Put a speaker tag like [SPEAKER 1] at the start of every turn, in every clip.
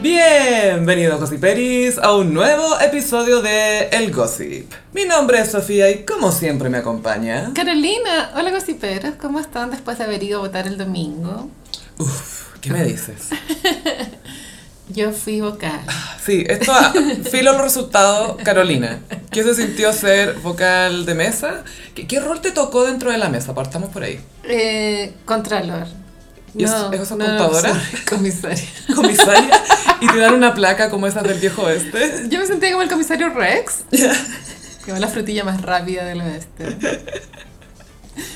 [SPEAKER 1] Bienvenidos Gossiperis a un nuevo episodio de El Gossip. Mi nombre es Sofía y como siempre me acompaña.
[SPEAKER 2] Carolina, hola gossiperos, ¿cómo están después de haber ido a votar el domingo?
[SPEAKER 1] Uf, ¿qué me dices?
[SPEAKER 2] Yo fui vocal.
[SPEAKER 1] Sí, esto a- filo el resultado, Carolina. ¿Qué se sintió ser vocal de mesa? ¿Qué, qué rol te tocó dentro de la mesa? Partamos por ahí.
[SPEAKER 2] Eh, contralor.
[SPEAKER 1] ¿Y eso- eso es contadora?
[SPEAKER 2] soy comisaria.
[SPEAKER 1] Comisaria y te dan una placa como esas del viejo oeste.
[SPEAKER 2] Yo me sentía como el comisario Rex, que va la frutilla más rápida del oeste.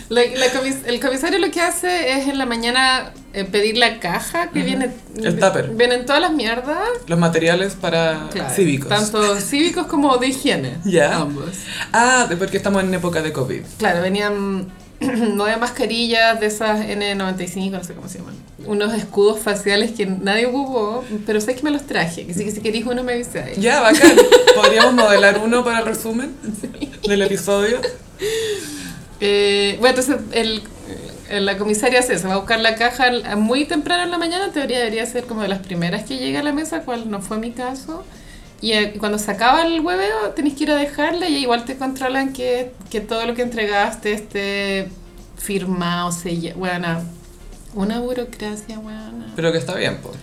[SPEAKER 2] Lo- la comis- el comisario lo que hace es en la mañana eh, pedir la caja que viene...
[SPEAKER 1] El tupper.
[SPEAKER 2] Vienen todas las mierdas.
[SPEAKER 1] Los materiales para
[SPEAKER 2] Claro,
[SPEAKER 1] cívicos.
[SPEAKER 2] Tanto cívicos como de higiene.
[SPEAKER 1] Ya.
[SPEAKER 2] Ambos.
[SPEAKER 1] Ah, de- porque estamos en época de COVID.
[SPEAKER 2] Claro, venían nueve mascarillas de esas N95, no sé cómo se llaman. Unos escudos faciales que nadie ocupó, pero sé que me los traje. Así que si queréis uno me avisáis.
[SPEAKER 1] Ya, bacán. Podríamos modelar uno para el resumen del episodio.
[SPEAKER 2] Eh, bueno, entonces el, eh, la comisaria hace eso, va a buscar la caja al- a muy temprano en la mañana, en teoría debería ser como de las primeras que llega a la mesa, cual no fue mi caso. Y eh, cuando se acaba el hueveo, tenés que ir a dejarla y igual te controlan que, que todo lo que entregaste esté firmado, sellado. Bueno, una burocracia, bueno.
[SPEAKER 1] Pero que está bien, pues.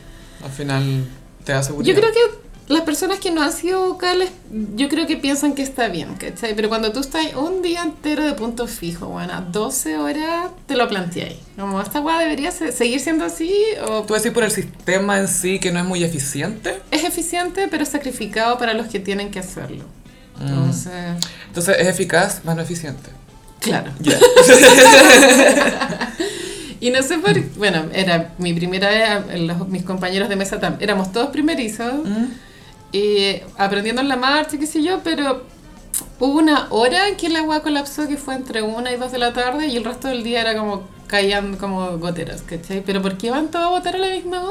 [SPEAKER 1] Al final te da seguridad.
[SPEAKER 2] Yo creo que las personas que no han sido vocales, yo creo que piensan que está bien, ¿cachai? Pero cuando tú estás un día entero de punto fijo, bueno, 12 horas, te lo planteáis. Como, ¿esta weá debería se- seguir siendo así? O
[SPEAKER 1] ¿Tú decís por el sistema en sí que no es muy eficiente?
[SPEAKER 2] es eficiente, pero es sacrificado para los que tienen que hacerlo.
[SPEAKER 1] Mm.
[SPEAKER 2] Mm. Entonces,
[SPEAKER 1] Entonces es eficaz, más no eficiente.
[SPEAKER 2] claro.
[SPEAKER 1] Ya.
[SPEAKER 2] Y no sé por Bueno, era mi primera vez, a- los- mis compañeros de mesa tam, éramos todos primerizos. y aprendiendo en la marcha, qué sé yo, pero hubo una hora en que el agua colapsó que fue entre una y dos de la tarde y el resto del día era como caían como goteras, ¿cachai? Pero ¿por qué van todos a votar a la misma
[SPEAKER 1] Es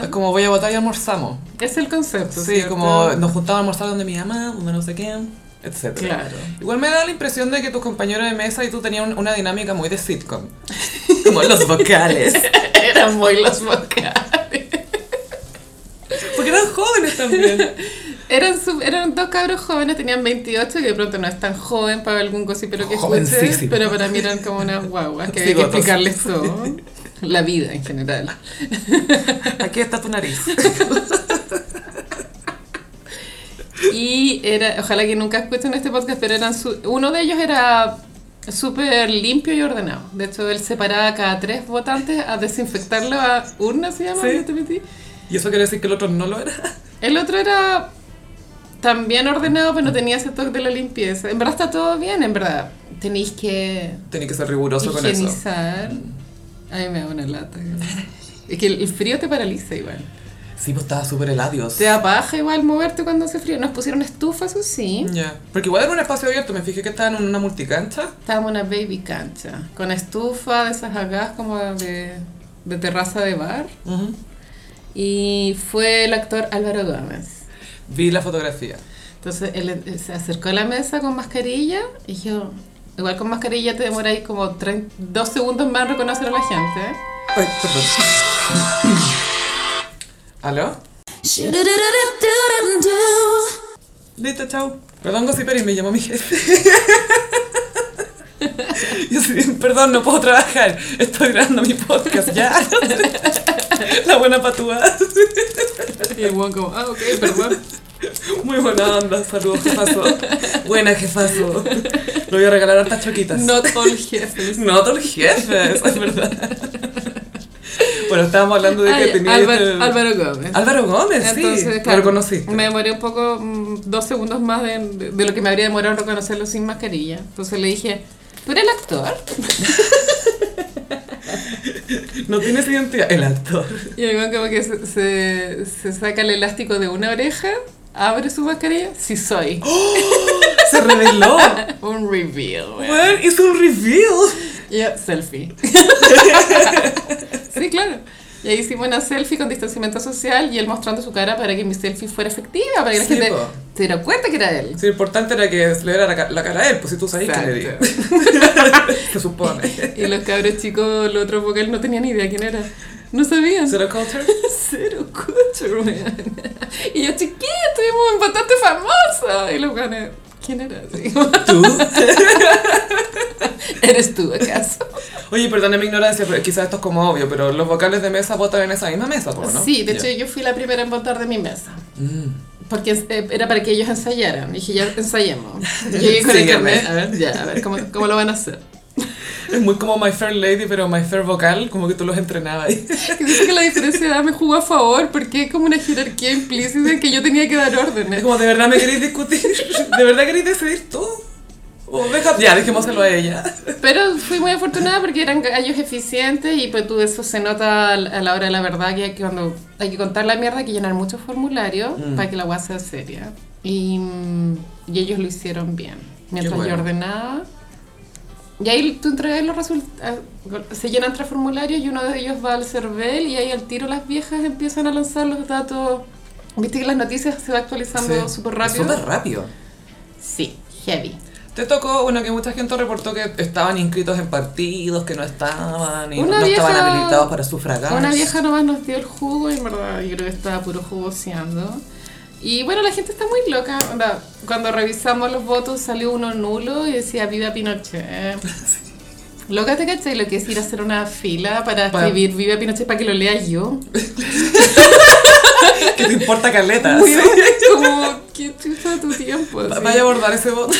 [SPEAKER 2] hora?
[SPEAKER 1] como voy a votar y almorzamos.
[SPEAKER 2] Es el concepto.
[SPEAKER 1] Sí,
[SPEAKER 2] ¿cierto?
[SPEAKER 1] como nos juntamos a almorzar donde mi mamá, donde no sé qué, etc.
[SPEAKER 2] Claro.
[SPEAKER 1] Igual me da la impresión de que tus compañeros de mesa y tú tenían un- una dinámica muy de sitcom. Como los vocales.
[SPEAKER 2] Eran muy los vocales.
[SPEAKER 1] Porque eran jóvenes también.
[SPEAKER 2] Eran, su- eran dos cabros jóvenes, tenían 28, que de pronto no es tan joven para algún pero que escuche,
[SPEAKER 1] Jovencísimo.
[SPEAKER 2] pero para mí eran como unas guaguas que había que
[SPEAKER 1] Cigotos.
[SPEAKER 2] explicarles todo. La vida en general.
[SPEAKER 1] Aquí está tu nariz.
[SPEAKER 2] Y era, ojalá que nunca escuchen este podcast, pero eran su- uno de ellos era súper limpio y ordenado. De hecho, él separaba a cada tres votantes a desinfectarlo a urna, se llama.
[SPEAKER 1] Sí.
[SPEAKER 2] ¿no te metí?
[SPEAKER 1] ¿Y eso quiere decir que el otro no lo era?
[SPEAKER 2] El otro era también ordenado, pero no tenía ese toque de la limpieza. En verdad está todo bien, en verdad. Tenéis que
[SPEAKER 1] Tenía que ser riguroso con eso.
[SPEAKER 2] higienizar. Ay, me da una lata. Es que el el frío te paraliza igual.
[SPEAKER 1] Sí, pues estaba súper el adiós.
[SPEAKER 2] Te da paja igual moverte cuando hace frío. Nos pusieron estufa, eso sí.
[SPEAKER 1] Ya. Porque igual era un espacio abierto, me fijé que estaban en una multicancha.
[SPEAKER 2] Estábamos en una baby cancha, con estufa de esas acá como de, de terraza de bar. Y fue el actor Álvaro Gómez.
[SPEAKER 1] Vi la fotografía.
[SPEAKER 2] Entonces él eh, se acercó a la mesa con mascarilla y yo, igual con mascarilla te demoráis como trein- dos segundos más en reconocer a la gente.
[SPEAKER 1] Ay, perdón. ¿Aló? Listo, chao. Perdón, Gossiperis, me llamó mi jefe. Yo sí, perdón, no puedo trabajar. Estoy grabando mi podcast ya. La buena patúa.
[SPEAKER 2] Y el weón como, ah, ok, perdón.
[SPEAKER 1] Muy buena onda. Saludos, jefazo. Buena, jefazo. Le voy a regalar hartas choquitas.
[SPEAKER 2] No all jefes.
[SPEAKER 1] No todo el jefe, eso es verdad. Bueno, estábamos hablando de que
[SPEAKER 2] Ay,
[SPEAKER 1] tenía
[SPEAKER 2] Álvaro,
[SPEAKER 1] este-
[SPEAKER 2] Álvaro Gómez.
[SPEAKER 1] Álvaro Gómez, sí,
[SPEAKER 2] claro,
[SPEAKER 1] lo conociste.
[SPEAKER 2] Me demoré un poco, mm, dos segundos más de, de lo que me habría demorado en reconocerlo sin mascarilla. Entonces le dije, ¿tú eres el actor?
[SPEAKER 1] No tienes identidad. El actor.
[SPEAKER 2] Y el weón como que se, se- se saca el elástico de una oreja, abre su mascarilla, sí soy.
[SPEAKER 1] Se reveló.
[SPEAKER 2] Un reveal, weón.
[SPEAKER 1] Bueno, hizo un review.
[SPEAKER 2] Y yo, selfie. sí, claro. Y Y ahí hicimos una selfie con distanciamiento social y él mostrando su cara para que mi selfie fuera efectiva, para que la
[SPEAKER 1] Sí,
[SPEAKER 2] gente
[SPEAKER 1] po.
[SPEAKER 2] se diera cuenta que era él.
[SPEAKER 1] Sí, lo importante era que se le viera la, ca- la cara a él, pues si tú sabías que le di.
[SPEAKER 2] Exacto.
[SPEAKER 1] Se supone.
[SPEAKER 2] Y los cabros chicos, los otros vocal no tenían ni idea quién era. No sabían.
[SPEAKER 1] ¿Zero Culture?
[SPEAKER 2] Cero Culture, weón. Y yo, chiquito, estuvimos bastante famosos. Y los weones, ¿quién era? Así como,
[SPEAKER 1] ¿Tú?
[SPEAKER 2] ¿Eres tú acaso?
[SPEAKER 1] Oye, perdone mi ignorancia, pero quizás esto es como obvio, pero los vocales de mesa votan en esa misma mesa, po, ¿no?
[SPEAKER 2] Sí, de hecho
[SPEAKER 1] Ya.
[SPEAKER 2] yo fui la primera en votar de mi mesa.
[SPEAKER 1] Mm.
[SPEAKER 2] Porque eh, era para que ellos ensayaran. Dije, ya ensayemos. Yo llegué con el
[SPEAKER 1] Sígueme.
[SPEAKER 2] carnet, A ver, ya, a ver cómo, cómo lo van a hacer.
[SPEAKER 1] Es muy como My Fair Lady, pero My Fair Vocal, como que tú los entrenabas ahí.
[SPEAKER 2] Que dice que la diferencia de edad me jugó a favor porque es como una jerarquía implícita en que yo tenía que dar
[SPEAKER 1] Es
[SPEAKER 2] órdenes.
[SPEAKER 1] como, ¿de verdad me queréis discutir? ¿De verdad queréis decidir tú? O deja... Ya, dejémoselo a ella.
[SPEAKER 2] Pero fui muy afortunada porque eran gallos eficientes y pues tú eso se nota al- a la hora de la verdad que hay que cuando hay que contar la mierda hay que llenar muchos formularios
[SPEAKER 1] Mm.
[SPEAKER 2] para que la guasa sea seria. Y, mm, y ellos lo hicieron bien. Mientras
[SPEAKER 1] bueno.
[SPEAKER 2] yo ordenaba. Y ahí tú entregas los resultados, se llenan tres formularios y uno de ellos va al CERVEL y ahí al tiro las viejas empiezan a lanzar los datos. Viste que las noticias se va actualizando
[SPEAKER 1] Sí.
[SPEAKER 2] súper rápido.
[SPEAKER 1] Súper rápido.
[SPEAKER 2] Sí, heavy.
[SPEAKER 1] Te tocó una que mucha gente reportó que estaban inscritos en partidos, que no estaban y
[SPEAKER 2] Una
[SPEAKER 1] no estaban
[SPEAKER 2] vieja-
[SPEAKER 1] habilitados para sufragar.
[SPEAKER 2] Una vieja nomás nos dio el jugo y en verdad yo creo que estaba puro jugoseando. Y bueno, la gente está muy loca. onda, Cuando revisamos los votos salió uno nulo y decía viva Pinochet. Loca te cachai lo que es ir a hacer una fila para
[SPEAKER 1] Pa-
[SPEAKER 2] escribir viva Pinochet para que lo lea yo.
[SPEAKER 1] que te importa caleta.
[SPEAKER 2] Weón, Como, ¿qué chucha de tu tiempo? así.
[SPEAKER 1] Vaya a abordar ese voto.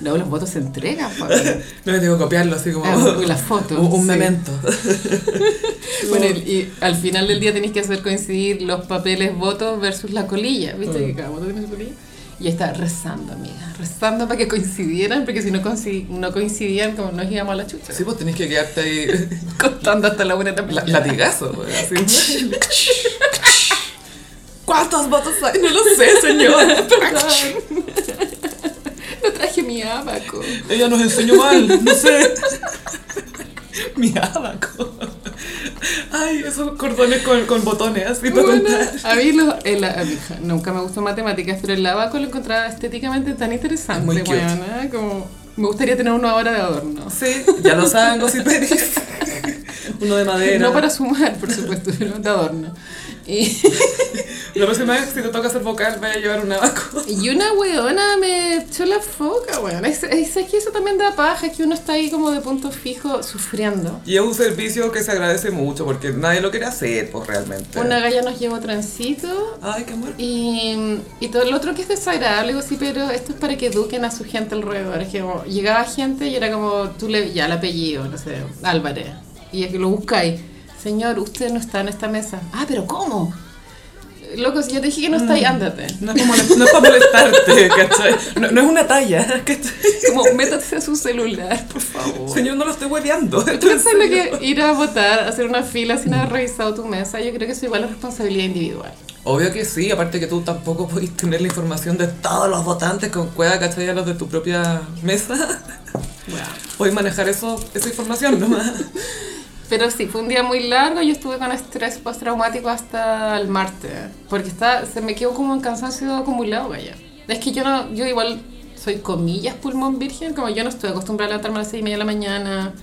[SPEAKER 2] No, los votos se entregan, Fabián.
[SPEAKER 1] No me tengo que copiarlo así como.
[SPEAKER 2] Ah, porque las fotos,
[SPEAKER 1] Un, un
[SPEAKER 2] sí.
[SPEAKER 1] memento.
[SPEAKER 2] Bueno, y, y al final del día tenéis que hacer coincidir los papeles votos versus la colilla. ¿Viste que cada voto tiene su colilla? Y estaba rezando, amiga, rezando para que coincidieran, porque si no, coinci- no coincidían, como nos íbamos a la chucha.
[SPEAKER 1] Sí, pues tenés que quedarte ahí.
[SPEAKER 2] Contando hasta la una de la
[SPEAKER 1] la-
[SPEAKER 2] mañana.
[SPEAKER 1] latigazo, güey, así. ¿Cuántos votos hay? No lo sé, señor.
[SPEAKER 2] Perdón. No traje mi abaco.
[SPEAKER 1] Ella nos enseñó mal, no sé. Mi abaco. Ay, esos cordones con, con botones, así para
[SPEAKER 2] Bueno,
[SPEAKER 1] contar.
[SPEAKER 2] a mí, los, el- a mí ja- nunca me gustó matemáticas, pero el abaco lo encontraba estéticamente tan interesante,
[SPEAKER 1] Muy cute.
[SPEAKER 2] weona, como me gustaría tener uno ahora de adorno.
[SPEAKER 1] Sí, ya lo saben, gossiperis. Uno de madera.
[SPEAKER 2] No para sumar, por supuesto, pero de adorno. Y,
[SPEAKER 1] La próxima vez, si te toca hacer vocal, vaya a llevar un abaco.
[SPEAKER 2] y una weona me echó la foca, weón. Es, es- es que eso también da paja, es que uno está ahí como de punto fijo sufriendo.
[SPEAKER 1] Y es un servicio que se agradece mucho porque nadie lo quiere hacer, pues realmente.
[SPEAKER 2] Una galla nos llevó trencito
[SPEAKER 1] Ay, qué amor.
[SPEAKER 2] y, y todo lo otro que es desagradable, digo, sí, pero esto es para que eduquen a su gente alrededor. Es que como, llegaba gente y era como, tú le, ya el apellido, no sé, Álvarez. Y es que lo buscáis. Señor, usted no está en esta mesa. Ah, pero ¿cómo? Loco, si yo te dije que no está ahí, ándate.
[SPEAKER 1] No es, como, no es para molestarte, ¿cachai? No, no es una talla, ¿cachai?
[SPEAKER 2] Como, métase a su celular, por favor.
[SPEAKER 1] Señor, no lo estoy hueveando.
[SPEAKER 2] ¿Tú pensás lo que ir a votar, hacer una fila sin haber revisado tu mesa? Yo creo que eso igual es responsabilidad individual.
[SPEAKER 1] Obvio que sí, aparte que tú tampoco podés tener la información de todos los votantes con cueva, ¿cachai? A los de tu propia mesa. Podés manejar eso, esa información nomás.
[SPEAKER 2] Pero sí, fue un día muy largo. Yo estuve con estrés postraumático hasta el martes. Porque está, se me quedó como un cansancio acumulado, vaya. Es que yo no, yo igual soy comillas pulmón virgen, como yo no estoy acostumbrada a levantarme a las 6 y media de la mañana,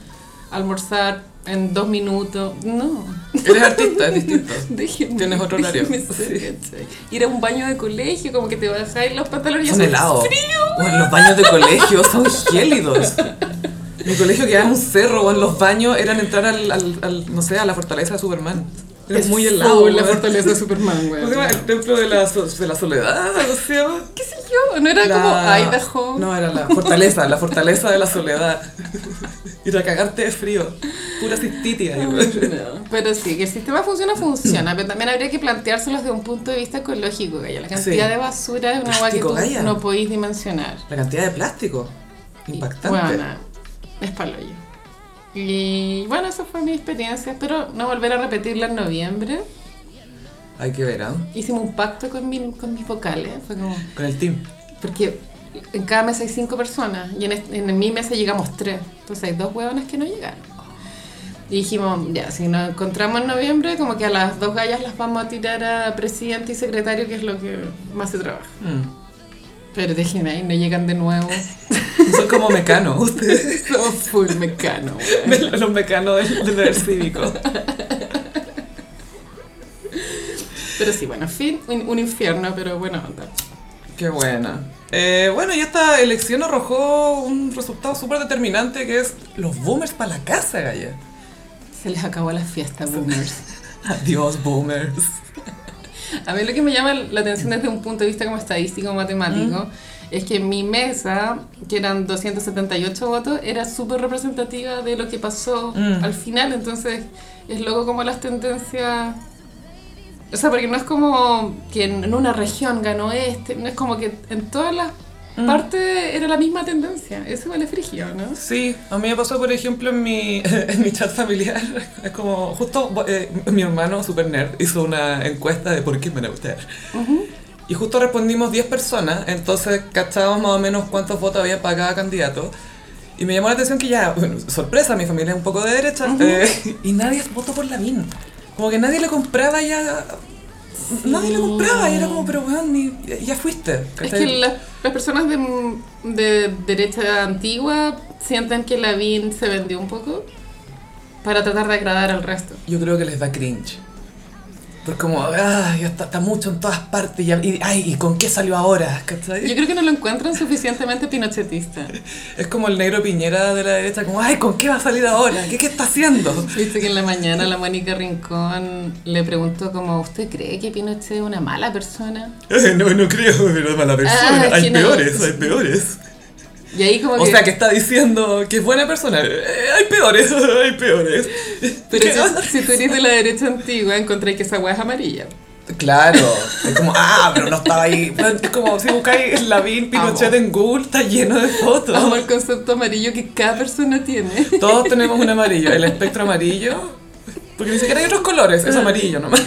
[SPEAKER 2] almorzar en dos minutos. No.
[SPEAKER 1] Eres artista, es distinto.
[SPEAKER 2] Déjenme.
[SPEAKER 1] Tienes otro horario.
[SPEAKER 2] déjenme ser,
[SPEAKER 1] Sí.
[SPEAKER 2] ¿cachai? Ir a un baño de colegio, como que te bajáis los pantalones y
[SPEAKER 1] Son
[SPEAKER 2] hace
[SPEAKER 1] helados.
[SPEAKER 2] frío.
[SPEAKER 1] Bueno, los baños de colegio son gélidos. Mi colegio quedaba en un cerro, en los baños eran entrar al, al- al, no sé, a la fortaleza de Superman. Era muy helado.
[SPEAKER 2] full la
[SPEAKER 1] weón.
[SPEAKER 2] fortaleza de Superman, güey.
[SPEAKER 1] ¿Cómo se llama? El templo de la, so- de la soledad, ¿cómo se llama?
[SPEAKER 2] ¿Qué sé yo? No era
[SPEAKER 1] La-
[SPEAKER 2] como Idaho.
[SPEAKER 1] No, era la fortaleza, la fortaleza de la soledad. Ir a cagarte de frío. Pura cistitia.
[SPEAKER 2] No. Pero sí, que el sistema funciona, funciona. Pero también habría que planteárselo desde un punto de vista ecológico, Gaya. La cantidad
[SPEAKER 1] Sí.
[SPEAKER 2] de basura es una agua que
[SPEAKER 1] Plástico,
[SPEAKER 2] tú
[SPEAKER 1] Gaya.
[SPEAKER 2] no podéis dimensionar.
[SPEAKER 1] La cantidad de plástico. Impactante.
[SPEAKER 2] Bueno, es palo yo. Y bueno, esa fue mi experiencia. Espero no volver a repetirla en noviembre.
[SPEAKER 1] Hay que ver, ¿ah?
[SPEAKER 2] Hicimos un pacto con, mi- con mis vocales. Fue como,
[SPEAKER 1] Con el team.
[SPEAKER 2] porque en cada mesa hay cinco personas y en, est- en mi mesa llegamos tres. Entonces hay dos huevones que no llegaron. Y dijimos, ya, si nos encontramos en noviembre, como que a las dos gallas las vamos a tirar a presidente y secretario, que es lo que más se trabaja.
[SPEAKER 1] Mm.
[SPEAKER 2] Pero dejen ahí, no llegan de nuevo.
[SPEAKER 1] Son como mecano, ustedes.
[SPEAKER 2] Somos full mecano, weón.
[SPEAKER 1] De los mecanos del, del deber cívico.
[SPEAKER 2] Pero sí, bueno, fin, un, un infierno, pero bueno, onda.
[SPEAKER 1] Qué buena. Eh, bueno, y esta elección arrojó un resultado súper determinante que es los boomers para la casa, Gaya.
[SPEAKER 2] Se les acabó la fiesta, boomers.
[SPEAKER 1] Adiós, boomers.
[SPEAKER 2] A mí lo que me llama la atención desde un punto de vista como estadístico matemático es que mi mesa, que eran 278 votos, era súper representativa de lo que pasó
[SPEAKER 1] Mm.
[SPEAKER 2] al final. Entonces, es loco como las tendencias. O sea, porque no es como que en en una región ganó este, no es como que en todas las
[SPEAKER 1] Mm.
[SPEAKER 2] partes era la misma tendencia. Eso igual es frigio, ¿no?
[SPEAKER 1] Sí, a mí me pasó, por ejemplo, en mi, en mi chat familiar. Es como, justo eh, mi hermano, super nerd, hizo una encuesta de por qué van a votar. Y justo respondimos 10 personas, entonces cachábamos más o menos cuántos votos había para cada candidato. Y me llamó la atención que ya, bueno, sorpresa, mi familia es un poco de derecha, eh, y nadie votó por Lavín. Como que nadie le compraba ya... Nadie le compraba, y era como, pero weón, ni- ya, ya fuiste.
[SPEAKER 2] Es
[SPEAKER 1] ¿cachai?
[SPEAKER 2] que las, las personas de, de derecha antigua sienten que Lavín se vendió un poco para tratar de agradar al resto.
[SPEAKER 1] Yo creo que les da cringe. Porque como, ay, está, está mucho en todas partes, y, y- ay, ¿y con qué salió ahora? ¿Cachai?
[SPEAKER 2] Yo creo que no lo encuentran suficientemente pinochetista.
[SPEAKER 1] Es como el negro piñera de la derecha, como, ay, ¿con qué va a salir ahora? ¿Qué, qué está haciendo?
[SPEAKER 2] Viste que en la mañana la Mónica Rincón le preguntó como, ¿usted cree que Pinochet es una mala persona?
[SPEAKER 1] Eh, no, no creo, pero es mala
[SPEAKER 2] persona. Hay Ah, que no. peores,
[SPEAKER 1] hay peores.
[SPEAKER 2] Y ahí como
[SPEAKER 1] O
[SPEAKER 2] que...
[SPEAKER 1] sea, que está diciendo que es buena persona. Eh, hay peores, hay peores.
[SPEAKER 2] Pero si, si tú eres de la derecha antigua, encontré que esa hueá es amarilla.
[SPEAKER 1] Claro, es como, ah, pero no estaba ahí. Es como si buscáis Lavín Pinochet
[SPEAKER 2] Amo.
[SPEAKER 1] en Google, está lleno de fotos.
[SPEAKER 2] Amo el concepto amarillo que cada persona tiene.
[SPEAKER 1] Todos tenemos un amarillo, el espectro amarillo. Porque ni siquiera hay otros colores, es amarillo nomás.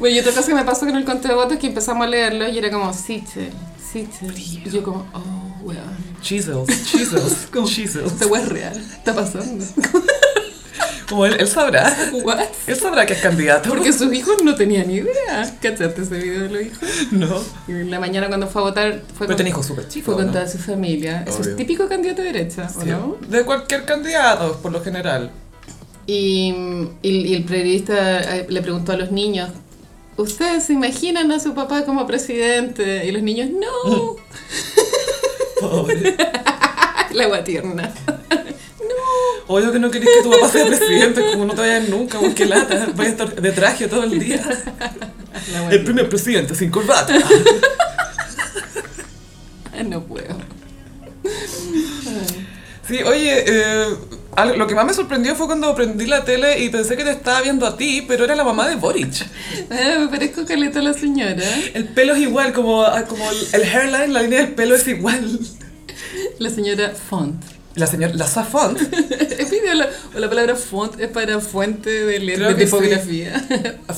[SPEAKER 2] Bueno, y otra cosa que me pasó con el conteo de votos es que empezamos a leerlo y era como Sichel, Sichel. Y yo como, oh, weón.
[SPEAKER 1] Chisels, chisels, chisels.
[SPEAKER 2] Esta weá es real. Está pasando.
[SPEAKER 1] Como él, él sabrá,
[SPEAKER 2] What?
[SPEAKER 1] él sabrá que es candidato.
[SPEAKER 2] Porque sus hijos no tenían idea. ¿Cachaste ese video de los hijos?
[SPEAKER 1] no.
[SPEAKER 2] Y en la mañana cuando fue a votar fue
[SPEAKER 1] Pero
[SPEAKER 2] con,
[SPEAKER 1] tenés hijos súper chicos.
[SPEAKER 2] fue con
[SPEAKER 1] ¿no?
[SPEAKER 2] toda su familia. Eso
[SPEAKER 1] Obvio.
[SPEAKER 2] es típico candidato de derecha, ¿o
[SPEAKER 1] Sí.
[SPEAKER 2] no?
[SPEAKER 1] De cualquier candidato, por lo general.
[SPEAKER 2] Y, y- y el periodista eh, le preguntó a los niños, ¿ustedes se imaginan a su papá como presidente? Y los niños, no. Ah,
[SPEAKER 1] Pobre.
[SPEAKER 2] la guatierna.
[SPEAKER 1] Obvio que no querés que tu papá sea presidente, como no te vayas nunca, con qué lata. Vaya a estar de traje todo el día.
[SPEAKER 2] La
[SPEAKER 1] El primer presidente sin corbata.
[SPEAKER 2] Ah, No puedo.
[SPEAKER 1] Sí, oye, eh, algo- lo que más me sorprendió fue cuando prendí la tele y pensé que te estaba viendo a ti, pero era la mamá de Boric.
[SPEAKER 2] Ah, me parezco caleta a la señora.
[SPEAKER 1] El pelo es igual, como, ah, como el, el hairline, la línea del pelo es igual.
[SPEAKER 2] La señora Font.
[SPEAKER 1] La señora, la Safont,
[SPEAKER 2] Es video la, o la palabra font es para fuente de, le-
[SPEAKER 1] Creo
[SPEAKER 2] de
[SPEAKER 1] que
[SPEAKER 2] tipografía.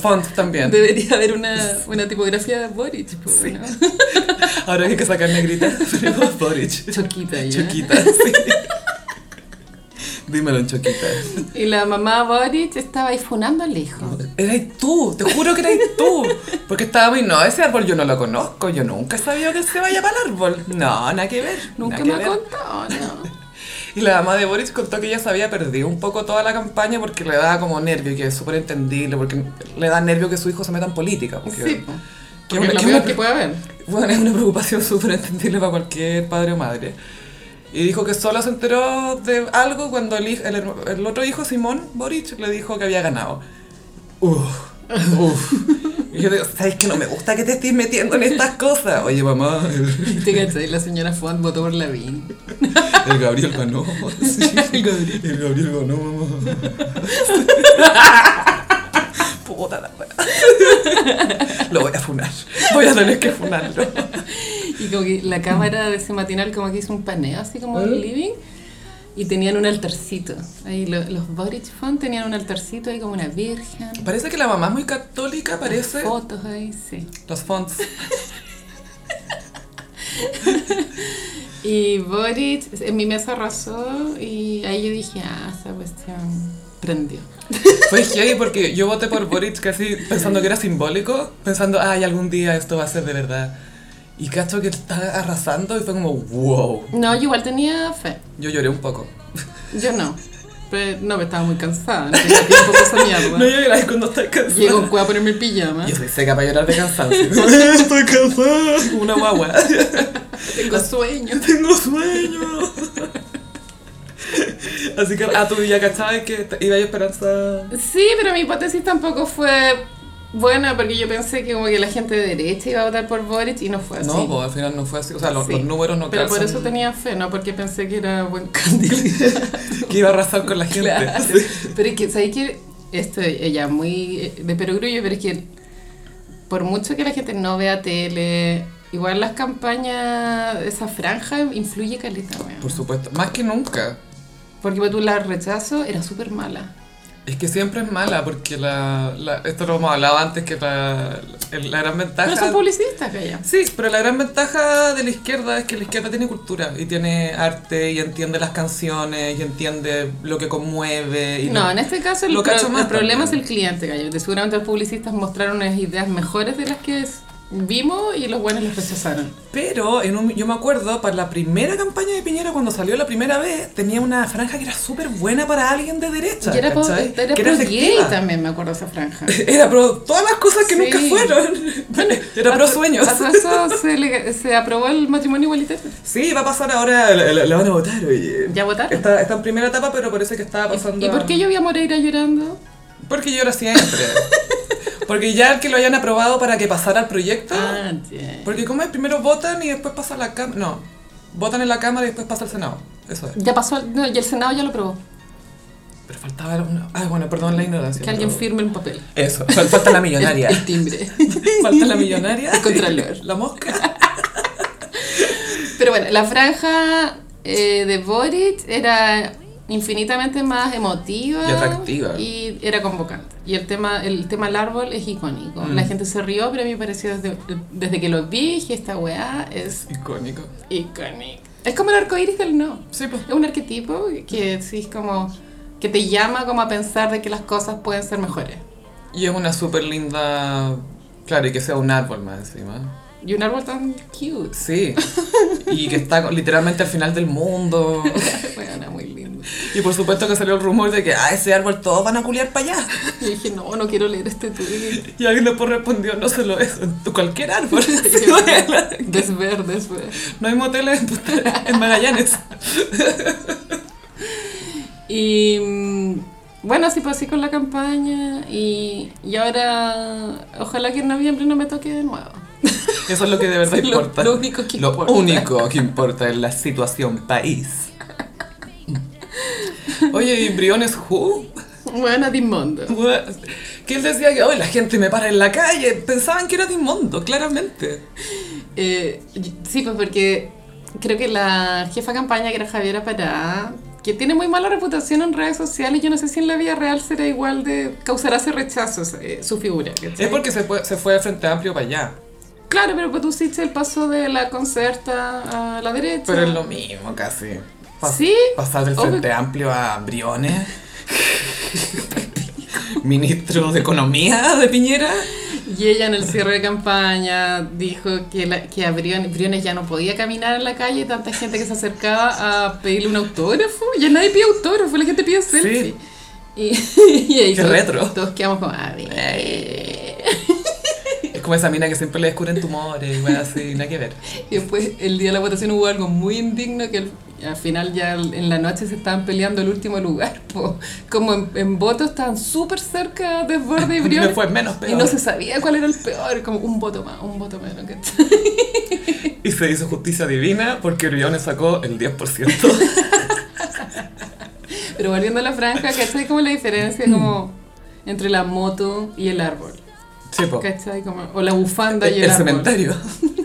[SPEAKER 1] Font también.
[SPEAKER 2] Debería haber una, una tipografía de Boric, po,
[SPEAKER 1] Sí.
[SPEAKER 2] ¿no?
[SPEAKER 1] Ahora hay que sacar negrita, pero Boric.
[SPEAKER 2] Choquita ya.
[SPEAKER 1] Choquita, sí. Dímelo en Choquita.
[SPEAKER 2] Y la mamá Boric estaba ahí funando al hijo.
[SPEAKER 1] Erais tú, te juro que erais tú. Porque estaba muy, no, ese árbol yo no lo conozco, yo nunca he sabido que se vaya para el árbol. No, nada que ver.
[SPEAKER 2] Nunca
[SPEAKER 1] nada
[SPEAKER 2] me
[SPEAKER 1] que
[SPEAKER 2] ha
[SPEAKER 1] ver.
[SPEAKER 2] contado, ¿no?
[SPEAKER 1] Y la mamá de Boris contó que ella se había perdido un poco toda la campaña porque le daba como nervio, y que es súper entendible, porque le da nervio que su hijo se meta en política. Porque,
[SPEAKER 2] Sí, po.
[SPEAKER 1] que
[SPEAKER 2] Porque
[SPEAKER 1] una-
[SPEAKER 2] es lo
[SPEAKER 1] que
[SPEAKER 2] peor
[SPEAKER 1] una-
[SPEAKER 2] que puede haber.
[SPEAKER 1] bueno, es una preocupación súper entendible para cualquier padre o madre. Y dijo que solo se enteró de algo cuando el, hij- el, herma- el otro hijo, Simón Boric, le dijo que había ganado. Uf, uf. Y yo digo, ¿sabes que no me gusta que te estés metiendo en estas cosas? Oye, mamá, el,
[SPEAKER 2] Y te cachai, la señora Font votó por Lavín.
[SPEAKER 1] el Gabriel ganó. Sí, el Gabriel. El Gabriel ganó, mamá. Puta la wea. Lo voy a funar. Voy a tener que funarlo.
[SPEAKER 2] Y como que la cámara de ese matinal como que hizo un paneo así como
[SPEAKER 1] ¿Eh?
[SPEAKER 2] del living y tenían un altarcito. Ahí lo- los Boric Fund tenían un altarcito ahí como una virgen.
[SPEAKER 1] Parece que la mamá es muy católica, parece.
[SPEAKER 2] Fotos ahí, sí.
[SPEAKER 1] Los fonts.
[SPEAKER 2] Y Boric en mi mesa arrasó y ahí yo dije, ah, esa cuestión. prendió.
[SPEAKER 1] Fue heavy porque yo voté por Boric casi pensando que era simbólico, pensando, ay, algún día esto va a ser de verdad. Y cacho que está arrasando y fue como, wow.
[SPEAKER 2] No, yo igual tenía fe.
[SPEAKER 1] Yo lloré un poco.
[SPEAKER 2] Yo no. Pero no, me estaba muy cansada. No tenía tiempo para esa mierda.
[SPEAKER 1] No lloráis cuando estás cansada.
[SPEAKER 2] Llego un cueva a ponerme el pijama.
[SPEAKER 1] Yo soy seca para llorar de cansancio. ¿Ah? Estoy cansada. Como Una guagua.
[SPEAKER 2] Tengo sueño.
[SPEAKER 1] Tengo sueño. Así que, ah, tú ya cachabas que te- iba a esperanza.
[SPEAKER 2] Sí, pero mi hipótesis tampoco fue buena porque yo pensé que como que la gente de derecha iba a votar por Boric y no fue así.
[SPEAKER 1] No, pues al final no fue así. O sea, los,
[SPEAKER 2] Sí.
[SPEAKER 1] los números no
[SPEAKER 2] Pero por
[SPEAKER 1] calzan.
[SPEAKER 2] eso tenía fe, no porque pensé que era buen candidato.
[SPEAKER 1] Que iba a arrasar con la gente.
[SPEAKER 2] Claro.
[SPEAKER 1] Sí.
[SPEAKER 2] Pero es que, ¿sabes qué? Esto, ella muy eh, de perogrullo, pero es que por mucho que la gente no vea tele, igual las campañas, esa franja influye caleta, weón.
[SPEAKER 1] Por supuesto. Más que nunca.
[SPEAKER 2] Porque pues, tú la rechazo era súper mala.
[SPEAKER 1] Es que siempre es mala porque la, la- esto lo hemos hablado antes que la, la gran ventaja.
[SPEAKER 2] Pero son publicistas, calla.
[SPEAKER 1] Sí, pero la gran ventaja de la izquierda es que la izquierda tiene cultura y tiene arte y entiende las canciones y entiende lo que conmueve. Y
[SPEAKER 2] No, en este caso el,
[SPEAKER 1] Lo
[SPEAKER 2] pro-
[SPEAKER 1] cacho más
[SPEAKER 2] el problema es
[SPEAKER 1] también.
[SPEAKER 2] el cliente, gallo. que Seguramente los publicistas mostraron unas ideas mejores de las que es- vimos y los buenos las rechazaron.
[SPEAKER 1] Pero en un- yo me acuerdo, para la primera campaña de Piñera, cuando salió la primera vez, tenía una franja que era súper buena para alguien de derecha.
[SPEAKER 2] Y era, po-
[SPEAKER 1] ¿cachai?
[SPEAKER 2] era
[SPEAKER 1] que
[SPEAKER 2] pro gay
[SPEAKER 1] efectiva.
[SPEAKER 2] también, me acuerdo esa franja.
[SPEAKER 1] Era pro todas las cosas que
[SPEAKER 2] Sí.
[SPEAKER 1] nunca fueron. Era pro
[SPEAKER 2] A-
[SPEAKER 1] sueños.
[SPEAKER 2] a todo eso se, le- se aprobó el matrimonio igualitario.
[SPEAKER 1] Sí, va a pasar ahora, la, la- la van a votar, oye.
[SPEAKER 2] ¿Ya votaron?
[SPEAKER 1] Está, está en primera etapa, pero parece que estaba pasando...
[SPEAKER 2] ¿Y por qué yo vi a Moreira llorando?
[SPEAKER 1] Porque llora siempre. Porque ya el que lo hayan aprobado para que pasara al proyecto.
[SPEAKER 2] Ah, yeah.
[SPEAKER 1] Porque como es, primero votan y después pasa a la Cámara. No, votan en la Cámara y después pasa al Senado. Eso es.
[SPEAKER 2] Ya pasó, al- no, y el Senado ya lo aprobó.
[SPEAKER 1] Pero faltaba una... Ay, bueno, perdón la ignorancia.
[SPEAKER 2] que alguien
[SPEAKER 1] pero-
[SPEAKER 2] firme un papel.
[SPEAKER 1] Eso, fal- falta la millonaria.
[SPEAKER 2] El timbre.
[SPEAKER 1] falta la millonaria.
[SPEAKER 2] El contralor.
[SPEAKER 1] La mosca.
[SPEAKER 2] Pero bueno, la franja eh, de Boric era infinitamente más emotiva
[SPEAKER 1] Y atractiva.
[SPEAKER 2] y era convocante. Y el tema el tema del árbol es icónico.
[SPEAKER 1] Mm.
[SPEAKER 2] La gente se rió, pero a mí me pareció desde, desde que lo vi, dije, esta weá es
[SPEAKER 1] Icónico.
[SPEAKER 2] icónica. Es como el arco iris del no.
[SPEAKER 1] Sí, pues.
[SPEAKER 2] Es un arquetipo que sí es como que te llama como a pensar de que las cosas pueden ser mejores.
[SPEAKER 1] Y es una súper linda... Claro, y que sea un árbol más encima.
[SPEAKER 2] Y un árbol tan cute.
[SPEAKER 1] Sí. Y que está literalmente al final del mundo.
[SPEAKER 2] Bueno, muy lindo.
[SPEAKER 1] Y por supuesto que salió el rumor de que, ah, ese árbol todos van a culiar para allá.
[SPEAKER 2] Y dije, no, no quiero leer este tweet.
[SPEAKER 1] Y alguien después respondió, no solo eso, en tu- cualquier árbol.
[SPEAKER 2] Desver, desver.
[SPEAKER 1] no hay moteles en, Punta- en Magallanes.
[SPEAKER 2] Y mm, bueno, así pasé con la campaña y, y ahora ojalá que en noviembre no me toque de nuevo.
[SPEAKER 1] Eso es lo que de verdad
[SPEAKER 2] Lo-
[SPEAKER 1] importa.
[SPEAKER 2] lo único que
[SPEAKER 1] Lo
[SPEAKER 2] importa.
[SPEAKER 1] único que importa es la situación país. Oye, ¿y Briones Who?
[SPEAKER 2] Bueno, Dimondo.
[SPEAKER 1] Que él decía que, hoy la gente me para en la calle. Pensaban que era Dismondo, claramente.
[SPEAKER 2] Eh, y- sí, pues porque creo que la jefa de campaña, que era Javiera Pará, que tiene muy mala reputación en redes sociales, yo no sé si en la vida real será igual de... causará ese rechazo eh, su figura. ¿cachai?
[SPEAKER 1] Es porque se fue, se fue de Frente Amplio para allá.
[SPEAKER 2] Claro, pero pues tú hiciste el paso de la concerta a la derecha.
[SPEAKER 1] Pero es lo mismo casi.
[SPEAKER 2] ¿Sí?
[SPEAKER 1] Pasar del
[SPEAKER 2] Obvio.
[SPEAKER 1] Frente Amplio a Briones. Ministro de Economía de Piñera.
[SPEAKER 2] Y ella en el cierre de campaña dijo que, la- que a Brion- Briones ya no podía caminar en la calle, tanta gente que se acercaba a pedirle un autógrafo. Ya nadie pide autógrafo, la gente pide selfie. Y, y ahí
[SPEAKER 1] Qué
[SPEAKER 2] todos-
[SPEAKER 1] retro.
[SPEAKER 2] Todos quedamos como, a ver.
[SPEAKER 1] Es como esa mina que siempre le descubren tumores, igual así, nada que ver.
[SPEAKER 2] Y después el día de la votación hubo algo muy indigno que al- al final ya el- en la noche se estaban peleando el último lugar. po. Como en, en votos estaban súper cerca de Borde y Briones.
[SPEAKER 1] Después menos
[SPEAKER 2] y
[SPEAKER 1] peor.
[SPEAKER 2] no se sabía cuál era el peor, como un voto más, un voto menos. ¿cachai?
[SPEAKER 1] Y se hizo justicia divina porque Briones sacó el 10%.
[SPEAKER 2] Pero volviendo a la franja, ¿cachai? Como la diferencia como entre la moto y el árbol.
[SPEAKER 1] Sí, po. E-,
[SPEAKER 2] ¿Cachai? Como, o la bufanda y
[SPEAKER 1] Oh. El,
[SPEAKER 2] el,
[SPEAKER 1] el
[SPEAKER 2] árbol.
[SPEAKER 1] cementerio.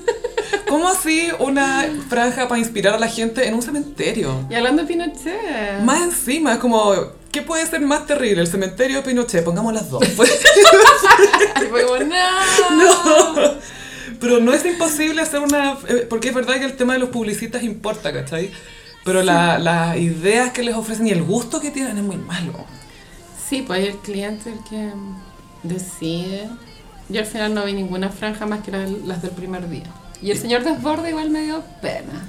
[SPEAKER 1] ¿Cómo así una franja para inspirar a la gente en un cementerio?
[SPEAKER 2] Y hablando de Pinochet.
[SPEAKER 1] Más encima, es como, ¿qué puede ser más terrible? El cementerio o Pinochet, pongamos las dos. Pues.
[SPEAKER 2] Ay, pues, fue como, no.
[SPEAKER 1] No. Pero no es imposible hacer una... eh, Porque es verdad que el tema de los publicistas importa, ¿cachai? Pero la- las ideas que les ofrecen y el gusto que tienen es muy malo.
[SPEAKER 2] Sí, pues hay el cliente el que decide. Yo al final no vi ninguna franja más que la- las del primer día. Y el señor desborde igual me dio pena.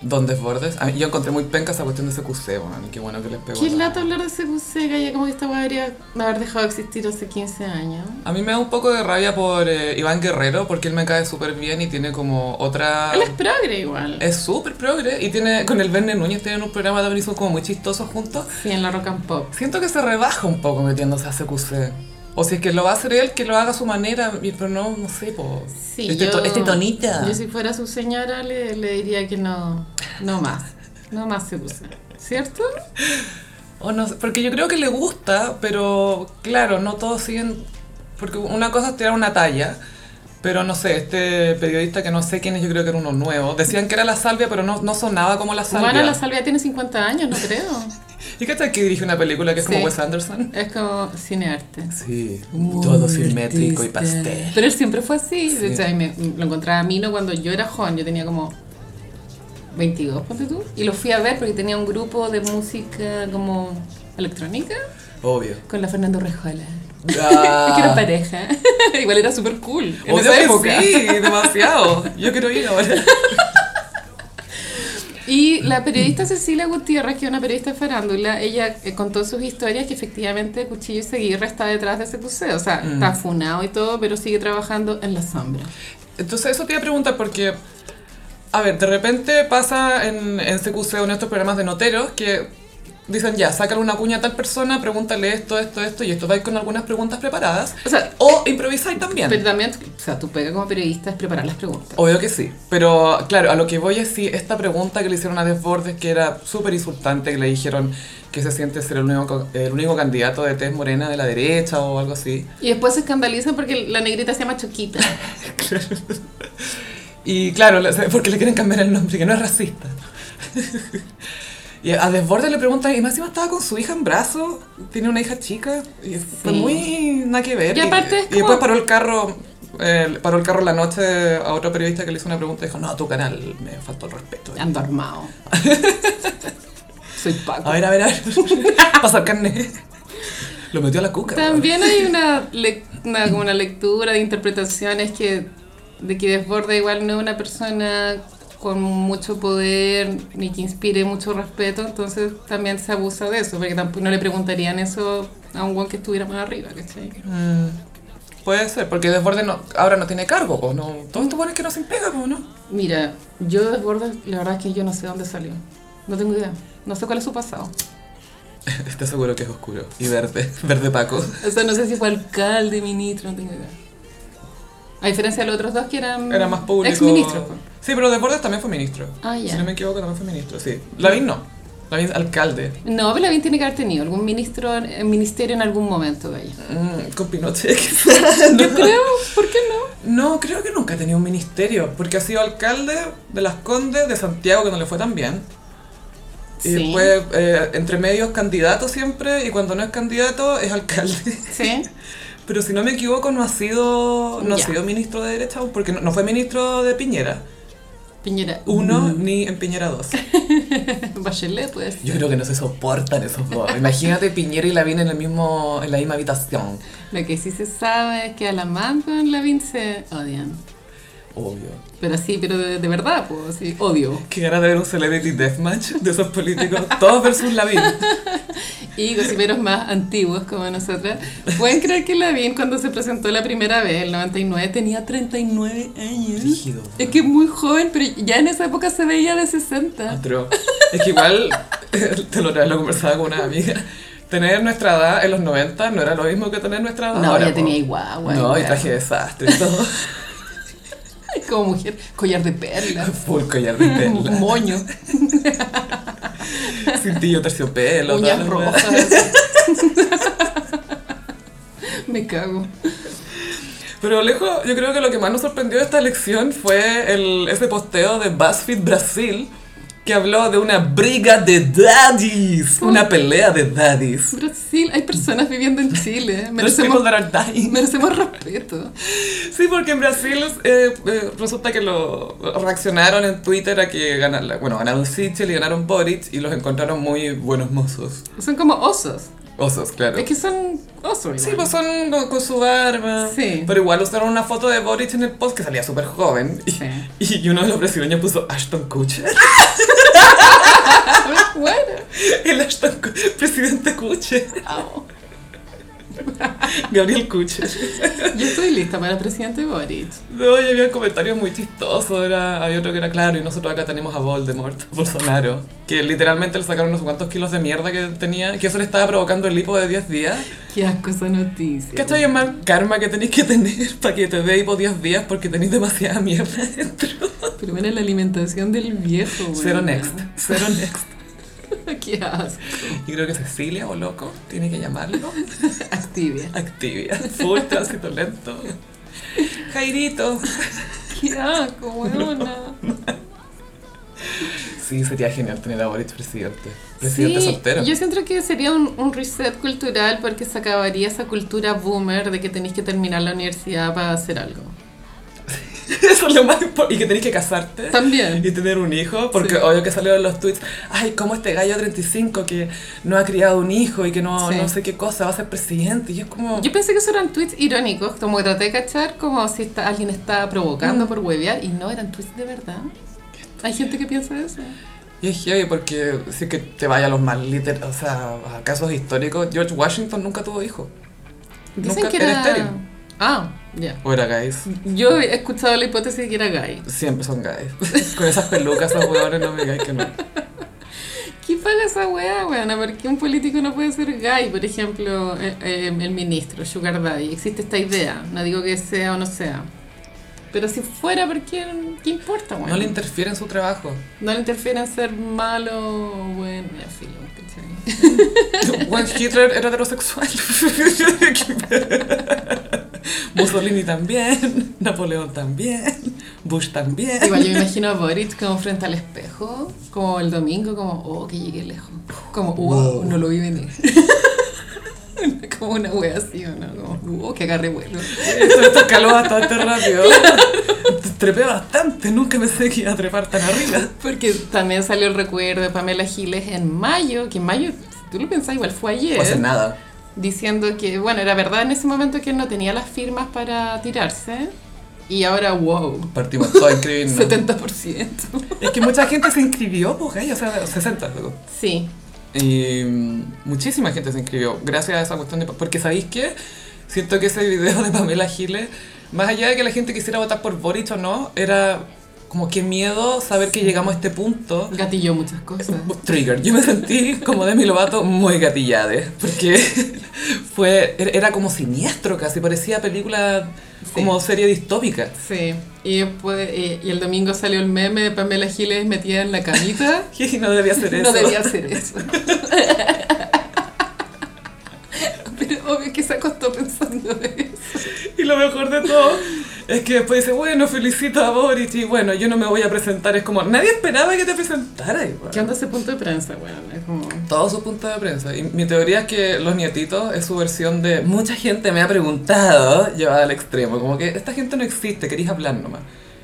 [SPEAKER 1] ¿Dónde bordes? Ah, yo encontré muy penca esa cuestión de CQC, weón. Qué bueno que les pegó.
[SPEAKER 2] Qué
[SPEAKER 1] la-
[SPEAKER 2] lata hablar de CQC, ya como que esta weá debería haber dejado de existir hace 15 años.
[SPEAKER 1] A mí me da un poco de rabia por eh, Iván Guerrero, porque él me cae súper bien y tiene como otra...
[SPEAKER 2] Él es progre igual.
[SPEAKER 1] Es súper progre y tiene con el Verne Núñez tienen un programa de abrismo como muy chistoso juntos.
[SPEAKER 2] Sí, en la rock and pop.
[SPEAKER 1] Siento que se rebaja un poco metiéndose a CQC. O si es que lo va a hacer él, que lo haga a su manera, y- pero no, no sé, po.
[SPEAKER 2] Sí,
[SPEAKER 1] este,
[SPEAKER 2] yo-
[SPEAKER 1] to- este tonita.
[SPEAKER 2] Yo si fuera su señora le, le diría que no, no más. No más CQC. ¿Cierto?
[SPEAKER 1] O no sé, porque yo creo que le gusta, pero claro, no todos siguen... Porque una cosa es tirar una talla, pero no sé, este periodista que no sé quién es, yo creo que era uno nuevo. Decían que era la salvia, pero no, no sonaba como la salvia.
[SPEAKER 2] Bueno, la salvia tiene 50 años, no creo.
[SPEAKER 1] ¿Y qué tal que dirige una película que es como
[SPEAKER 2] Sí.
[SPEAKER 1] Wes Anderson?
[SPEAKER 2] Es como cinearte.
[SPEAKER 1] Sí,
[SPEAKER 2] Muy artista. Pero él siempre fue así. De hecho, ahí me- lo encontraba a Mino cuando yo era joven. Yo tenía como 22, ponte tú. Y lo fui a ver porque tenía un grupo de música como electrónica
[SPEAKER 1] Obvio.
[SPEAKER 2] con la Fernando Rejola.
[SPEAKER 1] Ah.
[SPEAKER 2] Es que era pareja. Igual era súper cool. En
[SPEAKER 1] Obvio
[SPEAKER 2] esa
[SPEAKER 1] que
[SPEAKER 2] época.
[SPEAKER 1] sí, demasiado. Yo quiero ir ahora.
[SPEAKER 2] Y la periodista Cecilia Gutiérrez, que es una periodista de farándula, ella eh, contó sus historias que efectivamente Cuchillo y Seguirre está detrás de ese museo. O sea, está funado y todo, pero sigue trabajando en la sombra.
[SPEAKER 1] Entonces eso te iba a preguntar porque, a ver, de repente pasa en, en CQC o en estos programas de noteros que dicen ya, sácale una cuña a tal persona, pregúntale esto, esto, esto y esto, vais con algunas preguntas preparadas.
[SPEAKER 2] O sea,
[SPEAKER 1] O improvisáis también.
[SPEAKER 2] Pero también, o sea, tu pega como periodista es preparar las preguntas.
[SPEAKER 1] Obvio que sí, pero claro, a lo que voy es si esta pregunta que le hicieron a Desbordes, que era súper insultante, que le dijeron que se siente ser el único, el único candidato de Tez Morena de la derecha o algo así.
[SPEAKER 2] Y después se escandalizan porque la negrita se llama Choquita.
[SPEAKER 1] Y claro, le- porque le quieren cambiar el nombre, que no es racista. Y a Desbordes le preguntan, y más encima estaba con su hija en brazos, tiene una hija chica, y fue
[SPEAKER 2] Sí.
[SPEAKER 1] muy nada que ver.
[SPEAKER 2] Y aparte es
[SPEAKER 1] y después
[SPEAKER 2] como-
[SPEAKER 1] paró el carro, eh, paró el carro en la noche a otro periodista que le hizo una pregunta y dijo, no, a tu canal me faltó el respeto.
[SPEAKER 2] Ando armado. Soy Paco.
[SPEAKER 1] A ver, a ver, a ver. Pasar carne. Lo metió a la cuca.
[SPEAKER 2] También hay una, lec- una- como una lectura de interpretaciones que, de que Desborda igual no es una persona con mucho poder ni que inspire mucho respeto, entonces también se abusa de eso, porque tampoco no le preguntarían eso a un guan que estuviera más arriba, ¿cachai?
[SPEAKER 1] Mm, puede ser, porque Desborde no, ahora no tiene cargo, pues no. Todos estos buenos que no se pega, pues no.
[SPEAKER 2] Mira, yo Desborda, la verdad es que yo no sé dónde salió, no tengo idea, no sé cuál es su pasado.
[SPEAKER 1] Está seguro que es oscuro y verde, verde Paco.
[SPEAKER 2] O sea, no sé si fue alcalde, ministro, no tengo idea. A diferencia de los otros dos que eran...
[SPEAKER 1] Era más público.
[SPEAKER 2] Exministros. pues.
[SPEAKER 1] Sí, pero Desbordes también fue ministro.
[SPEAKER 2] Ah, ya.
[SPEAKER 1] Si no me equivoco, también fue ministro, sí. Lavín no. Lavín alcalde.
[SPEAKER 2] No, pero bien tiene que haber tenido algún ministro, en- en ministerio en algún momento de ella.
[SPEAKER 1] Mm, con Pinochet, quizás.
[SPEAKER 2] Yo creo, ¿por qué no?
[SPEAKER 1] No, creo que nunca ha tenido un ministerio, porque ha sido alcalde de Las Condes, de Santiago, que no le fue tan bien. Y
[SPEAKER 2] Sí.
[SPEAKER 1] después, eh, entre medios, candidato siempre, y cuando no es candidato, es alcalde.
[SPEAKER 2] Sí.
[SPEAKER 1] Pero si no me equivoco, no ha sido, no
[SPEAKER 2] Ya.
[SPEAKER 1] ha sido ministro de derecha, porque no, no fue ministro de Piñera
[SPEAKER 2] Piñera.
[SPEAKER 1] 1
[SPEAKER 2] Mm.
[SPEAKER 1] ni en Piñera 2.
[SPEAKER 2] Bachelet, pues.
[SPEAKER 1] Yo creo que no se soportan esos dos. Imagínate Piñera y Lavín en, el mismo, en la misma habitación.
[SPEAKER 2] Lo que sí se sabe es que Alamán con Lavín se odian.
[SPEAKER 1] Obvio.
[SPEAKER 2] Pero sí, pero de, de verdad, pues, sí, odio.
[SPEAKER 1] Qué ganas de ver un celebrity deathmatch de esos políticos, todos versus Lavín.
[SPEAKER 2] Y gociperos más antiguos como nosotras, pueden creer que Lavín cuando se presentó la primera vez, el 99, tenía 39 años.
[SPEAKER 1] Rígido.
[SPEAKER 2] Es que es muy joven, pero ya en esa época se veía de 60.
[SPEAKER 1] Atro. Es que igual, te lo, lo conversaba con una amiga, tener nuestra edad en los 90 no era lo mismo que tener nuestra edad
[SPEAKER 2] No,
[SPEAKER 1] ahora,
[SPEAKER 2] ya
[SPEAKER 1] po.
[SPEAKER 2] tenía guagua.
[SPEAKER 1] No, y
[SPEAKER 2] igual.
[SPEAKER 1] traje de desastre y todo.
[SPEAKER 2] Como mujer, collar de perlas,
[SPEAKER 1] Full collar de
[SPEAKER 2] un
[SPEAKER 1] perla,
[SPEAKER 2] moño,
[SPEAKER 1] cintillo terciopelo, toda
[SPEAKER 2] uñas
[SPEAKER 1] la
[SPEAKER 2] rojas. Me cago.
[SPEAKER 1] Pero lejos, yo creo que lo que más nos sorprendió de esta elección fue el, ese posteo de BuzzFeed Brasil que habló de una briga de daddies, una pelea de daddies.
[SPEAKER 2] Brasil, hay personas viviendo en Chile.
[SPEAKER 1] Those people
[SPEAKER 2] Merecemos,
[SPEAKER 1] that are dying.
[SPEAKER 2] merecemos respeto.
[SPEAKER 1] Sí, porque en Brasil eh, eh, resulta que lo reaccionaron en Twitter a que ganaron, bueno, ganaron Sichel y ganaron Boric y los encontraron muy buenos mozos.
[SPEAKER 2] Son como osos.
[SPEAKER 1] Osos, claro.
[SPEAKER 2] Es que son osos.
[SPEAKER 1] Sí, pues
[SPEAKER 2] igual.
[SPEAKER 1] son con, con su barba.
[SPEAKER 2] Sí.
[SPEAKER 1] Pero igual usaron una foto de Boric en el post que salía súper joven. Y,
[SPEAKER 2] Sí.
[SPEAKER 1] y uno de los brasileños puso Ashton Kutcher.
[SPEAKER 2] Ah, Bueno.
[SPEAKER 1] El Ashton Ku- presidente Kutcher. Gabriel Kutcher.
[SPEAKER 2] Yo estoy lista para el presidente Boric.
[SPEAKER 1] No, y había comentarios muy chistosos. Era, había otro que era claro. Y nosotros acá tenemos a Voldemort, Bolsonaro. Que literalmente le sacaron unos cuantos kilos de mierda que tenía. Que eso le estaba provocando el lipo de 10 días.
[SPEAKER 2] Qué asco esa noticia.
[SPEAKER 1] ¿Cachai el mal karma que tenéis que tener para que te dé hipo 10 días porque tenéis demasiada mierda dentro?
[SPEAKER 2] Pero bueno, la alimentación del viejo, güey.
[SPEAKER 1] Cero next, cero next.
[SPEAKER 2] Qué asco.
[SPEAKER 1] Y creo que Cecilia o loco tiene que llamarlo.
[SPEAKER 2] Activia.
[SPEAKER 1] Activia, full tránsito lento. Jairito.
[SPEAKER 2] Qué asco, weona.
[SPEAKER 1] Sí, sería genial tener a Boris presidente. Presidente
[SPEAKER 2] Sí,
[SPEAKER 1] soltero.
[SPEAKER 2] Yo siento que sería un, un reset cultural porque se acabaría esa cultura boomer de que tenéis que terminar la universidad para hacer algo.
[SPEAKER 1] Eso es lo más importante. Y que tenés que casarte.
[SPEAKER 2] También.
[SPEAKER 1] Eh, Y tener un hijo, porque
[SPEAKER 2] Sí.
[SPEAKER 1] obvio que salieron los tweets, ay, como este gallo 35 que no ha criado un hijo y que no,
[SPEAKER 2] Sí.
[SPEAKER 1] no sé qué cosa, va a ser presidente. Y es como...
[SPEAKER 2] Yo pensé que eso eran tweets irónicos, como que traté de cachar como si está, alguien estaba
[SPEAKER 1] Mm.
[SPEAKER 2] provocando por huevear y no eran tweets de verdad. Hay gente que piensa eso.
[SPEAKER 1] Y es heavy porque sí que te vaya a los más literal, o sea, a casos históricos. George Washington nunca tuvo hijo.
[SPEAKER 2] Dicen
[SPEAKER 1] Nunca
[SPEAKER 2] que
[SPEAKER 1] era
[SPEAKER 2] era...
[SPEAKER 1] estéril.
[SPEAKER 2] Ah, ya.
[SPEAKER 1] O era gays.
[SPEAKER 2] Yo he escuchado la hipótesis de que era gay.
[SPEAKER 1] Siempre son gays. Con esas pelucas, esos huevones no me digáis que no.
[SPEAKER 2] ¿Qué paga esa weá, weona? ¿Por qué un político no puede ser gay? Por ejemplo, eh, eh, el ministro, Sugar Daddy. Existe esta idea. No digo que sea o no sea. Pero si fuera, ¿por qué, qué importa, weón?
[SPEAKER 1] No le interfiere en su trabajo.
[SPEAKER 2] No le interfieren ser malo o bueno. Ya, filo, ¿cachai?
[SPEAKER 1] Bueno, Hitler era heterosexual. Mussolini también. Napoleón también. Bush también.
[SPEAKER 2] Igual yo me imagino a Boric como frente al espejo, como el domingo, como, oh, que llegué lejos. Como, wow,
[SPEAKER 1] Wow.
[SPEAKER 2] no lo vi venir. como una wea así, ¿o ¿no? Como, wow, que agarre vuelo.
[SPEAKER 1] Esto, esto escaló bastante rápido. Trepé bastante. Nunca pensé que iba a trepar tan arriba.
[SPEAKER 2] Porque también salió el recuerdo de Pamela Giles en mayo, que en mayo, si tú lo pensás, igual fue ayer,
[SPEAKER 1] Pues nada.
[SPEAKER 2] diciendo que, bueno, era verdad en ese momento que él no tenía las firmas para tirarse, y ahora, wow,
[SPEAKER 1] Partimos todo a inscribirnos.
[SPEAKER 2] 70%.
[SPEAKER 1] Es que mucha gente se inscribió, pues, gallo, o sea, 60, luego.
[SPEAKER 2] Sí,
[SPEAKER 1] Y mm, muchísima gente se inscribió, gracias a esa cuestión de... Porque, ¿sabéis qué? Siento que ese video de Pamela Giles, más allá de que la gente quisiera votar por Boric o no, era como que miedo saber que llegamos a este punto.
[SPEAKER 2] gatilló muchas cosas.
[SPEAKER 1] Trigger, yo me sentí como Demi Lovato muy gatillade, porque fue, er-, era- era como siniestro casi, parecía película como serie distópica.
[SPEAKER 2] Sí, y, después, eh, y el domingo salió el meme de Pamela Giles metida en la camita.
[SPEAKER 1] Y no debía ser eso.
[SPEAKER 2] No debía hacer eso. Pero obvio que se acostó pensando eso.
[SPEAKER 1] Y lo mejor de todo es que después dice, bueno, felicito a Boric y bueno, yo no me voy a presentar. Es como, nadie esperaba que te presentara igual.
[SPEAKER 2] ¿Qué onda ese punto de prensa, weón? Es como...
[SPEAKER 1] Todo su punto de prensa. Y mi teoría es que Los Nietitos es su versión de mucha gente me ha preguntado, llevada al extremo. Como que esta gente no existe, querís hablar nomás.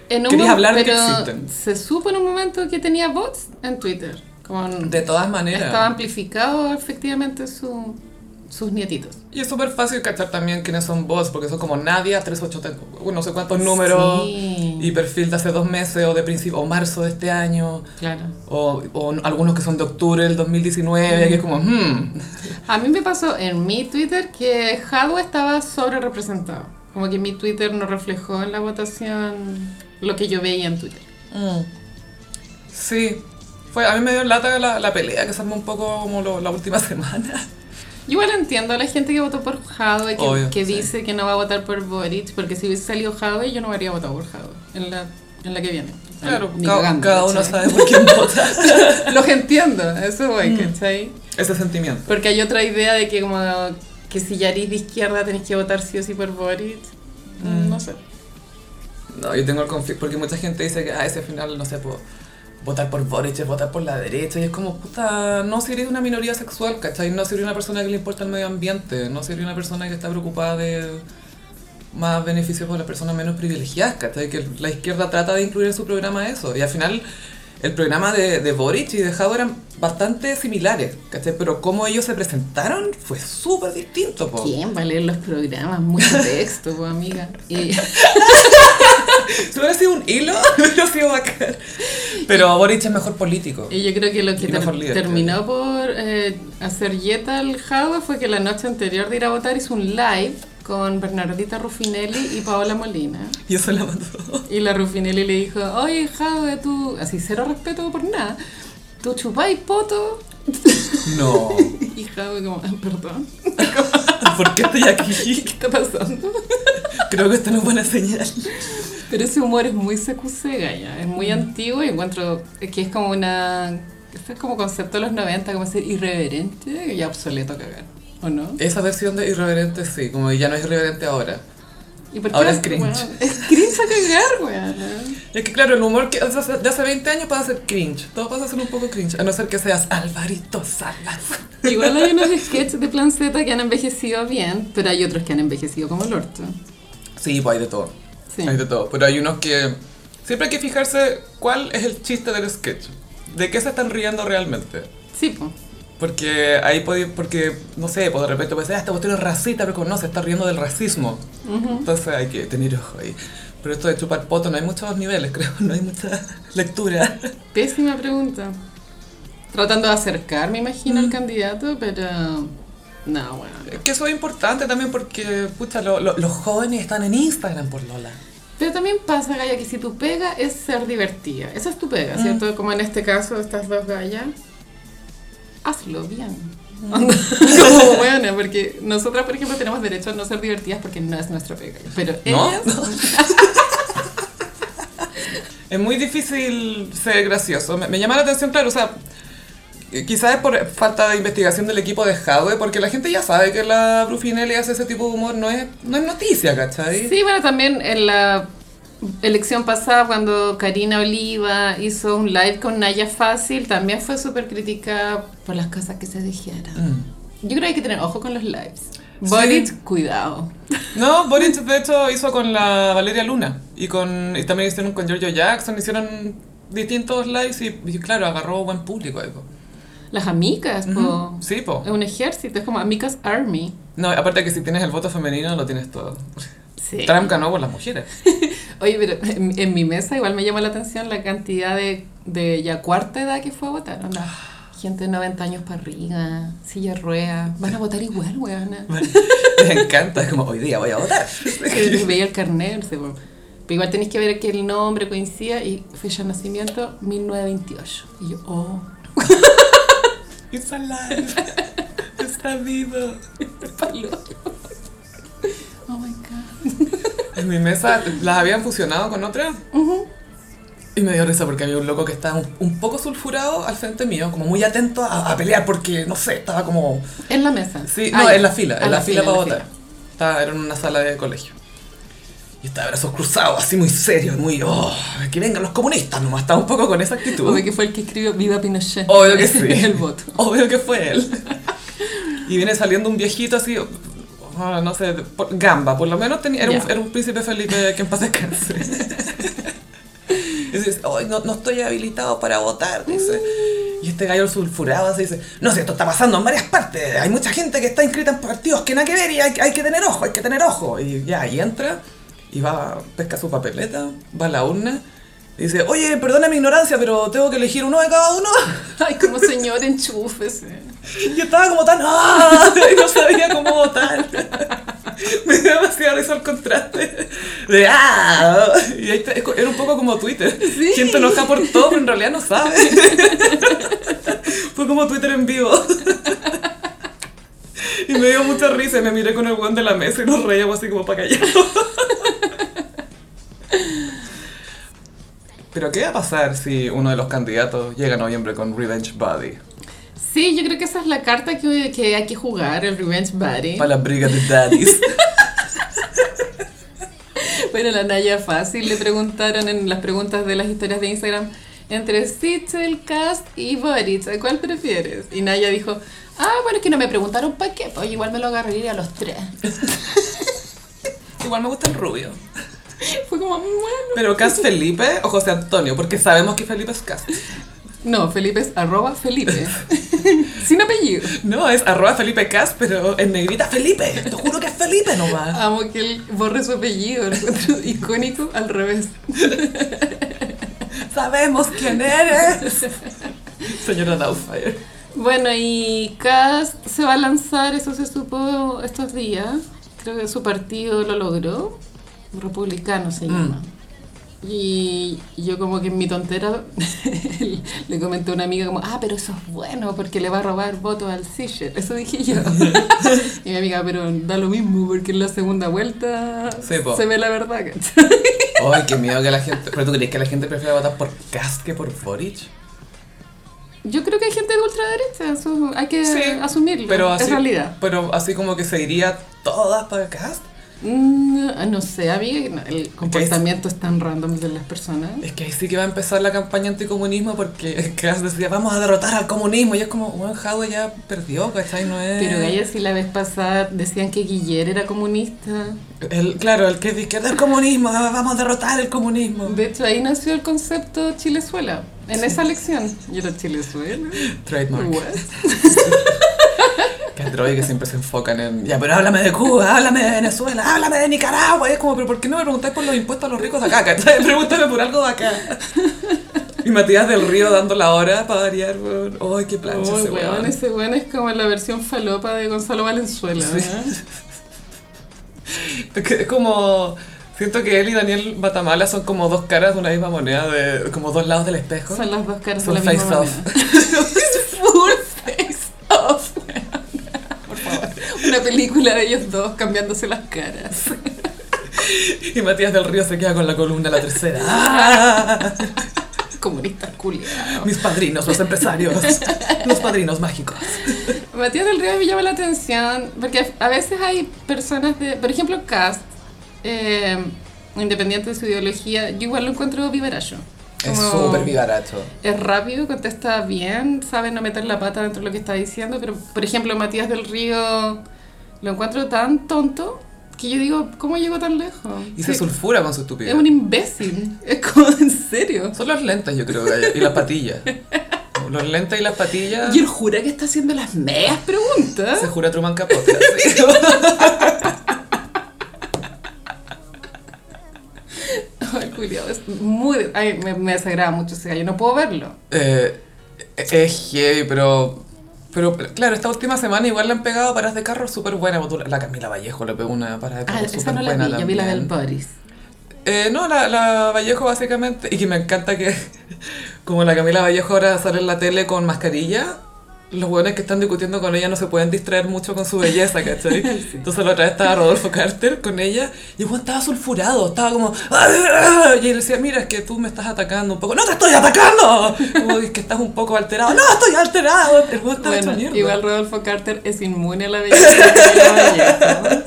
[SPEAKER 2] En
[SPEAKER 1] Querías
[SPEAKER 2] mo-
[SPEAKER 1] hablar que
[SPEAKER 2] pero
[SPEAKER 1] existen.
[SPEAKER 2] Se supo en un momento que tenía bots en Twitter. Con,
[SPEAKER 1] De todas maneras.
[SPEAKER 2] estaba amplificado efectivamente su, sus nietitos.
[SPEAKER 1] Y es súper fácil cachar también quiénes son bots, porque son como Nadia, 383, no sé cuántos números,
[SPEAKER 2] Sí.
[SPEAKER 1] y perfil de hace dos meses o de principio, o marzo de este año.
[SPEAKER 2] Claro.
[SPEAKER 1] O, o algunos que son de octubre del 2019, que es como, hmm,
[SPEAKER 2] A mí me pasó en mi Twitter que Hadwe estaba sobre representado. Como que mi Twitter no reflejó en la votación lo que yo veía en Twitter. Mm.
[SPEAKER 1] Sí. Fue, a mí me dio lata la, la pelea que se armó un poco como lo- la última semana.
[SPEAKER 2] Yo Igual entiendo a la gente que votó por Hadwe, que,
[SPEAKER 1] Obvio,
[SPEAKER 2] que
[SPEAKER 1] sí.
[SPEAKER 2] dice que no va a votar por Boric, porque si hubiese salido Hadwe, yo no habría votado por Hadwe en la, en la que viene.
[SPEAKER 1] Claro,
[SPEAKER 2] Ni
[SPEAKER 1] ca-
[SPEAKER 2] cagando,
[SPEAKER 1] cada uno
[SPEAKER 2] ¿cachai?
[SPEAKER 1] sabe por quién vota.
[SPEAKER 2] Los entiendo, a eso voy, ¿cachai?
[SPEAKER 1] Ese sentimiento.
[SPEAKER 2] Porque hay otra idea de que como que si ya eres de izquierda tenés que votar sí o sí por Boric. No sé.
[SPEAKER 1] No, yo tengo el conflicto, porque mucha gente dice que, ah, ese final, no sé, po, votar por Boric es votar por la derecha, y es como, puta, no si eres una minoría sexual, ¿cachai? No si eres una persona que le importa el medio ambiente, no si eres una persona que está preocupada de más beneficios para las personas menos privilegiadas, ¿cachai? Que la izquierda trata de incluir en su programa eso, y al final el programa de, de Boric y de Jado eran bastante similares, ¿cachai? Pero cómo ellos se presentaron fue súper distinto, po.
[SPEAKER 2] ¿Quién va a leer los programas? Mucho texto, po, amiga. Y-
[SPEAKER 1] Si hubiera sido un hilo, hubiera sido bacán. Pero Boric es mejor político.
[SPEAKER 2] Y yo creo que lo que
[SPEAKER 1] Y mejor
[SPEAKER 2] ter-
[SPEAKER 1] líder,
[SPEAKER 2] terminó por eh, hacer yeta al Jadwe fue que la noche anterior de ir a votar hizo un live con Bernardita Rufinelli y Paola Molina.
[SPEAKER 1] Y eso la mandó.
[SPEAKER 2] Y la Rufinelli le dijo, oye Jadwe, tú, así cero respeto por nada, tú chupáis poto.
[SPEAKER 1] No.
[SPEAKER 2] Y Jadwe como, "Ah, perdón,
[SPEAKER 1] ¿Por qué estoy
[SPEAKER 2] ¿qué
[SPEAKER 1] aquí?
[SPEAKER 2] está pasando?
[SPEAKER 1] Creo que esto no es buena señal.
[SPEAKER 2] Pero ese humor es muy secusega ya, es
[SPEAKER 1] Mm.
[SPEAKER 2] muy antiguo y encuentro que es como una... Este es como concepto de los 90, como ser irreverente y obsoleto cagar, ¿o no?
[SPEAKER 1] Esa versión de irreverente, sí, como que ya no es irreverente ahora.
[SPEAKER 2] ¿Y por qué
[SPEAKER 1] Ahora
[SPEAKER 2] no-
[SPEAKER 1] es cringe.
[SPEAKER 2] weón? es cringe a cagar, weón.
[SPEAKER 1] Es que claro, el humor que hace- de hace 20 años pasa a ser cringe. Todo pasa a ser un poco cringe, a no ser que seas Alvarito Salas.
[SPEAKER 2] Igual hay unos sketches de Plan Z que han envejecido bien, pero hay otros que han envejecido como el orto.
[SPEAKER 1] Sí, pues hay de todo.
[SPEAKER 2] Sí.
[SPEAKER 1] Hay de todo. Pero hay unos que... Siempre hay que fijarse cuál es el chiste del sketch. ¿De qué se están riendo realmente?
[SPEAKER 2] Sí, po.
[SPEAKER 1] Porque ahí podí, porque, no sé, pues de repente puede ser, ah, esta cuestión es racista, pero como no, se está riendo del racismo. Entonces hay que tener ojo ahí. Pero esto de chupar poto, no hay muchos niveles, creo, no hay mucha lectura.
[SPEAKER 2] Pésima pregunta. Tratando de acercar, me imagino,
[SPEAKER 1] Mm.
[SPEAKER 2] al candidato, pero... No, weón.
[SPEAKER 1] Que eso es importante también porque, pucha, lo- lo- los jóvenes están en Instagram por Lola.
[SPEAKER 2] Pero también pasa, Gaya, que si tu pega es ser divertida. Esa es tu pega, ¿cierto? Como en este caso, estas dos Gaya. Hazlo bien. Onda, Como buena, porque nosotras, por ejemplo, tenemos derecho a no ser divertidas porque no es nuestra pega. Pero
[SPEAKER 1] ¿No?
[SPEAKER 2] ellas,
[SPEAKER 1] Es muy difícil ser gracioso. Me, me llama la atención, claro, o sea, eh, quizás es por falta de investigación del equipo de Jadwe, porque la gente ya sabe que la Brufinelli hace ese tipo de humor, no es, no es noticia, ¿cachai?
[SPEAKER 2] Sí, bueno, también en la elección pasada, cuando Karina Oliva hizo un live con Naya Fácil, también fue súper criticada por las cosas que se dijeron.
[SPEAKER 1] Mm.
[SPEAKER 2] Yo creo que hay que tener ojo con los lives. Boric, cuidado.
[SPEAKER 1] No, Boric de hecho hizo con la Valeria Luna y con y también hicieron con Giorgio Jackson, hicieron distintos lives y, y claro, agarró buen público. ahí, po.
[SPEAKER 2] Las amicas, po.
[SPEAKER 1] Sí, po.
[SPEAKER 2] Es un ejército, es como amicas army.
[SPEAKER 1] No, aparte que si tienes el voto femenino lo tienes todo.
[SPEAKER 2] Sí.
[SPEAKER 1] Trump ganó por las mujeres.
[SPEAKER 2] Oye, pero en, en mi mesa igual me llamó la atención la cantidad de, de ya cuarta edad que fue a votar. Onda, gente de 90 años para arriba, silla de ruedas. Van a votar igual, weona.
[SPEAKER 1] Les encanta, es como hoy día voy a votar.
[SPEAKER 2] Y veía el carnet, no sé, bueno. Pero igual tenéis que ver que el nombre coincida y fecha de nacimiento 1928. Y yo, oh,
[SPEAKER 1] It's alive. Está vivo.
[SPEAKER 2] palo. Oh my god.
[SPEAKER 1] En mi mesa las habían fusionado con otras. Y me dio risa porque había un loco que estaba un, un poco sulfurado al frente mío, como muy atento a- a pelear porque, no sé, estaba como
[SPEAKER 2] En la mesa.
[SPEAKER 1] Sí,
[SPEAKER 2] Ah,
[SPEAKER 1] no,
[SPEAKER 2] ya.
[SPEAKER 1] en la fila,
[SPEAKER 2] Ah,
[SPEAKER 1] en la fila para
[SPEAKER 2] en la
[SPEAKER 1] votar.
[SPEAKER 2] fila.
[SPEAKER 1] Estaba, era en una sala de colegio. Y estaba de brazos cruzados, así muy serio, muy, oh, que vengan los comunistas nomás, estaba un poco con esa actitud.
[SPEAKER 2] Obvio que fue el que escribió Viva Pinochet.
[SPEAKER 1] Obvio que sí.
[SPEAKER 2] el voto.
[SPEAKER 1] Obvio que fue él. Y viene saliendo un viejito así, ah, no sé, por- gamba, por lo menos tenía, era, un,
[SPEAKER 2] Ya.
[SPEAKER 1] era un príncipe Felipe que en paz descanse. Y dice, "Ay, no, no estoy habilitado para votar, dice. Y este gallo sulfurado así dice, no, si esto está pasando en varias partes, hay mucha gente que está inscrita en partidos que nada que ver y hay, hay que tener ojo, hay que tener ojo. Y ya, y entra, y va, pesca su papeleta, va a la urna, y dice, oye, perdona mi ignorancia, pero tengo que elegir uno de cada uno.
[SPEAKER 2] Ay, como señor, enchúfese.
[SPEAKER 1] Yo estaba como tan ¡ah! y no sabía cómo votar. Me dio demasiada risa el contraste de ¡ah! Y ahí está- es co- era un poco como Twitter.
[SPEAKER 2] Sí.
[SPEAKER 1] Quien te enoja por todo, pero en realidad no sabe. Fue como Twitter en vivo. Y me dio mucha risa y me miré con el weón de la mesa y nos reíamos así como para callar. Pero ¿qué va a pasar si uno de los candidatos llega a noviembre con Revenge Body?
[SPEAKER 2] Sí, yo creo que esa es la carta que, que hay que jugar, el Revenge Buddy.
[SPEAKER 1] Para la briga de daddies.
[SPEAKER 2] Bueno, la Naya Fácil le preguntaron en las preguntas de las historias de Instagram entre Sitzel, Cast y Boric, ¿a cuál prefieres? Y Naya dijo, ah, bueno, es que no me preguntaron para qué, pues igual me lo agarraría a los tres.
[SPEAKER 1] Igual me gusta el rubio.
[SPEAKER 2] Fue como, bueno.
[SPEAKER 1] Pero Cas Felipe o José Antonio, porque sabemos que Felipe es Cas.
[SPEAKER 2] No, Felipe es arroba Felipe. Sin apellido.
[SPEAKER 1] No, es arroba Felipe Cas, pero en negrita Felipe. Te juro que es Felipe nomás.
[SPEAKER 2] Amo que él borre su apellido, lo encuentro icónico al revés.
[SPEAKER 1] Sabemos quién eres. Señora Doubtfire.
[SPEAKER 2] Bueno, y Cass se va a lanzar, eso se supo estos días. Creo que su partido lo logró. Republicano
[SPEAKER 1] Mm.
[SPEAKER 2] se llama. Y yo como que en mi tontera le comenté a una amiga como, ah, pero eso es bueno porque le va a robar votos al Sisher. Eso dije yo. y mi amiga, pero da lo mismo porque en la segunda vuelta
[SPEAKER 1] Sí, po.
[SPEAKER 2] se ve la verdad. ¿cachai?
[SPEAKER 1] Ay, qué miedo que la gente. ¿Pero tú crees que la gente prefiere votar por Cas que por Boric?
[SPEAKER 2] yo creo que hay gente de ultraderecha, eso hay que
[SPEAKER 1] Sí,
[SPEAKER 2] Eh, asumirlo.
[SPEAKER 1] Pero así,
[SPEAKER 2] es realidad.
[SPEAKER 1] Pero así como que se iría todas para Cas.
[SPEAKER 2] Mm, no sé, amiga, no, el comportamiento es tan random de las personas.
[SPEAKER 1] Es que ahí sí que va a empezar la campaña anticomunismo porque Cass decía, vamos a derrotar al comunismo. Y es como, Juan Jadwe ya perdió, ¿cachai? No es.
[SPEAKER 2] Pero ella sí la vez pasada decían que Guiller era comunista.
[SPEAKER 1] El- claro, el que es de izquierda es comunismo, ah, vamos a derrotar el comunismo.
[SPEAKER 2] De hecho, ahí nació el concepto chilezuela. En esa elección. Yo era chilezuela.
[SPEAKER 1] Trademark.
[SPEAKER 2] What?
[SPEAKER 1] Que androide que siempre se enfocan en, ya, pero háblame de Cuba, háblame de Venezuela, háblame de Nicaragua. Y es como, pero ¿por qué no me preguntáis por los impuestos a los ricos de acá? ¿cachai? Pregúntame por algo de acá. Y Matías del Río dando la hora para variar, weón. Ay, qué plancha
[SPEAKER 2] Oh,
[SPEAKER 1] ese
[SPEAKER 2] weón,
[SPEAKER 1] weón.
[SPEAKER 2] ese weón es como la versión falopa de Gonzalo Valenzuela. ¿eh?
[SPEAKER 1] Sí.
[SPEAKER 2] ¿verdad?
[SPEAKER 1] Es que es como... Siento que él y Daniel Batamala son como dos caras de una misma moneda, de, como dos lados del espejo.
[SPEAKER 2] Son las dos caras de
[SPEAKER 1] Son
[SPEAKER 2] la misma
[SPEAKER 1] face-off.
[SPEAKER 2] moneda. Full face off. weón. Por favor. Una película de ellos dos cambiándose las caras.
[SPEAKER 1] Y Matías del Río se queda con la columna la tercera. ¡Ah!
[SPEAKER 2] Comunistas culiados.
[SPEAKER 1] Mis padrinos, los empresarios. Los padrinos mágicos.
[SPEAKER 2] Matías del Río me llama la atención porque a veces hay personas de, por ejemplo, Cast, eh, independiente de su ideología, yo igual lo encuentro vivaracho. Como-
[SPEAKER 1] vivaracho.
[SPEAKER 2] Es rápido, contesta bien, sabe no meter la pata dentro de lo que está diciendo, pero por ejemplo, Matías del Río lo encuentro tan tonto que yo digo, ¿cómo llegó tan lejos?
[SPEAKER 1] Y
[SPEAKER 2] Sí,
[SPEAKER 1] se sulfura con su
[SPEAKER 2] es
[SPEAKER 1] estupidez.
[SPEAKER 2] un imbécil, es como en serio.
[SPEAKER 1] Son los lentes, yo creo, gallo, y las patillas. Los lentes y las patillas.
[SPEAKER 2] Y él jura que está haciendo las medias preguntas.
[SPEAKER 1] Se jura Truman Capote. así.
[SPEAKER 2] El culiao es muy... Ay, me, me desagrada mucho ese gallo, no puedo verlo.
[SPEAKER 1] Eh, es heavy, pero. Pero claro, esta última semana igual le han pegado paradas de carro súper buenas. La Camila Vallejo le pegó una parada de
[SPEAKER 2] Ah,
[SPEAKER 1] carro
[SPEAKER 2] esa
[SPEAKER 1] súper
[SPEAKER 2] no la vi,
[SPEAKER 1] buena.
[SPEAKER 2] yo vi la del
[SPEAKER 1] también.
[SPEAKER 2] Boris.
[SPEAKER 1] Eh, no, la, la Vallejo básicamente, y que me encanta que como la Camila Vallejo ahora sale en la tele con mascarilla, los hueones que están discutiendo con ella no se pueden distraer mucho con su belleza, ¿cachai? Entonces la otra vez estaba Rodolfo Carter con ella y el hueón estaba sulfurado, estaba como... "Ah", Y él decía, mira, es que tú me estás atacando un poco. ¡No te estoy atacando! Como es que estás un poco alterado. ¡No, estoy alterado! El hueón estaba hecho
[SPEAKER 2] Bueno,
[SPEAKER 1] mierda.
[SPEAKER 2] igual Rodolfo Carter es inmune a la belleza. de la belleza.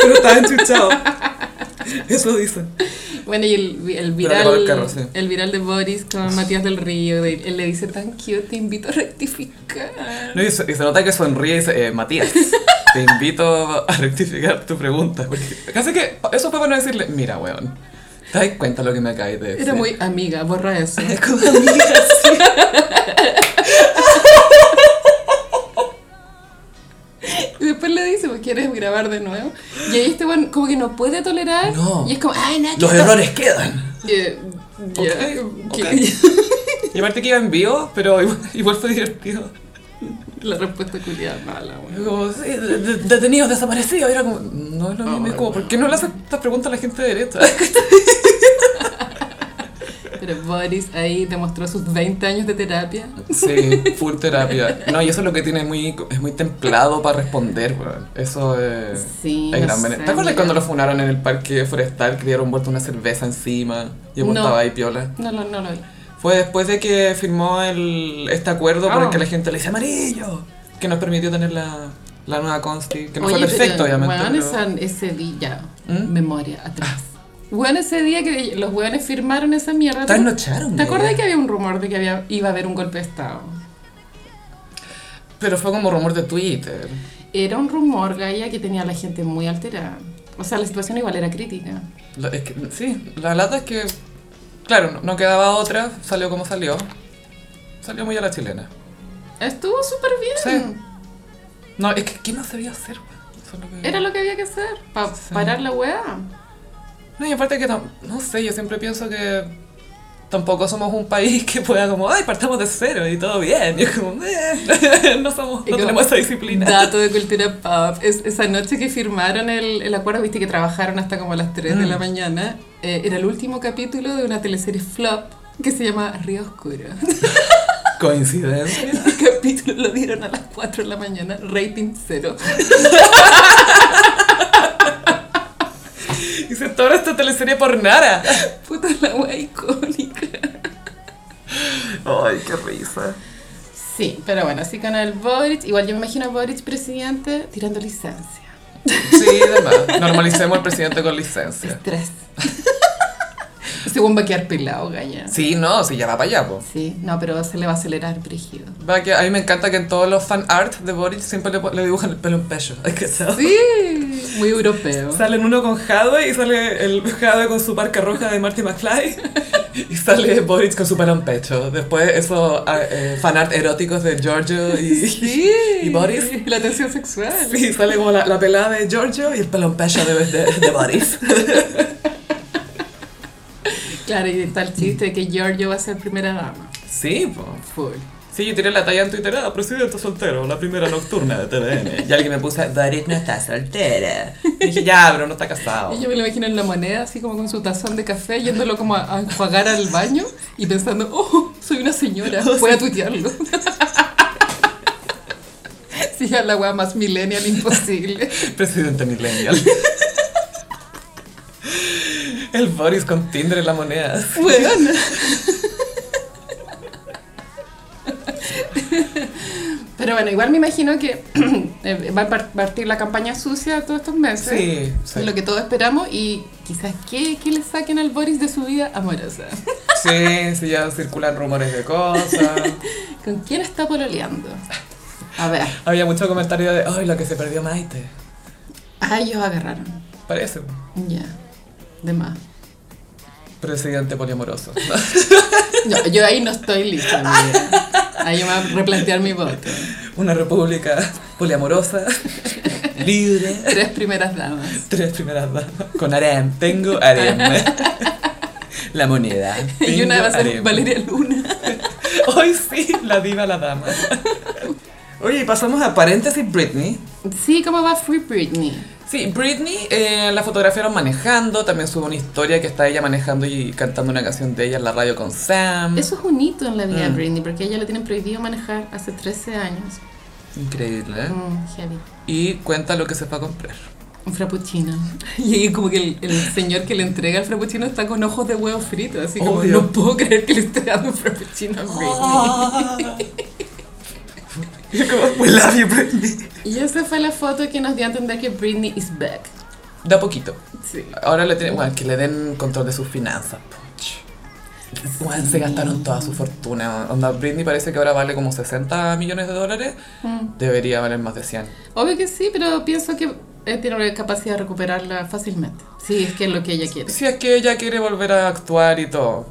[SPEAKER 1] Pero estaba enchuchado. Eso dicen.
[SPEAKER 2] bueno, y el, el
[SPEAKER 1] Pero le pagó
[SPEAKER 2] viral
[SPEAKER 1] el carro, sí.
[SPEAKER 2] el viral de Boris con Matías del Río, de- él le dice tan cute, te invito a rectificar.
[SPEAKER 1] No, y, se, y se nota que sonríe y dice, eh, Matías, te invito a rectificar tu pregunta. Porque casi que eso fue para no decirle, mira, weón, ¿te das cuenta lo que me acabas de decir?
[SPEAKER 2] Era muy amiga, borra eso.
[SPEAKER 1] Como amiga, sí.
[SPEAKER 2] Y después le dice, pues quieres grabar de nuevo. Y ahí este weón como que no puede tolerar.
[SPEAKER 1] No.
[SPEAKER 2] Y es como, ay, no, que
[SPEAKER 1] Los
[SPEAKER 2] esto-
[SPEAKER 1] errores quedan.
[SPEAKER 2] Eh, ya,
[SPEAKER 1] Ok,
[SPEAKER 2] que-
[SPEAKER 1] ok. Y aparte que iba en vivo, pero igual, igual fue divertido.
[SPEAKER 2] La respuesta culiada mala, weón.
[SPEAKER 1] Yo Como, sí, de- de- detenidos, desaparecidos. Y era como, no es lo mismo.
[SPEAKER 2] Ay,
[SPEAKER 1] Es como, ¿por qué no le haces estas preguntas a la gente de derecha?
[SPEAKER 2] Pero Boris ahí demostró sus 20 años de terapia.
[SPEAKER 1] Sí, full terapia. No, y eso es lo que tiene, es muy, es muy templado para responder, weón. Eso es...
[SPEAKER 2] Sí.
[SPEAKER 1] Es
[SPEAKER 2] no
[SPEAKER 1] gran
[SPEAKER 2] sé,
[SPEAKER 1] veneno. ¿Te acuerdas
[SPEAKER 2] mira.
[SPEAKER 1] cuando lo funaron en el parque forestal? Que le dieron vuelta una cerveza encima y el
[SPEAKER 2] No.
[SPEAKER 1] no. estaba ahí piola.
[SPEAKER 2] No, no, no lo vi.
[SPEAKER 1] Fue después de que firmó el, este acuerdo por
[SPEAKER 2] Ah.
[SPEAKER 1] el que la gente le dice amarillo, que nos permitió tener la, la nueva consti, que no
[SPEAKER 2] Oye,
[SPEAKER 1] fue perfecto,
[SPEAKER 2] pero,
[SPEAKER 1] obviamente.
[SPEAKER 2] weón,
[SPEAKER 1] pero-
[SPEAKER 2] esa- ese día, ya,
[SPEAKER 1] ¿Mm?
[SPEAKER 2] memoria atrás. Weón, ese día que los weones firmaron esa mierda.
[SPEAKER 1] Te
[SPEAKER 2] ¿te-
[SPEAKER 1] anocharon,
[SPEAKER 2] ¿Te acuerdas
[SPEAKER 1] mira.
[SPEAKER 2] que había un rumor de que había, iba a haber un golpe de Estado?
[SPEAKER 1] Pero fue como rumor de Twitter.
[SPEAKER 2] Era un rumor, Gaia, que tenía a la gente muy alterada. O sea, la situación igual era crítica.
[SPEAKER 1] La- es que- sí, la lata es que, claro, no, no quedaba otra, salió como salió. Salió muy a la chilena.
[SPEAKER 2] Estuvo súper bien.
[SPEAKER 1] No, es que ¿qué más debía hacer? weón? Eso es lo que-
[SPEAKER 2] Era lo que había que hacer, para
[SPEAKER 1] Sí.
[SPEAKER 2] parar la weá.
[SPEAKER 1] No, y aparte que, tam- no sé, yo siempre pienso que tampoco somos un país que pueda como, ay, partamos de cero y todo bien. Y es como, "Eh, no, somos,
[SPEAKER 2] Y
[SPEAKER 1] no
[SPEAKER 2] como-
[SPEAKER 1] tenemos esa disciplina.
[SPEAKER 2] Dato de cultura pop. Es, esa noche que firmaron el, el acuerdo, viste que trabajaron hasta como las 3 de
[SPEAKER 1] Mm.
[SPEAKER 2] la mañana, eh, era el último capítulo de una teleserie flop que se llama Río Oscuro.
[SPEAKER 1] Coincidencia.
[SPEAKER 2] El capítulo lo dieron a las 4 de la mañana, rating cero.
[SPEAKER 1] Hice toda esta teleserie por nada.
[SPEAKER 2] Puta la wea icónica.
[SPEAKER 1] Ay, qué risa.
[SPEAKER 2] Sí, pero bueno, así con el Boric, igual yo me imagino a Boric presidente tirando licencia.
[SPEAKER 1] Sí, además, normalicemos al presidente con licencia.
[SPEAKER 2] Estrés. Según va a quedar pelado, gaña.
[SPEAKER 1] Sí, no, sí, ya va para allá, po.
[SPEAKER 2] Sí, no, pero se le va a acelerar, brígido.
[SPEAKER 1] Va que a mí me encanta que en todos los fan art de Boric siempre le, po- le dibujan el pelo en pecho. ¿Has cachado?
[SPEAKER 2] Sí, muy europeo.
[SPEAKER 1] Salen uno con Hadwe y sale el Hadwe con su parca roja de Marty McFly y sale Boric con su pelo en pecho. Después esos ah, eh, fanart eróticos de Giorgio y,
[SPEAKER 2] Sí.
[SPEAKER 1] y Boris.
[SPEAKER 2] La tensión sexual.
[SPEAKER 1] Sí, sale como la, la pelada de Giorgio y el pelo en pecho de, de, de Boris.
[SPEAKER 2] Claro, y está el chiste de que Giorgio va a ser primera dama.
[SPEAKER 1] Sí, po.
[SPEAKER 2] Full.
[SPEAKER 1] Sí, yo tiré la talla en Twitter, ah, presidente soltero, la primera nocturna de TVN. Y alguien me puso, Boris no está soltera. Y dije, ya, pero no está casado.
[SPEAKER 2] Y yo me lo imagino en la moneda, así como con su tazón de café, yéndolo como a, a enjuagar al baño y pensando, oh, soy una señora, voy a tuitearlo. Sí, a la weá más millennial imposible.
[SPEAKER 1] Presidente Millennial. El Boris con Tinder en la moneda.
[SPEAKER 2] Weón. Pero bueno, igual me imagino que eh, va a par- partir la campaña sucia todos estos meses.
[SPEAKER 1] Sí, sí.
[SPEAKER 2] Lo que todos esperamos y quizás que, que le saquen al Boris de su vida amorosa.
[SPEAKER 1] Sí, sí, ya circulan rumores de cosas.
[SPEAKER 2] ¿Con quién está pololeando? A ver.
[SPEAKER 1] Había mucho comentario de, ay, lo que se perdió Maite.
[SPEAKER 2] Ah, ellos agarraron.
[SPEAKER 1] Parece.
[SPEAKER 2] Ya. De más.
[SPEAKER 1] Presidente poliamoroso.
[SPEAKER 2] No, yo ahí no estoy lista, amiga. Ahí yo me voy a replantear mi voto.
[SPEAKER 1] Una república poliamorosa, libre.
[SPEAKER 2] Tres primeras damas.
[SPEAKER 1] Tres primeras damas. Con harem. Tengo harem. La moneda.
[SPEAKER 2] Y una
[SPEAKER 1] Tengo
[SPEAKER 2] va a ser
[SPEAKER 1] harem.
[SPEAKER 2] Valeria Luna.
[SPEAKER 1] Hoy sí, la diva, la dama. Oye, y pasamos a paréntesis Britney.
[SPEAKER 2] Sí, ¿cómo va Free Britney?
[SPEAKER 1] Sí, Britney eh, la fotografiaron manejando, también subo una historia que está ella manejando y cantando una canción de ella en la radio con Sam.
[SPEAKER 2] Eso es un hito en la vida de
[SPEAKER 1] Mm.
[SPEAKER 2] Britney, porque a ella le tienen prohibido manejar hace 13 años.
[SPEAKER 1] Increíble, ¿eh?
[SPEAKER 2] Mm, heavy.
[SPEAKER 1] Y cuenta lo que se va a comprar.
[SPEAKER 2] Un frappuccino. Y ahí como que el, el señor que le entrega el frappuccino está con ojos de huevo frito, así como
[SPEAKER 1] Obvio.
[SPEAKER 2] no puedo creer que le esté dando un frappuccino a Britney.
[SPEAKER 1] Oh. Y es como, "We love you, Britney.
[SPEAKER 2] Y esa fue la foto que nos dio a entender que Britney is back.
[SPEAKER 1] Da poquito.
[SPEAKER 2] Sí.
[SPEAKER 1] Ahora le tienen, bueno, que le den control de sus finanzas. puch. Bueno, se gastaron toda su fortuna. Onda, Britney parece que ahora vale como 60 millones de dólares.
[SPEAKER 2] Mm.
[SPEAKER 1] Debería valer más de 100.
[SPEAKER 2] Obvio que sí, pero pienso que eh, tiene la capacidad de recuperarla fácilmente. Sí, es que es lo que ella quiere.
[SPEAKER 1] Si es que ella quiere volver a actuar y todo.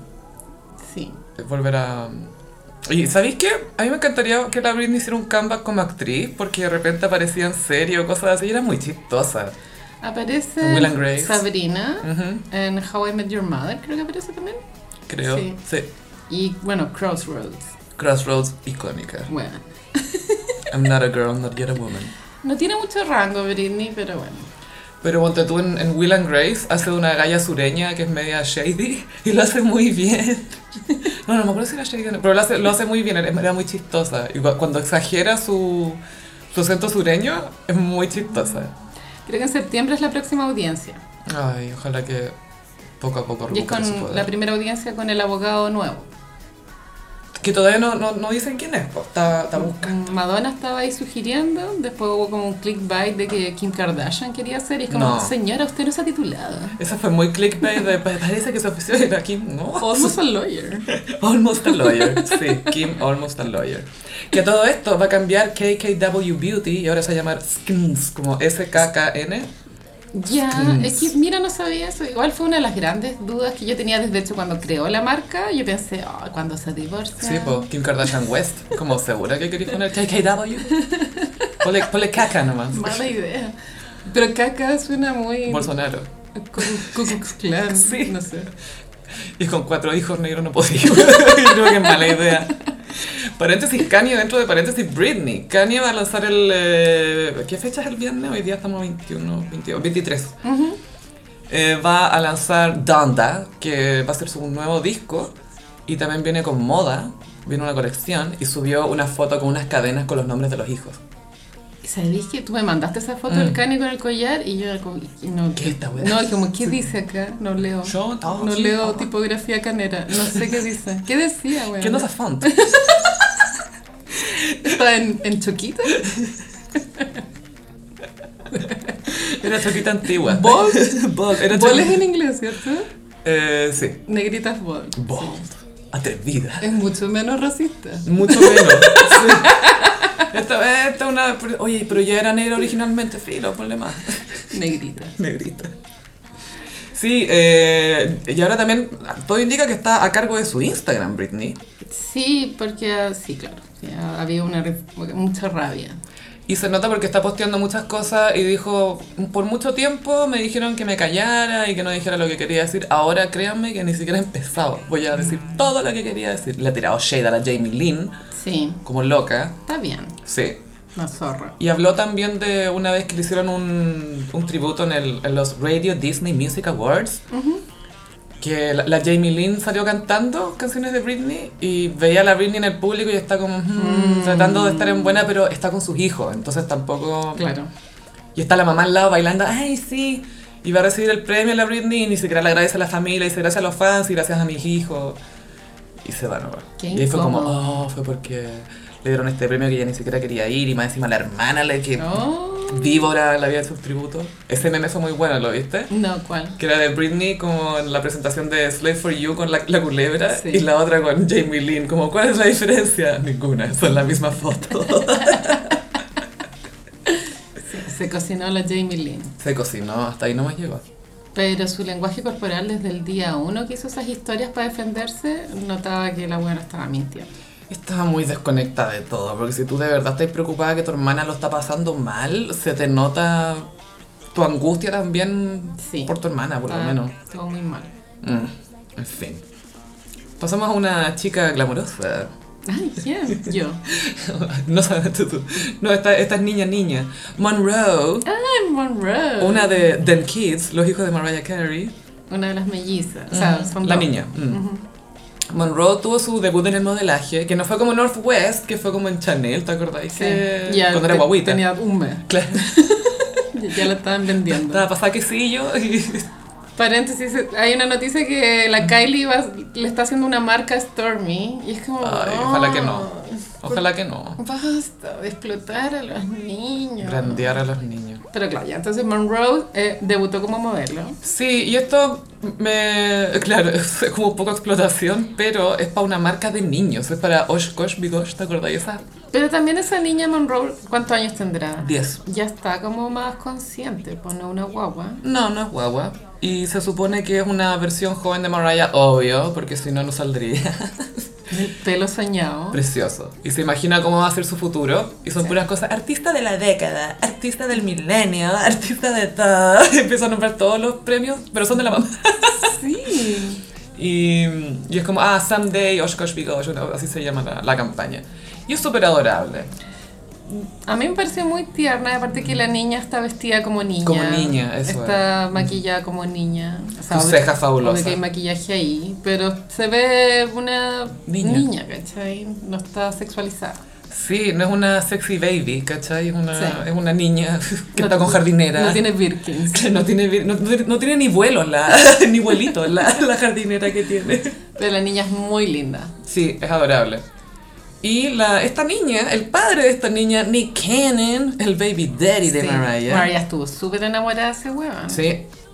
[SPEAKER 2] Sí.
[SPEAKER 1] volver a... Y ¿sabéis qué? A mí me encantaría que la Britney hiciera un comeback como actriz porque de repente aparecía en serio, cosas así, y era muy chistosa.
[SPEAKER 2] Aparece
[SPEAKER 1] Will and Grace.
[SPEAKER 2] Sabrina
[SPEAKER 1] Ujú,
[SPEAKER 2] en How I Met Your Mother, creo que aparece también.
[SPEAKER 1] creo.
[SPEAKER 2] Sí.
[SPEAKER 1] Sí.
[SPEAKER 2] Y bueno, Crossroads.
[SPEAKER 1] Crossroads icónica.
[SPEAKER 2] Bueno,
[SPEAKER 1] I'm not a girl, not yet a woman.
[SPEAKER 2] no tiene mucho rango Britney, pero bueno.
[SPEAKER 1] Pero ponte tú en, en Will and Grace, hace una galla sureña que es media shady y lo hace muy bien. No, no me acuerdo si era shady, o no, pero lo hace, lo hace muy bien, era- era muy chistosa. Y cu- cuando exagera su, su acento sureño, es muy chistosa.
[SPEAKER 2] Creo que en septiembre es la próxima audiencia.
[SPEAKER 1] Ay, ojalá que poco a poco
[SPEAKER 2] Y es
[SPEAKER 1] recupere su
[SPEAKER 2] con
[SPEAKER 1] poder.
[SPEAKER 2] la primera audiencia con el abogado nuevo.
[SPEAKER 1] Que todavía no, no, no dicen quién es, po. está,
[SPEAKER 2] Mm.
[SPEAKER 1] está buscando.
[SPEAKER 2] Madonna estaba ahí sugiriendo, después hubo como un clickbait de que Kim Kardashian quería hacer y es como,
[SPEAKER 1] No.
[SPEAKER 2] señora, usted no se ha titulado.
[SPEAKER 1] Eso fue muy clickbait, de, pa- parece que su oficio era Kim, ¿no?
[SPEAKER 2] Almost Oh, a lawyer.
[SPEAKER 1] Almost a lawyer, sí, Kim Almost a lawyer. Que todo esto va a cambiar KKW Beauty y ahora se va a llamar Skins, como S-K-K-N.
[SPEAKER 2] Ya, es que mira, no sabía eso. Igual fue una de las grandes dudas que yo tenía desde hecho cuando creó la marca. Yo pensé, oh, cuando se divorcia.
[SPEAKER 1] Sí, pues Kim Kardashian West, como segura que queréis poner KKW. Ponle, ponle caca nomás.
[SPEAKER 2] Mala idea. Pero caca suena muy.
[SPEAKER 1] Bolsonaro.
[SPEAKER 2] Ku Ku Klux Klan,
[SPEAKER 1] Sí.
[SPEAKER 2] no sé.
[SPEAKER 1] Y con cuatro hijos negros no podía. Yo creo que es mala idea. Paréntesis Kanye, dentro de paréntesis Britney. Kanye va a lanzar el... eh, ¿Qué fecha es el viernes? Hoy día estamos 21, 22, 23. Eh, va a lanzar Donda, que va a ser su nuevo disco. Y también viene con moda, viene una colección. Y subió una foto con unas cadenas con los nombres de los hijos.
[SPEAKER 2] ¿Y ¿Sabéis que tú me mandaste esa foto del
[SPEAKER 1] Mm.
[SPEAKER 2] Kanye con el collar? Y yo, como, no,
[SPEAKER 1] ¿Qué esta weá?
[SPEAKER 2] no, como, ¿qué dice acá? No leo.
[SPEAKER 1] Yo,
[SPEAKER 2] No leo tipografía canera, no sé qué dice. ¿Qué decía, güey?
[SPEAKER 1] ¿Qué onda esa font?
[SPEAKER 2] ¿Está en, en choquita?
[SPEAKER 1] Era choquita antigua.
[SPEAKER 2] ¿Bol?
[SPEAKER 1] Bold. Era
[SPEAKER 2] Bol es
[SPEAKER 1] choquita-
[SPEAKER 2] en inglés, ¿cierto?
[SPEAKER 1] Eh, sí.
[SPEAKER 2] Negritas bol.
[SPEAKER 1] Bold. Atrevida.
[SPEAKER 2] Es mucho menos racista.
[SPEAKER 1] Mucho menos. sí. Esta, esta una. Oye, pero ya era negra originalmente, filo, ponle más.
[SPEAKER 2] Negrita.
[SPEAKER 1] Negrita. Sí, eh, y ahora también todo indica que está a cargo de su Instagram, Britney.
[SPEAKER 2] Sí, porque ah, sí, claro. ya había una re- mucha rabia.
[SPEAKER 1] Y se nota porque está posteando muchas cosas y dijo, por mucho tiempo me dijeron que me callara y que no dijera lo que quería decir. Ahora créanme que ni siquiera he empezado. Voy a decir todo lo que quería decir. Le ha tirado shade a la Jamie Lynn,
[SPEAKER 2] Sí,
[SPEAKER 1] como loca.
[SPEAKER 2] está bien.
[SPEAKER 1] Sí,
[SPEAKER 2] La zorra.
[SPEAKER 1] Y habló también de una vez que le hicieron un, un tributo en, el- en los Radio Disney Music Awards. Que la, la Jamie Lynn salió cantando canciones de Britney y veía a la Britney en el público y está como "Hmm", tratando de estar en buena, pero está con sus hijos, entonces tampoco.
[SPEAKER 2] Claro.
[SPEAKER 1] Y está la mamá al lado bailando, ¡ay, sí! Y va a recibir el premio la Britney y ni siquiera le agradece a la familia, dice gracias a los fans y gracias a mis hijos. Y se va nomás.
[SPEAKER 2] Qué
[SPEAKER 1] Y ahí fue como,
[SPEAKER 2] incómodo.
[SPEAKER 1] oh, fue porque le dieron este premio que ella ni siquiera quería ir y más encima la hermana le que
[SPEAKER 2] No,
[SPEAKER 1] Víbora la había hecho un tributo. Ese meme fue muy bueno, ¿lo viste?
[SPEAKER 2] no, ¿cuál?
[SPEAKER 1] Que era de Britney como en la presentación de Slave for You con la, la culebra
[SPEAKER 2] Sí.
[SPEAKER 1] y la otra con Jamie Lynn. Como, ¿cuál es la diferencia? Ninguna, son la misma foto.
[SPEAKER 2] Se cocinó la Jamie Lynn.
[SPEAKER 1] Se cocinó, hasta ahí no más llegó.
[SPEAKER 2] Pero su lenguaje corporal desde el día uno que hizo esas historias para defenderse, notaba que la buena estaba mintiendo.
[SPEAKER 1] Estaba muy desconectada de todo, porque si tú de verdad estás preocupada que tu hermana lo está pasando mal, se te nota tu angustia también
[SPEAKER 2] Sí. Ah,
[SPEAKER 1] por tu hermana, por lo
[SPEAKER 2] Estaba-
[SPEAKER 1] menos.
[SPEAKER 2] Estuvo muy mal.
[SPEAKER 1] Mm, En fin. Pasamos a una chica glamorosa.
[SPEAKER 2] Ay, ¿quién? Yo.
[SPEAKER 1] No solamente tú. No, esta, esta es niña, niña. Monroe,
[SPEAKER 2] Ay, Monroe.
[SPEAKER 1] una de Them Kids, los hijos de Mariah Carey. Mm,
[SPEAKER 2] Una de las mellizas. O sea, son
[SPEAKER 1] la
[SPEAKER 2] dos.
[SPEAKER 1] niña. mm. Monroe tuvo su debut en el modelaje, que no fue como Northwest, que fue como en Chanel, ¿te acordáis?
[SPEAKER 2] Sí.
[SPEAKER 1] Que-
[SPEAKER 2] Ya
[SPEAKER 1] Cuando era
[SPEAKER 2] te-
[SPEAKER 1] guaguita.
[SPEAKER 2] Tenía un mes.
[SPEAKER 1] Claro,
[SPEAKER 2] Ya la estaban vendiendo.
[SPEAKER 1] estaba pasada quesillo y...
[SPEAKER 2] Paréntesis, hay una noticia que
[SPEAKER 1] Mm.
[SPEAKER 2] la Kylie va- le está haciendo una marca a Stormy y es como... "Oh,
[SPEAKER 1] Ay, ojalá que no. Ojalá que no.
[SPEAKER 2] Basta de explotar a los niños.
[SPEAKER 1] Brandear a los niños.
[SPEAKER 2] Pero claro, ya entonces Monroe eh, debutó como modelo.
[SPEAKER 1] Sí, y esto me. Claro, es como un poco explotación, pero es para una marca de niños. Es para Oshkosh Bigosh, ¿te acordáis? Esa
[SPEAKER 2] Pero también esa niña Monroe, ¿cuántos años tendrá?
[SPEAKER 1] 10.
[SPEAKER 2] Ya está como más consciente, pone una guagua.
[SPEAKER 1] No, no es guagua. Y se supone que es una versión joven de Mariah, obvio, porque si no, no saldría.
[SPEAKER 2] El pelo soñado.
[SPEAKER 1] Precioso. Y se imagina cómo va a ser su futuro. Y son
[SPEAKER 2] Sí.
[SPEAKER 1] puras cosas. Artista de la década, artista del milenio, artista de todo. Empieza a nombrar todos los premios, pero son de la mamá.
[SPEAKER 2] Sí.
[SPEAKER 1] Y, y es como, ah, someday Oshkosh Bigosh, una- así se llama la, la campaña. Y es súper adorable.
[SPEAKER 2] A mí me pareció muy tierna, aparte que la niña está vestida como niña.
[SPEAKER 1] Como niña, eso
[SPEAKER 2] Está maquillada como niña. O
[SPEAKER 1] Sus
[SPEAKER 2] obvio-
[SPEAKER 1] cejas fabulosas.
[SPEAKER 2] obvio que hay maquillaje ahí, pero se ve una
[SPEAKER 1] Niña.
[SPEAKER 2] niña, ¿cachai? No está sexualizada.
[SPEAKER 1] Sí, no es una sexy baby, ¿cachai? Es una,
[SPEAKER 2] Sí.
[SPEAKER 1] es una niña que
[SPEAKER 2] No-
[SPEAKER 1] está con jardinera.
[SPEAKER 2] No tiene Birkins.
[SPEAKER 1] Que No tiene, vi- no, no tiene- no tiene ni vuelo, la, ni vuelito, la, la jardinera que tiene.
[SPEAKER 2] Pero la niña es muy linda.
[SPEAKER 1] Sí, es adorable. Y la, esta niña, el padre de esta niña, Nick Cannon, el baby daddy de
[SPEAKER 2] Sí.
[SPEAKER 1] Mariah.
[SPEAKER 2] Mariah estuvo súper enamorada de ese huevón.
[SPEAKER 1] Sí,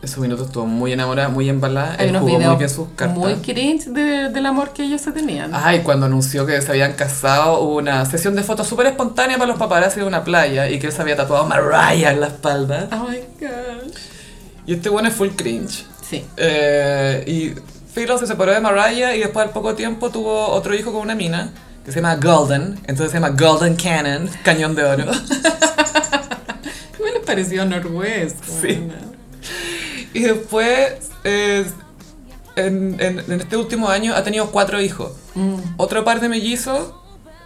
[SPEAKER 1] en su minuto estuvo muy enamorada, muy embalada.
[SPEAKER 2] Hay
[SPEAKER 1] Él
[SPEAKER 2] unos
[SPEAKER 1] jugó muy bien
[SPEAKER 2] videos
[SPEAKER 1] sus
[SPEAKER 2] muy,
[SPEAKER 1] cartas. Ah.
[SPEAKER 2] cringe de- del amor que ellos se tenían.
[SPEAKER 1] Ay, cuando anunció que se habían casado, hubo una sesión de fotos súper espontánea para los paparazzi de una playa y que él se había tatuado Mariah en la espalda.
[SPEAKER 2] Oh my god.
[SPEAKER 1] Y este bueno es full cringe.
[SPEAKER 2] Sí.
[SPEAKER 1] Eh, y Philo se separó de Mariah y después al poco tiempo tuvo otro hijo con una mina que se llama Golden. Entonces se llama Golden Cannon, cañón de oro.
[SPEAKER 2] ¿Cómo les pareció Northwest?
[SPEAKER 1] Sí. Y después, eh, en, en- en este último año, ha tenido cuatro hijos. Otro par de mellizos,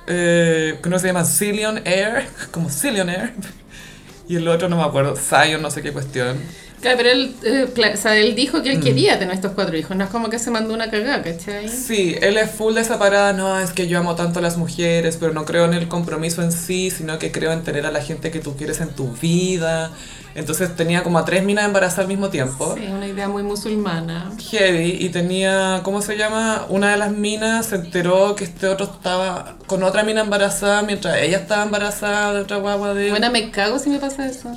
[SPEAKER 1] eh, que uno se llama Cillian Air, como Cillian Air. Y el otro no me acuerdo, Zion, no sé qué cuestión.
[SPEAKER 2] Claro, pero él, eh, cla- o sea, él dijo que
[SPEAKER 1] Mm.
[SPEAKER 2] él quería tener estos cuatro hijos, no es como que se mandó una cagada, ¿cachai?
[SPEAKER 1] Sí, él es full de esa parada, no, es que yo amo tanto a las mujeres, pero no creo en el compromiso en sí, sino que creo en tener a la gente que tú quieres en tu vida. Entonces tenía como a tres minas embarazadas al mismo tiempo.
[SPEAKER 2] Sí, una idea muy musulmana.
[SPEAKER 1] Heavy y tenía, ¿cómo se llama? Una de las minas se enteró que este otro estaba con otra mina embarazada mientras ella estaba embarazada de otra guagua de...
[SPEAKER 2] Bueno, me cago si me pasa eso.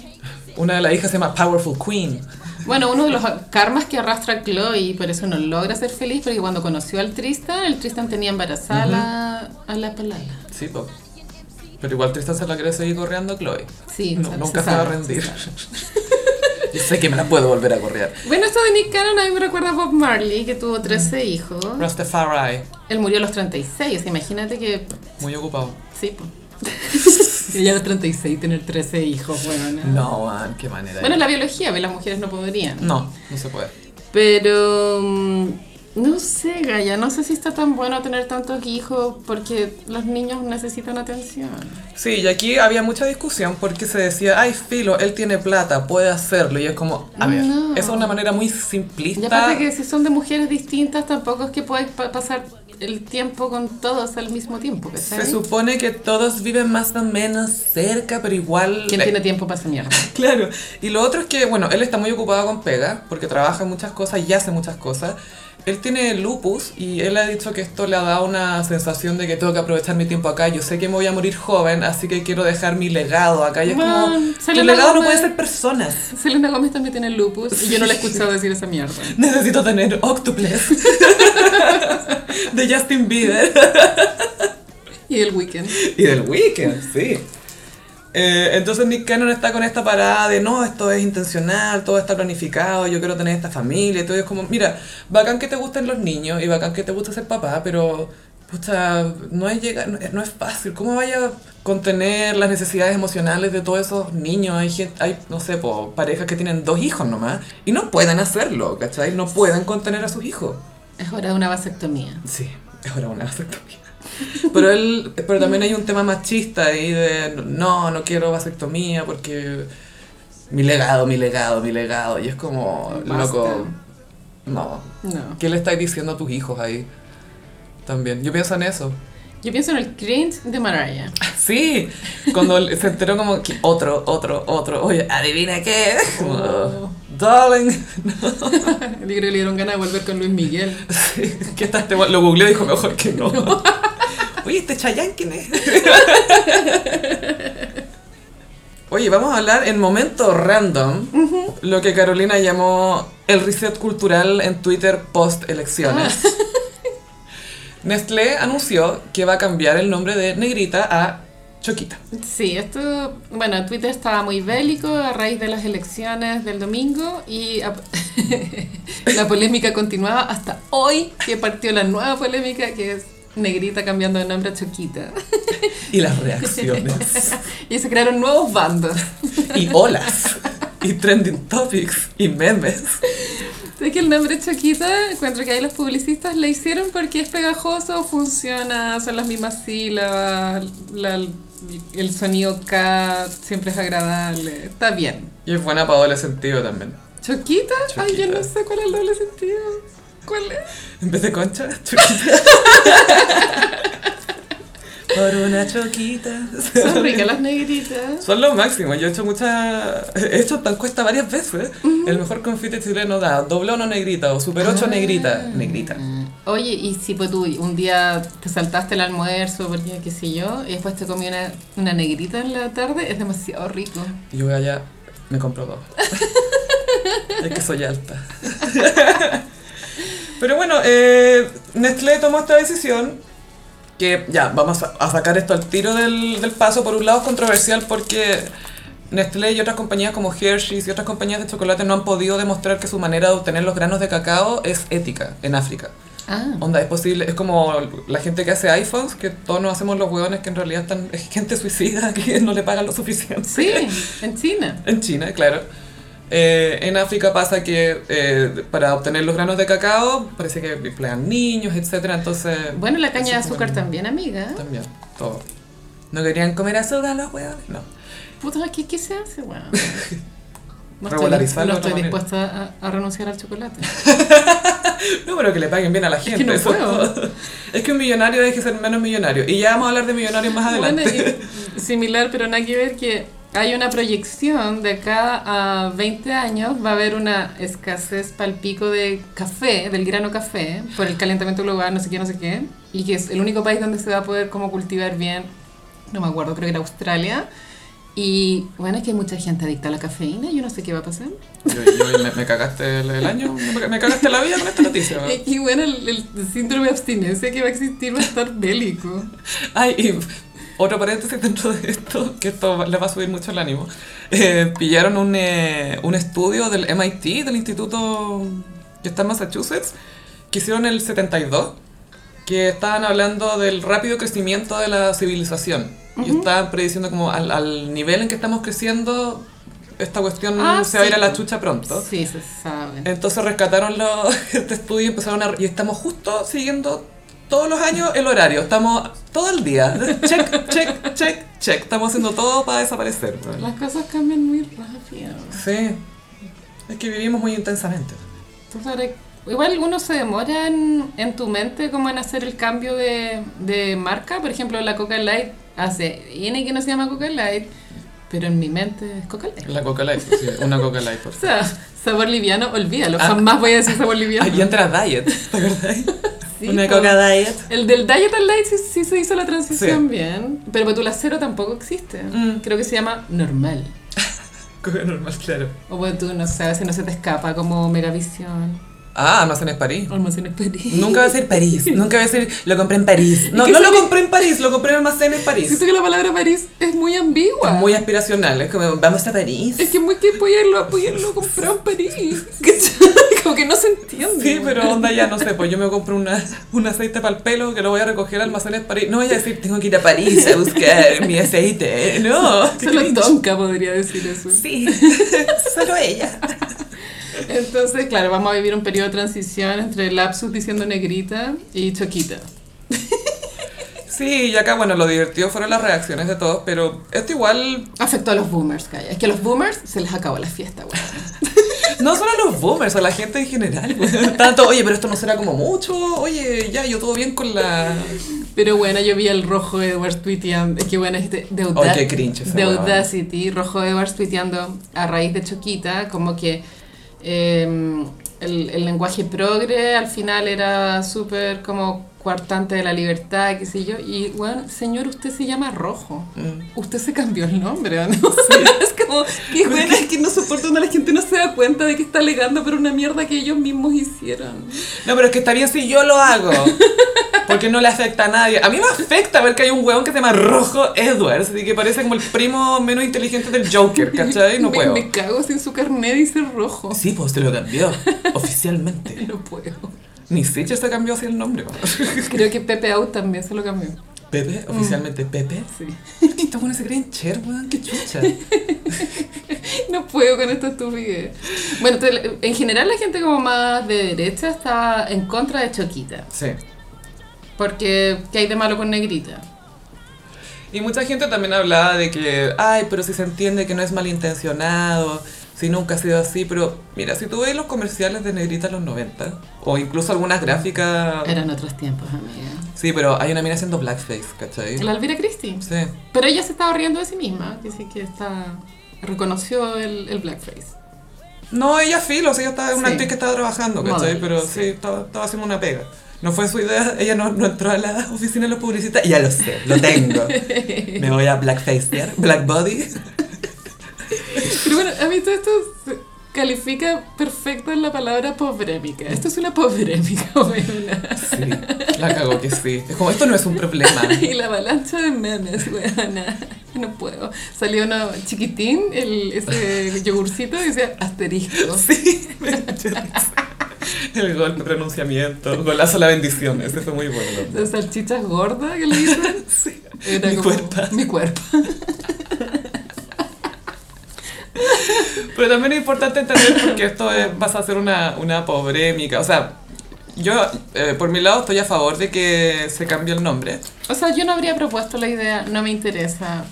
[SPEAKER 1] Una de las hijas se llama Powerful Queen.
[SPEAKER 2] Bueno, uno de los karmas que arrastra Chloe y por eso no logra ser feliz, porque cuando conoció al Tristan, el Tristan tenía embarazada a la, a la Palala.
[SPEAKER 1] Sí, po. Pero igual Tristan se la quiere seguir corriendo a Chloe.
[SPEAKER 2] Sí,
[SPEAKER 1] No,
[SPEAKER 2] se-
[SPEAKER 1] nunca se
[SPEAKER 2] sabe.
[SPEAKER 1] va a rendir. Yo sé que me la puedo volver a correr.
[SPEAKER 2] Bueno, esto de Nick Cannon a mí me recuerda a Bob Marley, que tuvo
[SPEAKER 1] Mm.
[SPEAKER 2] 13 hijos.
[SPEAKER 1] Rastafari,
[SPEAKER 2] Él murió a los 36, o sea, imagínate que...
[SPEAKER 1] muy ocupado.
[SPEAKER 2] Sí, pues. Ella a los 36 tener 13 hijos, bueno.
[SPEAKER 1] No, man, qué manera.
[SPEAKER 2] Bueno, la biología, ve, las mujeres no podrían.
[SPEAKER 1] No, no se puede.
[SPEAKER 2] Pero mm, no sé, Gaya, no sé si está tan bueno tener tantos hijos porque los niños necesitan atención.
[SPEAKER 1] Sí, y aquí había mucha discusión porque se decía, ay, Filo, él tiene plata, puede hacerlo. Y es como, a ver,
[SPEAKER 2] No.
[SPEAKER 1] esa es una manera muy
[SPEAKER 2] Y
[SPEAKER 1] simplista.
[SPEAKER 2] aparte que si son de mujeres distintas, tampoco es que puedes pa- pasar el tiempo con todos al mismo tiempo,
[SPEAKER 1] Se
[SPEAKER 2] ¿cachai?
[SPEAKER 1] supone que todos viven más o menos cerca, pero igual...
[SPEAKER 2] ¿Quién
[SPEAKER 1] Eh,
[SPEAKER 2] tiene tiempo para esa mierda?
[SPEAKER 1] Claro. Y lo otro es que, bueno, él está muy ocupado con pega, porque trabaja en muchas cosas y hace muchas cosas. Él tiene lupus y él ha dicho que esto le ha dado una sensación de que tengo que aprovechar mi tiempo acá. Yo sé que me voy a morir joven, así que quiero dejar mi legado acá. Y es
[SPEAKER 2] Man,
[SPEAKER 1] como,
[SPEAKER 2] sale
[SPEAKER 1] tu
[SPEAKER 2] la
[SPEAKER 1] legado no
[SPEAKER 2] Gómez.
[SPEAKER 1] puede ser personas.
[SPEAKER 2] Selena Gómez también tiene lupus y yo no la he escuchado decir esa mierda.
[SPEAKER 1] Necesito tener octuples de Justin Bieber
[SPEAKER 2] Y el weekend.
[SPEAKER 1] y del Weeknd, sí. Eh, entonces Nick Cannon está con esta parada de no, esto es intencional, todo está planificado, yo quiero tener esta familia, y todo y es como, mira, bacán que te gusten los niños y bacán que te guste ser papá, pero pucha, no es llegar, no, no es fácil, ¿cómo vaya a contener las necesidades emocionales de todos esos niños? Hay gente, hay, no sé, po, parejas que tienen dos hijos nomás y no pueden hacerlo, ¿cachai? No pueden contener a sus hijos.
[SPEAKER 2] Es hora de una vasectomía.
[SPEAKER 1] Sí, es ahora una vasectomía. Pero, él, pero también hay un tema machista ahí de no, no quiero vasectomía porque mi legado, mi legado, mi legado. Y es como,
[SPEAKER 2] Basta.
[SPEAKER 1] loco, no.
[SPEAKER 2] No.
[SPEAKER 1] ¿Qué le estáis diciendo a tus hijos ahí? También, yo pienso en eso.
[SPEAKER 2] Yo pienso en el cringe de Mariah.
[SPEAKER 1] Sí, cuando se enteró como que otro, otro, otro, oye, adivina qué. Como,
[SPEAKER 2] Oh.
[SPEAKER 1] Darling,
[SPEAKER 2] Yo creo que le dieron ganas de volver con Luis Miguel.
[SPEAKER 1] Sí, que está este guan- lo googleó y dijo mejor que no. Oye, este Chayanne, ¿quién es? Oye, vamos a hablar en momento random lo que Carolina llamó el reset cultural en Twitter post elecciones. Nestlé anunció que va a cambiar el nombre de Negrita a Choquita.
[SPEAKER 2] Sí, esto, bueno, Twitter estaba muy bélico a raíz de las elecciones del domingo y ap- la polémica continuaba hasta hoy que partió la nueva polémica que es Negrita cambiando de nombre a Choquita.
[SPEAKER 1] Y las reacciones.
[SPEAKER 2] Y se crearon nuevos bandos.
[SPEAKER 1] Y olas. Y trending topics. Y memes.
[SPEAKER 2] Sé que el nombre Choquita, encuentro que ahí los publicistas le hicieron porque es pegajoso, funciona, son las mismas sílabas, la- el sonido K siempre es agradable, está bien.
[SPEAKER 1] Y es buena para doble sentido también.
[SPEAKER 2] ¿Choquita? Ay, yo
[SPEAKER 1] Choquita.
[SPEAKER 2] no sé cuál es el doble sentido. ¿Cuál es?
[SPEAKER 1] En vez de concha, choquita. Por una choquita.
[SPEAKER 2] Son ricas las negritas.
[SPEAKER 1] Son lo máximo. Yo he hecho mucha. He hecho tan cuesta varias veces. El mejor confite chileno da doblón o negrita o super 8 negrita. Negrita.
[SPEAKER 2] Oye, y si pues tú un día te saltaste el almuerzo, porque qué sé yo, y después te comí una, una negrita en la tarde, es demasiado rico.
[SPEAKER 1] Y yo voy allá, me compro dos. es que soy alta. Pero bueno, eh, Nestlé tomó esta decisión que ya, vamos a, a sacar esto al tiro del, del paso. Por un lado es controversial porque Nestlé y otras compañías como Hershey's y otras compañías de chocolate no han podido demostrar que su manera de obtener los granos de cacao es ética en África.
[SPEAKER 2] Ah.
[SPEAKER 1] Onda, es posible, es como la gente que hace iPhones, que todos nos hacemos los hueones que en realidad están, es gente suicida que no le pagan lo suficiente.
[SPEAKER 2] Sí, en China.
[SPEAKER 1] En China, claro. Eh, en África pasa que eh, para obtener los granos de cacao parece que emplean niños, etcétera, entonces...
[SPEAKER 2] Bueno, la
[SPEAKER 1] eso
[SPEAKER 2] caña de
[SPEAKER 1] es como
[SPEAKER 2] azúcar
[SPEAKER 1] el-
[SPEAKER 2] también, amiga.
[SPEAKER 1] También, todo. ¿No querían comer azúcar los hueones? No.
[SPEAKER 2] Puta, ¿qué, qué se hace, weón? No estoy,
[SPEAKER 1] Regularizarlo de
[SPEAKER 2] no
[SPEAKER 1] otra
[SPEAKER 2] estoy
[SPEAKER 1] manera.
[SPEAKER 2] dispuesta a, a renunciar al chocolate.
[SPEAKER 1] No, pero que le paguen bien a la
[SPEAKER 2] que
[SPEAKER 1] gente.
[SPEAKER 2] no
[SPEAKER 1] eso es
[SPEAKER 2] puedo.
[SPEAKER 1] todo. Es que un millonario deje ser menos millonario. Y ya vamos a hablar de millonarios más adelante.
[SPEAKER 2] Bueno, y- similar, pero nada que ver que hay una proyección de acá a 20 años va a haber una escasez palpico de café, del grano café, por el calentamiento global, no sé qué, no sé qué, y que es el único país donde se va a poder como cultivar bien, no me acuerdo, creo que era Australia. Y bueno, es que hay mucha gente adicta a la cafeína, yo no sé qué va a pasar.
[SPEAKER 1] Yo- yo- me, me cagaste el, el año, me, me cagaste la vida con esta noticia.
[SPEAKER 2] Y- Y bueno, el, el síndrome de abstinencia que va a existir va a estar bélico.
[SPEAKER 1] Ay, y otro paréntesis dentro de esto, que esto les va a subir mucho el ánimo. Eh, pillaron un, eh, un estudio del MIT, del instituto que está en Massachusetts, que hicieron el 72, que estaban hablando del rápido crecimiento de la civilización. Y estaban prediciendo como al, al nivel en que estamos creciendo, esta cuestión
[SPEAKER 2] Ah,
[SPEAKER 1] se va a ir
[SPEAKER 2] sí.
[SPEAKER 1] a la chucha pronto.
[SPEAKER 2] Sí, se sabe.
[SPEAKER 1] Entonces rescataron los, este estudio y empezaron a... Y estamos justo siguiendo todos los años el horario. Estamos todo el día. Check, check, check, check. Estamos haciendo todo para desaparecer.
[SPEAKER 2] Las cosas cambian muy rápido.
[SPEAKER 1] Sí. Es que vivimos muy intensamente.
[SPEAKER 2] Tú sabes, igual uno se demora en, en tu mente como en hacer el cambio de, de marca. Por ejemplo, la Coca Light hace N que no se llama Coca Light, pero en mi mente es Coca Light.
[SPEAKER 1] La Coca Light, sí. Una Coca Light, por
[SPEAKER 2] O sea, sabor liviano, olvídalo.
[SPEAKER 1] Ah.
[SPEAKER 2] Jamás voy a decir sabor liviano.
[SPEAKER 1] Allí entra Diet, ¿te acordás?
[SPEAKER 2] Sí,
[SPEAKER 1] Una
[SPEAKER 2] po.
[SPEAKER 1] Coca Diet.
[SPEAKER 2] El del Diet al Light sí, sí se hizo la transición
[SPEAKER 1] Sí.
[SPEAKER 2] bien, pero para tu la cero tampoco existe.
[SPEAKER 1] Mm.
[SPEAKER 2] Creo que se llama normal.
[SPEAKER 1] Coca normal, claro.
[SPEAKER 2] O para tú no sabes si no se te escapa como Megavisión
[SPEAKER 1] Ah, almacenes París.
[SPEAKER 2] o Almacenes París.
[SPEAKER 1] Nunca va a ser París. Nunca va a ser... Lo compré en París. No,
[SPEAKER 2] que
[SPEAKER 1] no lo
[SPEAKER 2] sale-
[SPEAKER 1] compré en París. Lo compré en almacenes París.
[SPEAKER 2] Siento que la palabra París es muy ambigua.
[SPEAKER 1] Es muy aspiracional. Es como, vamos a París.
[SPEAKER 2] Es que muy que Poyerlo, Poyerlo compró en París. Como que no se entiende.
[SPEAKER 1] Sí, pero onda ya, no sé, pues yo me compro una, un aceite para el pelo que lo voy a recoger a almacenes París. No voy a decir, tengo que ir a París a buscar mi aceite. No.
[SPEAKER 2] Solo Tonka podría decir eso.
[SPEAKER 1] Sí, solo ella.
[SPEAKER 2] Entonces, claro, vamos a vivir un periodo de transición entre Lapsus diciendo negrita y Choquita.
[SPEAKER 1] Sí, y acá, bueno, lo divertido fueron las reacciones de todos, pero esto igual,
[SPEAKER 2] Afectó a los boomers, calla. Es que a los boomers se les acabó la fiesta, güey.
[SPEAKER 1] no solo a los boomers, a la gente en general. güey. Tanto, oye, pero esto no será como mucho, oye, ya, yo todo bien con la...
[SPEAKER 2] Pero bueno, yo vi el rojo Edwards tuiteando. Es que bueno, este de, Auda-
[SPEAKER 1] Ay, Oh, qué cringe ese
[SPEAKER 2] de
[SPEAKER 1] weón.
[SPEAKER 2] Audacity, rojo Edwards tuiteando a raíz de Choquita, como que eh, el, el lenguaje progre al final era súper como cuartante de la libertad, qué sé yo. Y bueno, señor, usted se llama Rojo.
[SPEAKER 1] Mm.
[SPEAKER 2] Usted se cambió el nombre, ¿no? es como, qué buena, es que no soporto cuando la gente no se da cuenta de que está alegando por una mierda que ellos mismos hicieron.
[SPEAKER 1] No, pero es que está bien si yo lo hago. Porque no le afecta a nadie. A mí me afecta ver que hay un huevón que se llama Rojo Edwards y que parece como el primo menos inteligente del Joker, ¿cachai? No
[SPEAKER 2] me,
[SPEAKER 1] puedo.
[SPEAKER 2] me cago sin su carnet, dice Rojo.
[SPEAKER 1] Sí, pues se lo cambió. Oficialmente.
[SPEAKER 2] No puedo.
[SPEAKER 1] Ni Sitcher se cambió así el nombre. weón.
[SPEAKER 2] Creo que Pepe Out también se lo cambió.
[SPEAKER 1] Pepe, oficialmente Pepe.
[SPEAKER 2] Sí.
[SPEAKER 1] Estos buenos se creen Cher, weón. Qué chucha.
[SPEAKER 2] No puedo con esta estupidez. Bueno, entonces, en general la gente como más de derecha está en contra de Choquita.
[SPEAKER 1] Sí.
[SPEAKER 2] Porque, ¿qué hay de malo con Negrita?
[SPEAKER 1] Y mucha gente también hablaba de que, ay, pero si se entiende que no es malintencionado, si nunca ha sido así, pero mira, si tú ves los comerciales de Negrita en los 90, o incluso algunas gráficas...
[SPEAKER 2] Eran otros tiempos, amiga.
[SPEAKER 1] Sí, pero hay una mina haciendo blackface, ¿cachai?
[SPEAKER 2] La Elvira Christie.
[SPEAKER 1] Sí.
[SPEAKER 2] Pero ella se estaba riendo de sí misma. Que sí que está... Reconoció el, el blackface.
[SPEAKER 1] No, ella filo, o sea, ella estaba, una
[SPEAKER 2] Sí.
[SPEAKER 1] actriz que estaba trabajando, ¿cachai?
[SPEAKER 2] Model,
[SPEAKER 1] pero sí,
[SPEAKER 2] sí.
[SPEAKER 1] estaba, estaba haciendo una pega. No fue su idea, ella no, no entró a la oficina de los publicistas. Ya lo sé, lo tengo. Me voy a blackfacear, blackbody.
[SPEAKER 2] Pero bueno, a mí todo esto se califica perfecto en la palabra pobrémica. Esto es una pobrémica, weona.
[SPEAKER 1] Sí, la cagó que sí. Es como, esto no es un problema.
[SPEAKER 2] Y la avalancha de memes, weona. que no puedo. Salió uno chiquitín, el, ese yogurcito, y decía asterisco.
[SPEAKER 1] Sí, me dio risa. El gol de pronunciamiento, golazo la bendición, ese fue muy bueno.
[SPEAKER 2] Las salchichas gordas que le dicen.
[SPEAKER 1] Sí.
[SPEAKER 2] Era
[SPEAKER 1] Mi
[SPEAKER 2] como,
[SPEAKER 1] cuerpa.
[SPEAKER 2] Mi cuerpo.
[SPEAKER 1] Pero también es importante entender porque esto es, vas a hacer una, una polémica. O sea, yo eh, por mi lado estoy a favor de que se cambie el nombre.
[SPEAKER 2] O sea, yo no habría propuesto la idea, no me interesa.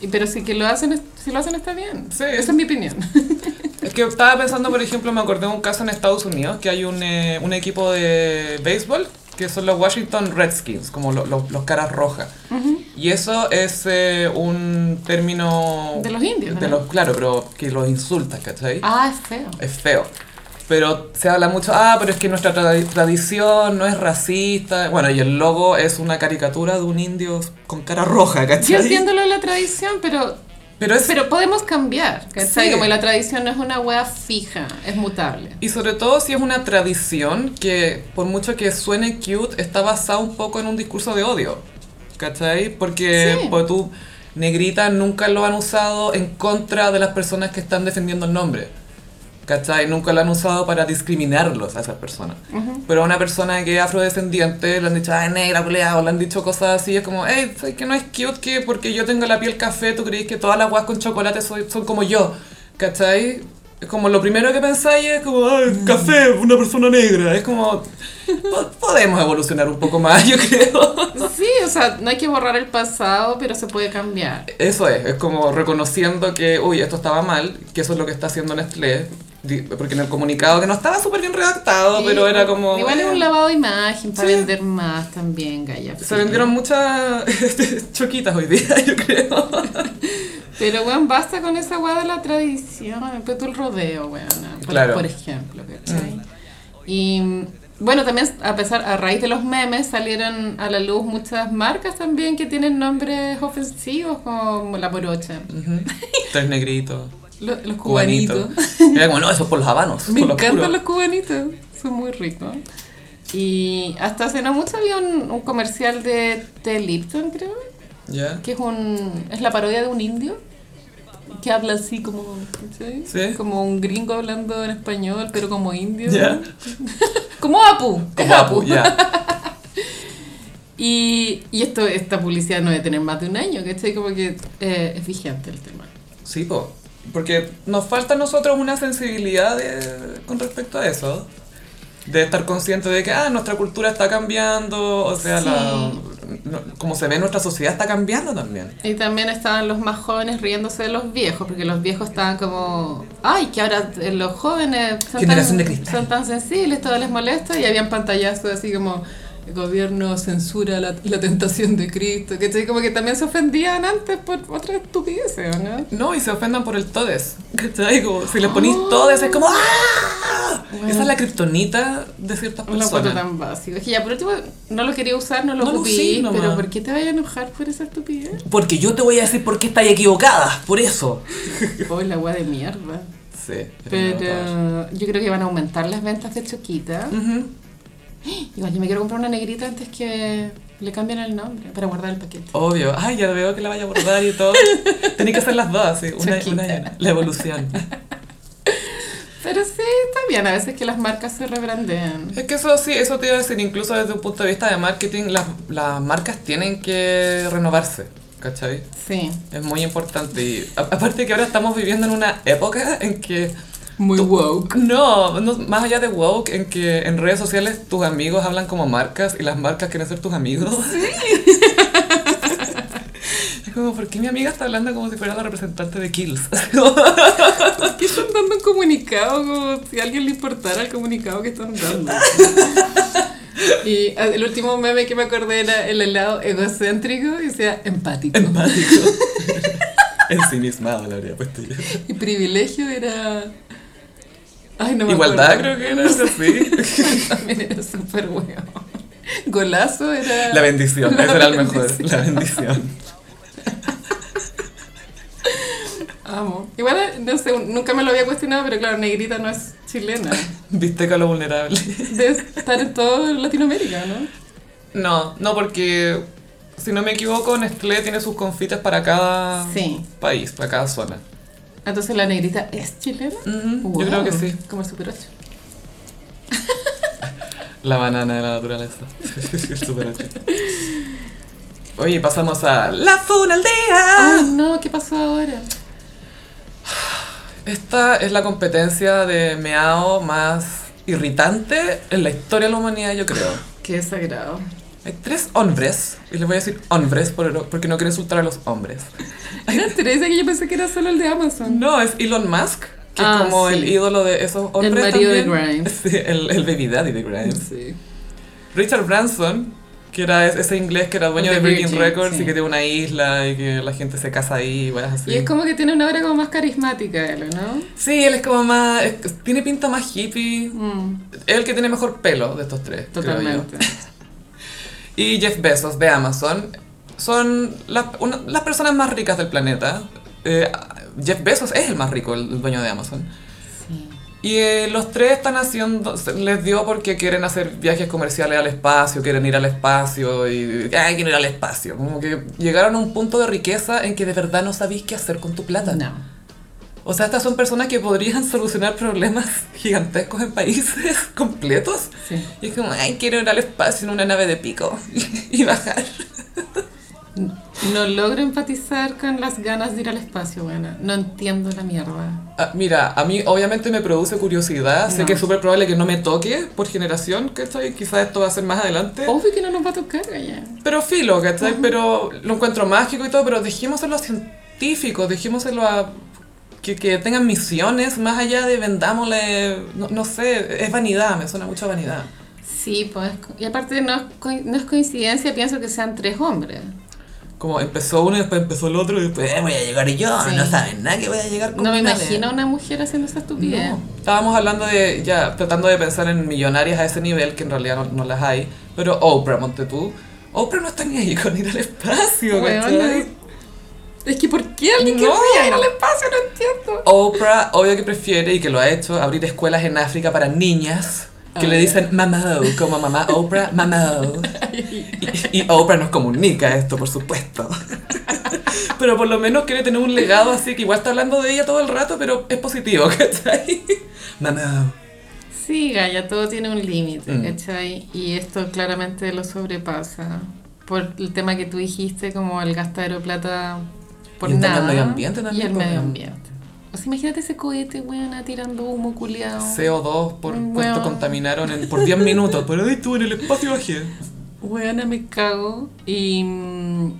[SPEAKER 2] Y- Pero si que lo hacen, es- si lo hacen está bien.
[SPEAKER 1] Sí.
[SPEAKER 2] Esa es mi opinión.
[SPEAKER 1] Es que estaba pensando, por ejemplo, me acordé de un caso en Estados Unidos que hay un, eh, un equipo de béisbol que son los Washington Redskins, como lo- lo- los caras rojas. Y eso es eh, un término...
[SPEAKER 2] Oh, De los indios,
[SPEAKER 1] de
[SPEAKER 2] ¿no?
[SPEAKER 1] los- claro, pero que los insulta, ¿cachai?
[SPEAKER 2] Ah, es feo.
[SPEAKER 1] es feo. Pero se habla mucho, ah, pero es que nuestra tra- tradición no es racista. Bueno, y el logo es una caricatura de un indio con cara roja, ¿cachai?
[SPEAKER 2] Yo entiendo lo de la tradición, pero,
[SPEAKER 1] Pero es...
[SPEAKER 2] pero podemos cambiar. ¿cachai?
[SPEAKER 1] Sí.
[SPEAKER 2] Como la tradición no es una wea fija, es mutable.
[SPEAKER 1] Y sobre todo si es una tradición que, por mucho que suene cute, está basada un poco en un discurso de odio. ¿Cachai? Porque
[SPEAKER 2] Sí.
[SPEAKER 1] por tu negrita nunca lo han usado en contra de las personas que están defendiendo el nombre. ¿Cachai? Nunca lo han usado para discriminarlos a esas personas. Pero a una persona que es afrodescendiente le han dicho, ay, negra, culiao", o le han dicho cosas así, es como, hey, ¿sabes que no es cute que porque yo tengo la piel café, tú crees que todas las guas con chocolate soy- son como yo? ¿Cachai? Es como lo primero que pensáis es como, ay, café, una persona negra. Es como, po- podemos evolucionar un poco más, yo creo.
[SPEAKER 2] Sí, o sea, no hay que borrar el pasado, pero se puede cambiar.
[SPEAKER 1] Eso es, es como reconociendo que, uy, esto estaba mal, que eso es lo que está haciendo Nestlé, di- porque en el comunicado que no estaba súper bien redactado,
[SPEAKER 2] Sí,
[SPEAKER 1] pero era como...
[SPEAKER 2] Igual es
[SPEAKER 1] eh,
[SPEAKER 2] un lavado de imagen para
[SPEAKER 1] Sí.
[SPEAKER 2] vender más también, Gaya.
[SPEAKER 1] Se vendieron muchas choquitas hoy día, yo creo.
[SPEAKER 2] Pero, weón, basta con esa weá de la tradición. Después tú el rodeo, weón. Por,
[SPEAKER 1] Claro. Mm.
[SPEAKER 2] por ejemplo, ¿cachai? Y mm, bueno, también a pesar, a raíz de los memes salieron a la luz muchas marcas también que tienen nombres ofensivos como la morocha,
[SPEAKER 1] Tres negritos,
[SPEAKER 2] lo- los cubanitos.
[SPEAKER 1] cubanitos. Era como, no, eso es por los habanos.
[SPEAKER 2] Me
[SPEAKER 1] por los
[SPEAKER 2] encantan
[SPEAKER 1] puros.
[SPEAKER 2] los cubanitos, son muy ricos. Y hasta hace no mucho había un, un comercial de, de Lipton, creo,
[SPEAKER 1] ¿Ya?
[SPEAKER 2] que es un es la parodia de un indio que habla así como ¿cachai?
[SPEAKER 1] Sí.
[SPEAKER 2] como un gringo hablando en español pero como indio
[SPEAKER 1] ¿Ya?
[SPEAKER 2] como Apu es
[SPEAKER 1] Como Apu, ya.
[SPEAKER 2] y, y esto esta publicidad no debe tener más de un año ¿cachai? como que eh, es vigente el tema
[SPEAKER 1] Sí, po. Porque nos falta a nosotros una sensibilidad de- con respecto a eso. De estar consciente de que, ah, nuestra cultura está cambiando, o sea,
[SPEAKER 2] Sí.
[SPEAKER 1] la- no- como se ve nuestra sociedad está cambiando también.
[SPEAKER 2] y también estaban los más jóvenes riéndose de los viejos porque los viejos estaban como ay que ahora eh, los jóvenes son
[SPEAKER 1] Generación
[SPEAKER 2] tan,
[SPEAKER 1] de cristal.
[SPEAKER 2] son tan sensibles todo les molesta y habían pantallazos así como el gobierno censura la, la tentación de Cristo, ¿cachai? Como que también se ofendían antes por otra estupidez, ¿no?
[SPEAKER 1] No, y se ofendan por el todes. ¿Cachai? Como, si le ponís
[SPEAKER 2] Oh.
[SPEAKER 1] todes, es como ¡ah!
[SPEAKER 2] Bueno.
[SPEAKER 1] Esa es la kriptonita de ciertas
[SPEAKER 2] No lo encuentro
[SPEAKER 1] personas.
[SPEAKER 2] tan básico. Es que ya, por último, no lo quería usar, no lo
[SPEAKER 1] No lo usé
[SPEAKER 2] ocupé,
[SPEAKER 1] nomás.
[SPEAKER 2] pero ¿por qué te vayas a enojar por esa estupidez?
[SPEAKER 1] Porque yo te voy a decir por qué estáis equivocadas, por eso.
[SPEAKER 2] Oh, la agua de mierda.
[SPEAKER 1] Sí.
[SPEAKER 2] Pero yo creo que van a aumentar las ventas de Choquita.
[SPEAKER 1] Ujú.
[SPEAKER 2] Igual yo me quiero comprar una negrita antes que le cambien el nombre para guardar el paquete.
[SPEAKER 1] Obvio. Ay, ya veo que la vaya a abordar y todo. Tenía que hacer las dos, sí. Una,
[SPEAKER 2] Chiquita.
[SPEAKER 1] una- la evolución.
[SPEAKER 2] Pero sí, está bien a veces que las marcas se rebrandean.
[SPEAKER 1] Es que eso sí, eso te iba a decir, incluso desde un punto de vista de marketing, las, las marcas tienen que renovarse, ¿cachai?
[SPEAKER 2] Sí.
[SPEAKER 1] Es muy importante. Y a- aparte que ahora estamos viviendo en una época en que
[SPEAKER 2] Muy
[SPEAKER 1] Tú-
[SPEAKER 2] woke.
[SPEAKER 1] No, no, más allá de woke, en que en redes sociales tus amigos hablan como marcas y las marcas quieren ser tus amigos. Es como, ¿por qué mi amiga está hablando como si fuera la representante de Kills?
[SPEAKER 2] ¿Qué están dando un comunicado? Como si a alguien le importara el comunicado que están dando. Y ah, el último meme que me acordé era el helado egocéntrico y decía empático.
[SPEAKER 1] Empático. Ensimismado pues la habría puesto yo.
[SPEAKER 2] y privilegio era. Ay, no me
[SPEAKER 1] Igualdad
[SPEAKER 2] acuerdo.
[SPEAKER 1] creo que era algo así.
[SPEAKER 2] También era súper huevo. Golazo era.
[SPEAKER 1] La bendición,
[SPEAKER 2] La
[SPEAKER 1] ese era el mejor.
[SPEAKER 2] bendición.
[SPEAKER 1] La bendición.
[SPEAKER 2] Amo. Igual, eh, no sé, un- nunca me lo había cuestionado, pero claro, negrita no es chilena.
[SPEAKER 1] Viste a lo vulnerable.
[SPEAKER 2] Debe estar en todo Latinoamérica, ¿no?
[SPEAKER 1] No, no porque si no me equivoco, Nestlé tiene sus confites para cada
[SPEAKER 2] Sí.
[SPEAKER 1] país, para cada zona.
[SPEAKER 2] Entonces la negrita es chilena.
[SPEAKER 1] Ujú,
[SPEAKER 2] Wow,
[SPEAKER 1] Yo creo que sí.
[SPEAKER 2] Como el Super 8.
[SPEAKER 1] La banana de la naturaleza. El super ocho. Oye, pasamos a La Funa al Día.
[SPEAKER 2] Ah, no, ¿qué pasó ahora?
[SPEAKER 1] Esta es la competencia de meao más irritante en la historia de la humanidad, yo creo.
[SPEAKER 2] Qué desagrado.
[SPEAKER 1] Hay tres hombres, y les voy a decir hombres por- porque no quiero insultar a los hombres.
[SPEAKER 2] Era Teresa que yo pensé que era solo el de Amazon.
[SPEAKER 1] No, es Elon Musk, que
[SPEAKER 2] Ah,
[SPEAKER 1] es como
[SPEAKER 2] sí.
[SPEAKER 1] el ídolo de esos hombres.
[SPEAKER 2] marido de
[SPEAKER 1] también.
[SPEAKER 2] Grimes.
[SPEAKER 1] Sí, el, el baby daddy de Grimes.
[SPEAKER 2] Sí.
[SPEAKER 1] Richard Branson, que era es- ese inglés que era dueño
[SPEAKER 2] De
[SPEAKER 1] de Virgin,
[SPEAKER 2] Virgin,
[SPEAKER 1] Records
[SPEAKER 2] sí.
[SPEAKER 1] y que tiene una isla y que la gente se casa ahí y weas así.
[SPEAKER 2] Y es como que tiene una obra como más carismática él, ¿no?
[SPEAKER 1] Sí, él es como más. es- tiene pinta más hippie.
[SPEAKER 2] Mm,
[SPEAKER 1] Es el que tiene mejor pelo de estos tres. creo yo.
[SPEAKER 2] totalmente.
[SPEAKER 1] Y Jeff Bezos de Amazon son las, una- las personas más ricas del planeta. Eh, Jeff Bezos es el más rico, el, el dueño de Amazon.
[SPEAKER 2] Sí.
[SPEAKER 1] Y eh, los tres están haciendo, se- les dio porque quieren hacer viajes comerciales al espacio, quieren ir al espacio y, ay, quiero ir al espacio. Como que llegaron a un punto de riqueza en que de verdad no sabéis qué hacer con tu plata.
[SPEAKER 2] No.
[SPEAKER 1] O sea, estas son personas que podrían solucionar problemas gigantescos en países completos.
[SPEAKER 2] Sí.
[SPEAKER 1] Y es como, ay, quiero ir al espacio en una nave de pico y bajar.
[SPEAKER 2] No logro empatizar con las ganas de ir al espacio, bueno. No entiendo la mierda.
[SPEAKER 1] Ah, mira, a mí obviamente me produce curiosidad. Sé
[SPEAKER 2] No.
[SPEAKER 1] que es súper probable que no me toque por generación, ¿cachai? Quizás esto va a ser más adelante.
[SPEAKER 2] Obvio que no nos va a tocar, allá.
[SPEAKER 1] Pero filo, ¿cachai? Pero lo encuentro mágico y todo, pero dejémoselo a científicos, dejémoselo a... Que, que tengan misiones más allá de vendámosle, no, no sé, es vanidad, me suena mucho a vanidad.
[SPEAKER 2] Sí, pues. Y aparte no es, co- no es coincidencia, pienso que sean tres hombres.
[SPEAKER 1] Como empezó uno y después empezó el otro y después "Eh, voy a llegar yo,
[SPEAKER 2] Sí.
[SPEAKER 1] no saben nada que voy a llegar con
[SPEAKER 2] No me
[SPEAKER 1] nadie".
[SPEAKER 2] imagino a una mujer haciendo esa estupidez.
[SPEAKER 1] No. Estábamos hablando de, ya, tratando de pensar en millonarias a ese nivel, que en realidad no, no las hay, pero Oprah, monte tú. Oprah no está ni ahí con ir al espacio,
[SPEAKER 2] Weona,
[SPEAKER 1] ¿cachai?
[SPEAKER 2] Es que ¿por qué alguien
[SPEAKER 1] No.
[SPEAKER 2] querría ir al espacio? No entiendo.
[SPEAKER 1] Oprah, obvio que prefiere y que lo ha hecho, abrir escuelas en África para niñas que
[SPEAKER 2] Ah,
[SPEAKER 1] le
[SPEAKER 2] ya.
[SPEAKER 1] dicen mamá, como mamá Oprah, mamá. Y, y Oprah nos comunica esto, por supuesto. Pero por lo menos quiere tener un legado así que igual está hablando de ella todo el rato, pero es positivo, ¿cachai? Mamá.
[SPEAKER 2] Sí, Gaya, todo tiene un límite,
[SPEAKER 1] Mm.
[SPEAKER 2] ¿cachai? Y esto claramente lo sobrepasa. Por el tema que tú dijiste, como el gastadero de plata por
[SPEAKER 1] Y el tema
[SPEAKER 2] nada.
[SPEAKER 1] del medio ambiente también,
[SPEAKER 2] Y el
[SPEAKER 1] pues,
[SPEAKER 2] medio
[SPEAKER 1] weón.
[SPEAKER 2] ambiente. O sea, imagínate ese cohete, weona, tirando humo culiado.
[SPEAKER 1] CO2 por
[SPEAKER 2] Bueno.
[SPEAKER 1] cuánto contaminaron en, por 10 minutos. Pero ahí estuve en el espacio bajé.
[SPEAKER 2] Weona, me cago. Y, mm,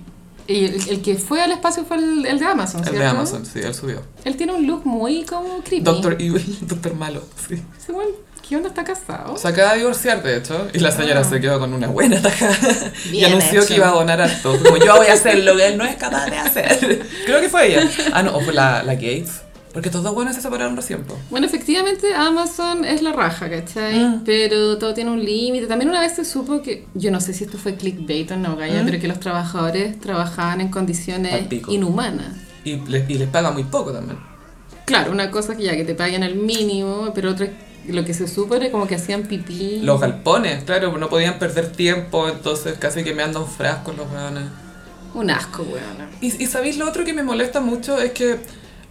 [SPEAKER 2] y el, el que fue al espacio fue el, el de Amazon,
[SPEAKER 1] El de
[SPEAKER 2] ¿cierto?
[SPEAKER 1] Amazon, sí, él subió.
[SPEAKER 2] Él tiene un look muy como creepy.
[SPEAKER 1] Doctor Evil, Doctor Malo, sí.
[SPEAKER 2] Ese weón, ¿Qué onda está casado?
[SPEAKER 1] Se acaba de divorciar, de hecho, y la señora
[SPEAKER 2] Oh. Ah.
[SPEAKER 1] se quedó con una buena tajada y
[SPEAKER 2] Bien
[SPEAKER 1] anunció
[SPEAKER 2] hecho.
[SPEAKER 1] que iba a donar harto. Como yo voy a hacer lo que él no es capaz de hacer. Creo que fue ella. Ah, no, o fue la, la Gates. Porque estos dos buenos se separaron recién. po.
[SPEAKER 2] Bueno, efectivamente Amazon es la raja, ¿cachai?
[SPEAKER 1] Mm.
[SPEAKER 2] Pero todo tiene un límite. También una vez se supo que, yo no sé si esto fue clickbait o no, Gaya,
[SPEAKER 1] Mm.
[SPEAKER 2] pero que los trabajadores trabajaban en condiciones
[SPEAKER 1] Al pico.
[SPEAKER 2] inhumanas.
[SPEAKER 1] Y, le- y les paga muy poco también.
[SPEAKER 2] Claro, una cosa es que ya que te paguen el mínimo, pero otra es lo que se supo era como que hacían pipí.
[SPEAKER 1] Los galpones, claro, no podían perder tiempo, entonces casi que me andan frascos los weones.
[SPEAKER 2] Un asco, weón.
[SPEAKER 1] Y, y sabéis lo otro que me molesta mucho es que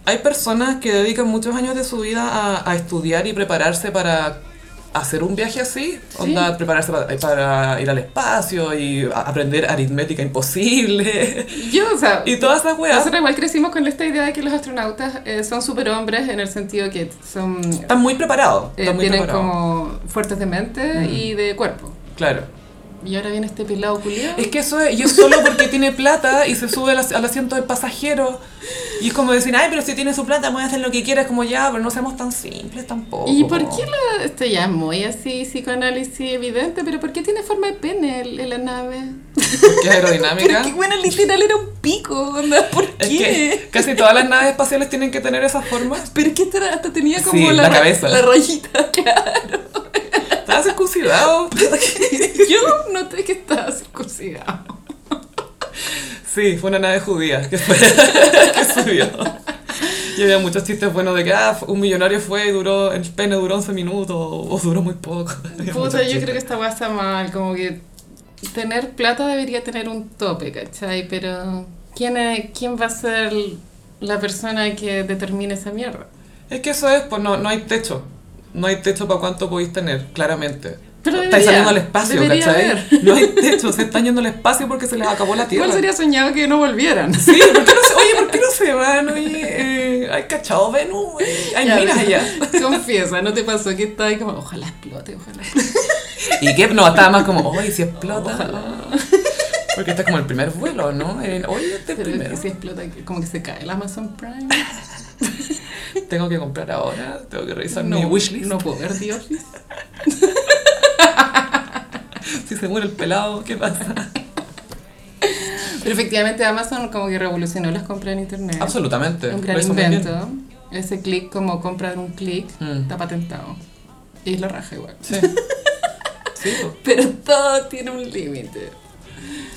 [SPEAKER 1] hay personas que dedican muchos años de su vida a, a estudiar y prepararse para hacer un viaje así, onda prepararse para, para ir al espacio y a- aprender aritmética imposible
[SPEAKER 2] Yo, o sea,
[SPEAKER 1] y todas esas weas.
[SPEAKER 2] nosotros igual crecimos con esta idea de que los astronautas eh, son superhombres en el sentido que son...
[SPEAKER 1] Están muy preparados,
[SPEAKER 2] eh,
[SPEAKER 1] están muy
[SPEAKER 2] tienen
[SPEAKER 1] preparados.
[SPEAKER 2] como fuertes de mente
[SPEAKER 1] Mm.
[SPEAKER 2] y de cuerpo.
[SPEAKER 1] Claro.
[SPEAKER 2] Y ahora viene este pelado culiado.
[SPEAKER 1] Es que eso es, y es solo porque tiene plata y se sube al, as- al asiento del pasajero. Y es como decir, ay, pero si tiene su plata puede hacer lo que quiera. Es como, ya, pero no seamos tan simples tampoco.
[SPEAKER 2] ¿Y por qué la.? Esto ya es muy así, psicoanálisis evidente, pero ¿por qué tiene forma de pene el- en la nave?
[SPEAKER 1] Porque es aerodinámica.
[SPEAKER 2] Pero que bueno, literal era un pico, onda, ¿por
[SPEAKER 1] Es
[SPEAKER 2] qué?
[SPEAKER 1] que casi todas las naves espaciales tienen que tener esas formas.
[SPEAKER 2] Pero que esta hasta tenía como
[SPEAKER 1] Sí,
[SPEAKER 2] la,
[SPEAKER 1] la
[SPEAKER 2] ra-
[SPEAKER 1] cabeza.
[SPEAKER 2] La rayita, claro.
[SPEAKER 1] Estás circuncidado.
[SPEAKER 2] Yo noté que estaba circuncidado.
[SPEAKER 1] Sí, fue una nave judía que, fue- que subió. Y había muchos chistes buenos de que ah, un millonario fue y duró, el pene duró 11 minutos o duró muy poco. Había muchos
[SPEAKER 2] Puta, yo
[SPEAKER 1] chistes.
[SPEAKER 2] creo que esta weá está mal, como que. tener plata debería tener un tope, ¿cachai? Pero ¿quién, es- quién va a ser la persona que determine esa mierda?
[SPEAKER 1] Es que eso es, pues no, no hay techo. No hay techo para cuánto podéis tener, claramente.
[SPEAKER 2] Pero debería,
[SPEAKER 1] Estáis saliendo al espacio,
[SPEAKER 2] debería
[SPEAKER 1] ¿cachai?
[SPEAKER 2] haber.
[SPEAKER 1] No hay techo, se están yendo al espacio porque se les acabó la tierra.
[SPEAKER 2] ¿Cuál sería soñado que no volvieran?
[SPEAKER 1] Sí, ¿por qué no se, oye, ¿por qué no se van? Oye, eh, ¿hay cachado Venus? Oye, Hay
[SPEAKER 2] Ya,
[SPEAKER 1] minas
[SPEAKER 2] pero-
[SPEAKER 1] allá.
[SPEAKER 2] Confiesa, ¿no te pasó que estaba ahí como, ojalá explote, ojalá explote"?
[SPEAKER 1] Y que no, estaba más como, oye, si explota. Porque está como el primer vuelo, ¿no? En- oye, este
[SPEAKER 2] Pero
[SPEAKER 1] primero.
[SPEAKER 2] que si explota, que- como que se cae el Amazon Prime.
[SPEAKER 1] Tengo que comprar ahora, tengo que revisar mi
[SPEAKER 2] No,
[SPEAKER 1] wishlist.
[SPEAKER 2] no puedo ver The Office.
[SPEAKER 1] Si se muere el pelado, ¿qué pasa?
[SPEAKER 2] Pero efectivamente Amazon como que revolucionó las compras en internet.
[SPEAKER 1] Ah, Absolutamente.
[SPEAKER 2] Un
[SPEAKER 1] lo
[SPEAKER 2] gran
[SPEAKER 1] hizo muy bien.
[SPEAKER 2] invento. Ese clic como comprar un clic
[SPEAKER 1] Mm.
[SPEAKER 2] está patentado. Y es la raja igual.
[SPEAKER 1] Sí. Sí, pues.
[SPEAKER 2] Pero todo tiene un límite.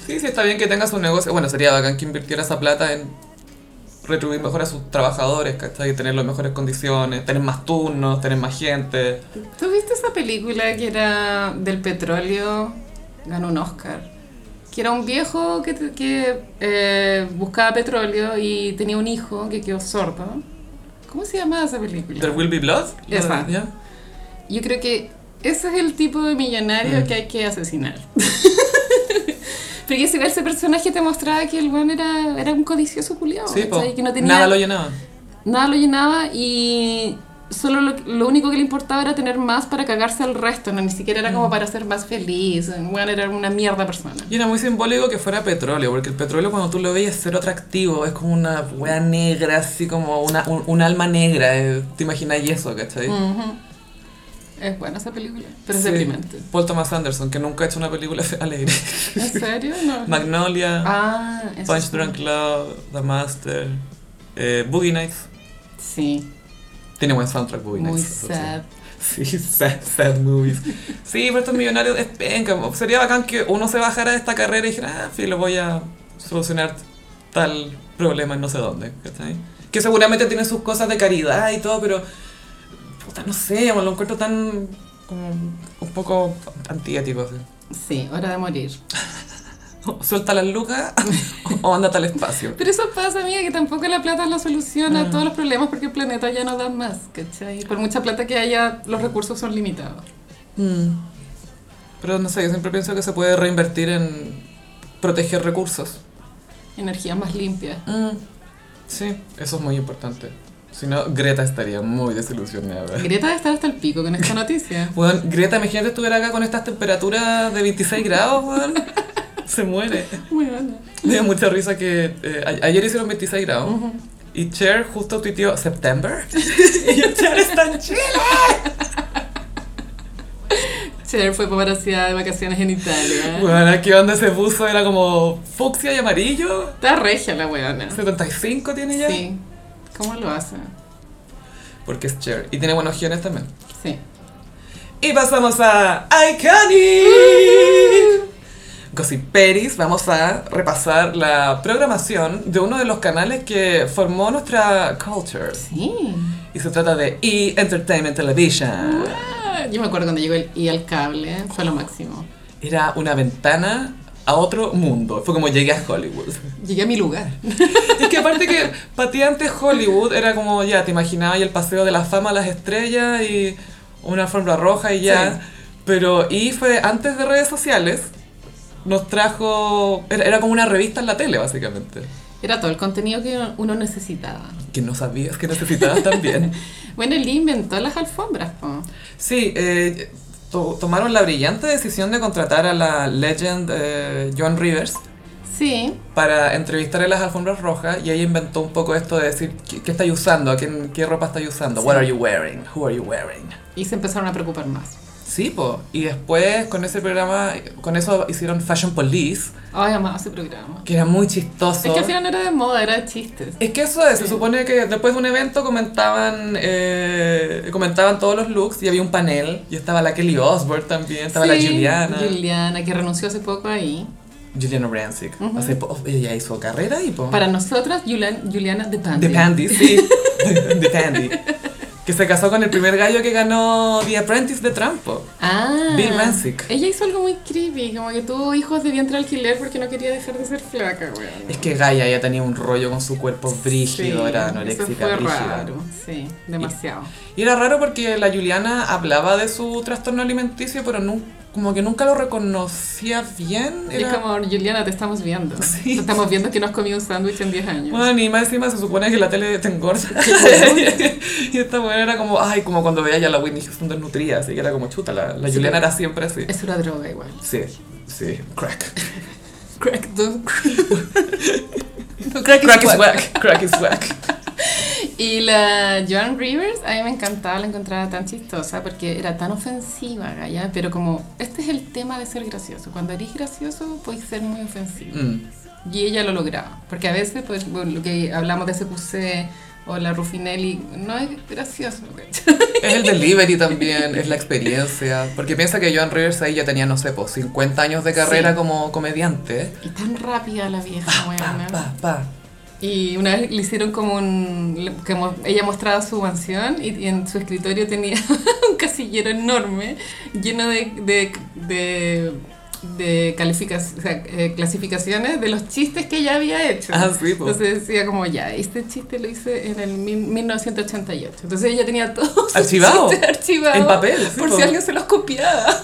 [SPEAKER 1] Sí, sí, está bien que tengas un negocio. Bueno, sería bacán que invirtiera esa plata en retribuir mejor a sus trabajadores, ¿cachai? Tener las mejores condiciones, tener más turnos, tener más gente.
[SPEAKER 2] ¿Tú viste esa película que era del petróleo? Ganó un Oscar. Que era un viejo que, te- que eh, buscaba petróleo y tenía un hijo que quedó sordo. ¿Cómo se llamaba esa película?
[SPEAKER 1] There will be blood.
[SPEAKER 2] Esa.
[SPEAKER 1] ¿Ya?
[SPEAKER 2] Yo creo que ese es el tipo de millonario
[SPEAKER 1] Mm.
[SPEAKER 2] que hay que asesinar. Porque ese, ese personaje te mostraba que el weón era, era un codicioso culiado.
[SPEAKER 1] Sí, po.
[SPEAKER 2] Que no tenía,
[SPEAKER 1] Nada lo llenaba.
[SPEAKER 2] nada lo llenaba y solo lo, lo único que le importaba era tener más para cagarse al resto. No, ni siquiera era
[SPEAKER 1] Mm.
[SPEAKER 2] como para ser más feliz. El weón era una mierda persona.
[SPEAKER 1] Y era muy simbólico que fuera petróleo, porque el petróleo cuando tú lo veías es cero atractivo, es como una wea negra, así como una, un, un alma negra, eh, te imaginas y eso, ¿cachai?
[SPEAKER 2] Ujú. Es buena esa película, Mm, pero es
[SPEAKER 1] Sí.
[SPEAKER 2] deprimente.
[SPEAKER 1] Paul Thomas Anderson, que nunca ha hecho una película alegre.
[SPEAKER 2] ¿En serio? No.
[SPEAKER 1] Magnolia,
[SPEAKER 2] ah, eso
[SPEAKER 1] Punch
[SPEAKER 2] sí.
[SPEAKER 1] Drunk Love, The Master, eh, Boogie Nights.
[SPEAKER 2] Sí,
[SPEAKER 1] Tiene buen soundtrack Boogie
[SPEAKER 2] muy
[SPEAKER 1] Nights. eso sí.
[SPEAKER 2] sad.
[SPEAKER 1] Sí, sad, sad movies. Sí, pero estos millonarios es penca. Sería bacán que uno se bajara de esta carrera y dijera, ah, sí, lo voy a solucionar tal problema en no sé dónde. ¿cachai? Que seguramente tiene sus cosas de caridad y todo, pero puta, no sé, lo encuentro tan como un poco antiético. Así.
[SPEAKER 2] Sí, hora de morir.
[SPEAKER 1] O Suelta las lucas o anda tal espacio.
[SPEAKER 2] Pero eso pasa, amiga, que tampoco la plata es la solución a todos los problemas porque el planeta ya no da más, ¿cachai? Por mucha plata que haya, los recursos son limitados.
[SPEAKER 1] Pero no sé, yo siempre pienso que se puede reinvertir en proteger recursos.
[SPEAKER 2] Energía más limpia.
[SPEAKER 1] Mm, sí, eso es muy importante. Si no, Greta estaría muy desilusionada.
[SPEAKER 2] Greta debe estar hasta el pico con esta noticia.
[SPEAKER 1] Weón, Greta, imagínate estuviera acá con estas temperaturas de 26 grados, weón. Se muere.
[SPEAKER 2] Muy buena.
[SPEAKER 1] Me dio mucha risa que eh, a- ayer hicieron 26 grados y Cher justo tuiteó September. y Cher está en Chile.
[SPEAKER 2] Cher fue paparazziada de vacaciones en Italia.
[SPEAKER 1] Bueno, ¿qué onda ese buzo? Era como fucsia y amarillo.
[SPEAKER 2] Está regia la
[SPEAKER 1] Ah.
[SPEAKER 2] weona.
[SPEAKER 1] 75 tiene ya.
[SPEAKER 2] Sí. ¿Cómo lo hace?
[SPEAKER 1] Porque es Cher. Y tiene buenos genes también.
[SPEAKER 2] Sí.
[SPEAKER 1] Y pasamos a Iconic. Gossip Peris, vamos a repasar la programación de uno de los canales que formó nuestra culture.
[SPEAKER 2] Sí.
[SPEAKER 1] Y se trata de E! Entertainment Television.
[SPEAKER 2] Ah, Yo me acuerdo cuando llegó el y al cable, fue lo máximo.
[SPEAKER 1] Era una ventana a otro mundo. Fue como llegué a Hollywood.
[SPEAKER 2] Llegué a mi lugar.
[SPEAKER 1] Es que aparte que para ti antes Hollywood era como ya, te imaginabas el paseo de la fama a las estrellas y una alfombra roja y ya. Pero y fue antes de redes sociales, nos trajo. Era, era como una revista en la tele, básicamente.
[SPEAKER 2] Era todo el contenido que uno necesitaba.
[SPEAKER 1] Que no sabías que necesitabas también.
[SPEAKER 2] Bueno, él inventó las alfombras, po.
[SPEAKER 1] Sí, eh, to- tomaron la brillante decisión de contratar a la legend eh, Joan Rivers.
[SPEAKER 2] Sí,
[SPEAKER 1] para entrevistar en las alfombras rojas y ella inventó un poco esto de decir qué, qué estáis usando, ¿A quién- qué ropa estáis usando,
[SPEAKER 2] Sí.
[SPEAKER 1] what are you wearing, who are you wearing.
[SPEAKER 2] y se empezaron a preocupar más.
[SPEAKER 1] Sí, po. Y después con ese programa, con eso hicieron Fashion Police,
[SPEAKER 2] Ay, amaba ese programa.
[SPEAKER 1] que era muy chistoso.
[SPEAKER 2] Es que al final no era de moda, era de chistes.
[SPEAKER 1] Es que eso es, se supone que después de un evento comentaban eh, comentaban todos los looks y había un panel y estaba la Kelly Osbourne también, estaba la
[SPEAKER 2] Sí,
[SPEAKER 1] Juliana,
[SPEAKER 2] Juliana, que renunció hace poco ahí.
[SPEAKER 1] Juliana Rancic.
[SPEAKER 2] Ujú.
[SPEAKER 1] Hace po- ella hizo carrera y po.
[SPEAKER 2] Para nosotras, Julian- Juliana de Pandy.
[SPEAKER 1] De Pandy, sí. De Pandy. Que se casó con el primer gallo que ganó The Apprentice de Trampo.
[SPEAKER 2] Ah.
[SPEAKER 1] Bill Mansick.
[SPEAKER 2] Ella hizo algo muy creepy, como que tuvo hijos de vientre alquiler porque no quería dejar de ser flaca, weón.
[SPEAKER 1] Es que Gaia ya tenía un rollo con su cuerpo brígido,
[SPEAKER 2] Sí,
[SPEAKER 1] era
[SPEAKER 2] eso
[SPEAKER 1] anoréxica,
[SPEAKER 2] fue
[SPEAKER 1] brígida.
[SPEAKER 2] raro. Sí, demasiado.
[SPEAKER 1] Y era raro porque la Juliana hablaba de su trastorno alimenticio, pero nu- como que nunca lo reconocía bien.
[SPEAKER 2] Y
[SPEAKER 1] Era...
[SPEAKER 2] es como, Juliana, te estamos viendo.
[SPEAKER 1] Sí.
[SPEAKER 2] Te estamos viendo que no has comido un sándwich en 10 años.
[SPEAKER 1] Bueno, y más encima se supone que la tele te engorda. y esta mujer era como, ay, como cuando veía ya la Whitney Houston desnutrida, así que era como chuta, la, la
[SPEAKER 2] Sí.
[SPEAKER 1] Juliana era siempre así.
[SPEAKER 2] Es una droga igual.
[SPEAKER 1] Sí, sí, crack.
[SPEAKER 2] Crack, dude.
[SPEAKER 1] Crack, is whack, crack is whack.
[SPEAKER 2] Y la Joan Rivers, a mí me encantaba, la encontraba tan chistosa porque era tan ofensiva, Gaya, pero como este es el tema de ser gracioso. Cuando eres gracioso, puedes ser muy ofensivo.
[SPEAKER 1] Mm.
[SPEAKER 2] Y ella lo lograba, porque a veces, pues, bueno, lo que hablamos de SQC o la Ruffinelli, no es gracioso. ¿cachai?
[SPEAKER 1] Es el delivery también, es la experiencia. Porque piensa que Joan Rivers ahí ya tenía, no sé, po, 50 años de carrera
[SPEAKER 2] Sí.
[SPEAKER 1] como comediante.
[SPEAKER 2] Y tan rápida la vieja,
[SPEAKER 1] Pa,
[SPEAKER 2] weona.
[SPEAKER 1] pa, pa.
[SPEAKER 2] Y una vez le hicieron como un... Como ella mostraba su mansión y, y en su escritorio tenía un casillero enorme lleno de, de, de, de calificas- o sea, eh, clasificaciones de los chistes que ella había hecho.
[SPEAKER 1] Ah, sí, po.
[SPEAKER 2] Entonces decía como, ya, este chiste lo hice en el mil- 1988. Entonces ella tenía todos sus
[SPEAKER 1] Archivado.
[SPEAKER 2] chistes archivados.
[SPEAKER 1] En papel, sí,
[SPEAKER 2] por
[SPEAKER 1] po.
[SPEAKER 2] si alguien se los copiaba.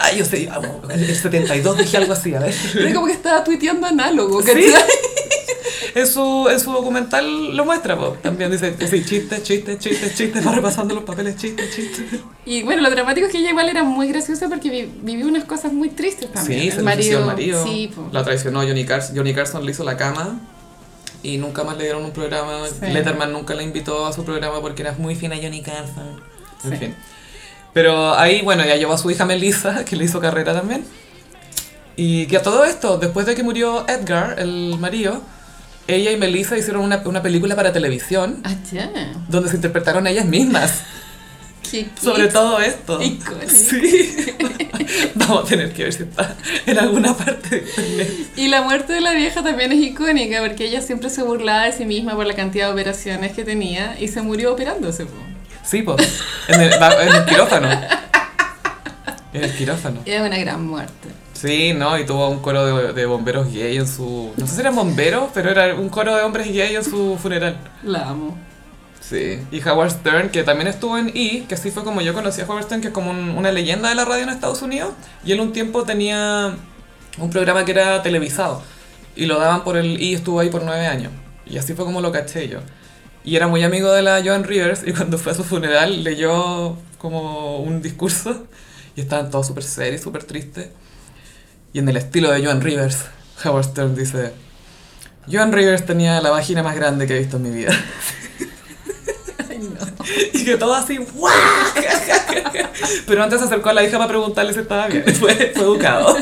[SPEAKER 1] Ay, yo sé, amo, el 72 dije algo así, a ver.
[SPEAKER 2] Era como que estaba tuiteando análogo,
[SPEAKER 1] Sí.
[SPEAKER 2] ¿cachai?
[SPEAKER 1] En su, en su documental lo muestra, po. también dice, sí, chistes, chistes, chistes, chistes, va repasando los papeles, chistes, chistes.
[SPEAKER 2] Y bueno, lo dramático es que ella igual era muy graciosa porque vi- vivió unas cosas muy tristes también.
[SPEAKER 1] Sí, se le ofreció el marido.
[SPEAKER 2] Sí, po.
[SPEAKER 1] La traicionó Johnny Carson. Johnny Carson le hizo la cama y nunca más le dieron un programa.
[SPEAKER 2] Sí.
[SPEAKER 1] Letterman nunca la invitó a su programa porque era muy fina Johnny Carson. En
[SPEAKER 2] Sí.
[SPEAKER 1] fin. Pero ahí, bueno, ya llevó a su hija Melissa, que le hizo carrera también. Y que a todo esto, después de que murió Edgar, el marido, ella y Melissa hicieron una, una película para televisión
[SPEAKER 2] Ah, ya.
[SPEAKER 1] donde se interpretaron ellas mismas
[SPEAKER 2] Qué cute.
[SPEAKER 1] sobre todo esto.
[SPEAKER 2] Icónico.
[SPEAKER 1] Sí. Vamos a tener que ver si está en alguna parte de internet.
[SPEAKER 2] Y la muerte de la vieja también es icónica porque ella siempre se burlaba de sí misma por la cantidad de operaciones que tenía y se murió operándose. po.
[SPEAKER 1] Sí, pues. En el, va- en el quirófano. En el quirófano.
[SPEAKER 2] Es una gran muerte.
[SPEAKER 1] Sí, ¿no? Y tuvo un coro de, de bomberos gay en su... No sé si eran bomberos, pero era un coro de hombres gay en su funeral.
[SPEAKER 2] La amo.
[SPEAKER 1] Sí. Y Howard Stern, que también estuvo en E, que así fue como yo conocí a Howard Stern, que es como un- una leyenda de la radio en Estados Unidos. Y él un tiempo tenía un programa que era televisado. Y lo daban por el E, estuvo ahí por nueve años. Y así fue como lo caché yo. Y era muy amigo de la Joan Rivers y cuando fue a su funeral leyó como un discurso y estaban todos súper serios, súper tristes. Y en el estilo de Joan Rivers, Howard Stern dice, Joan Rivers tenía la vagina más grande que he visto en mi vida. Y que todo así, ¡guau! Pero antes se acercó a la hija para preguntarle si estaba bien. Fue, fue educado.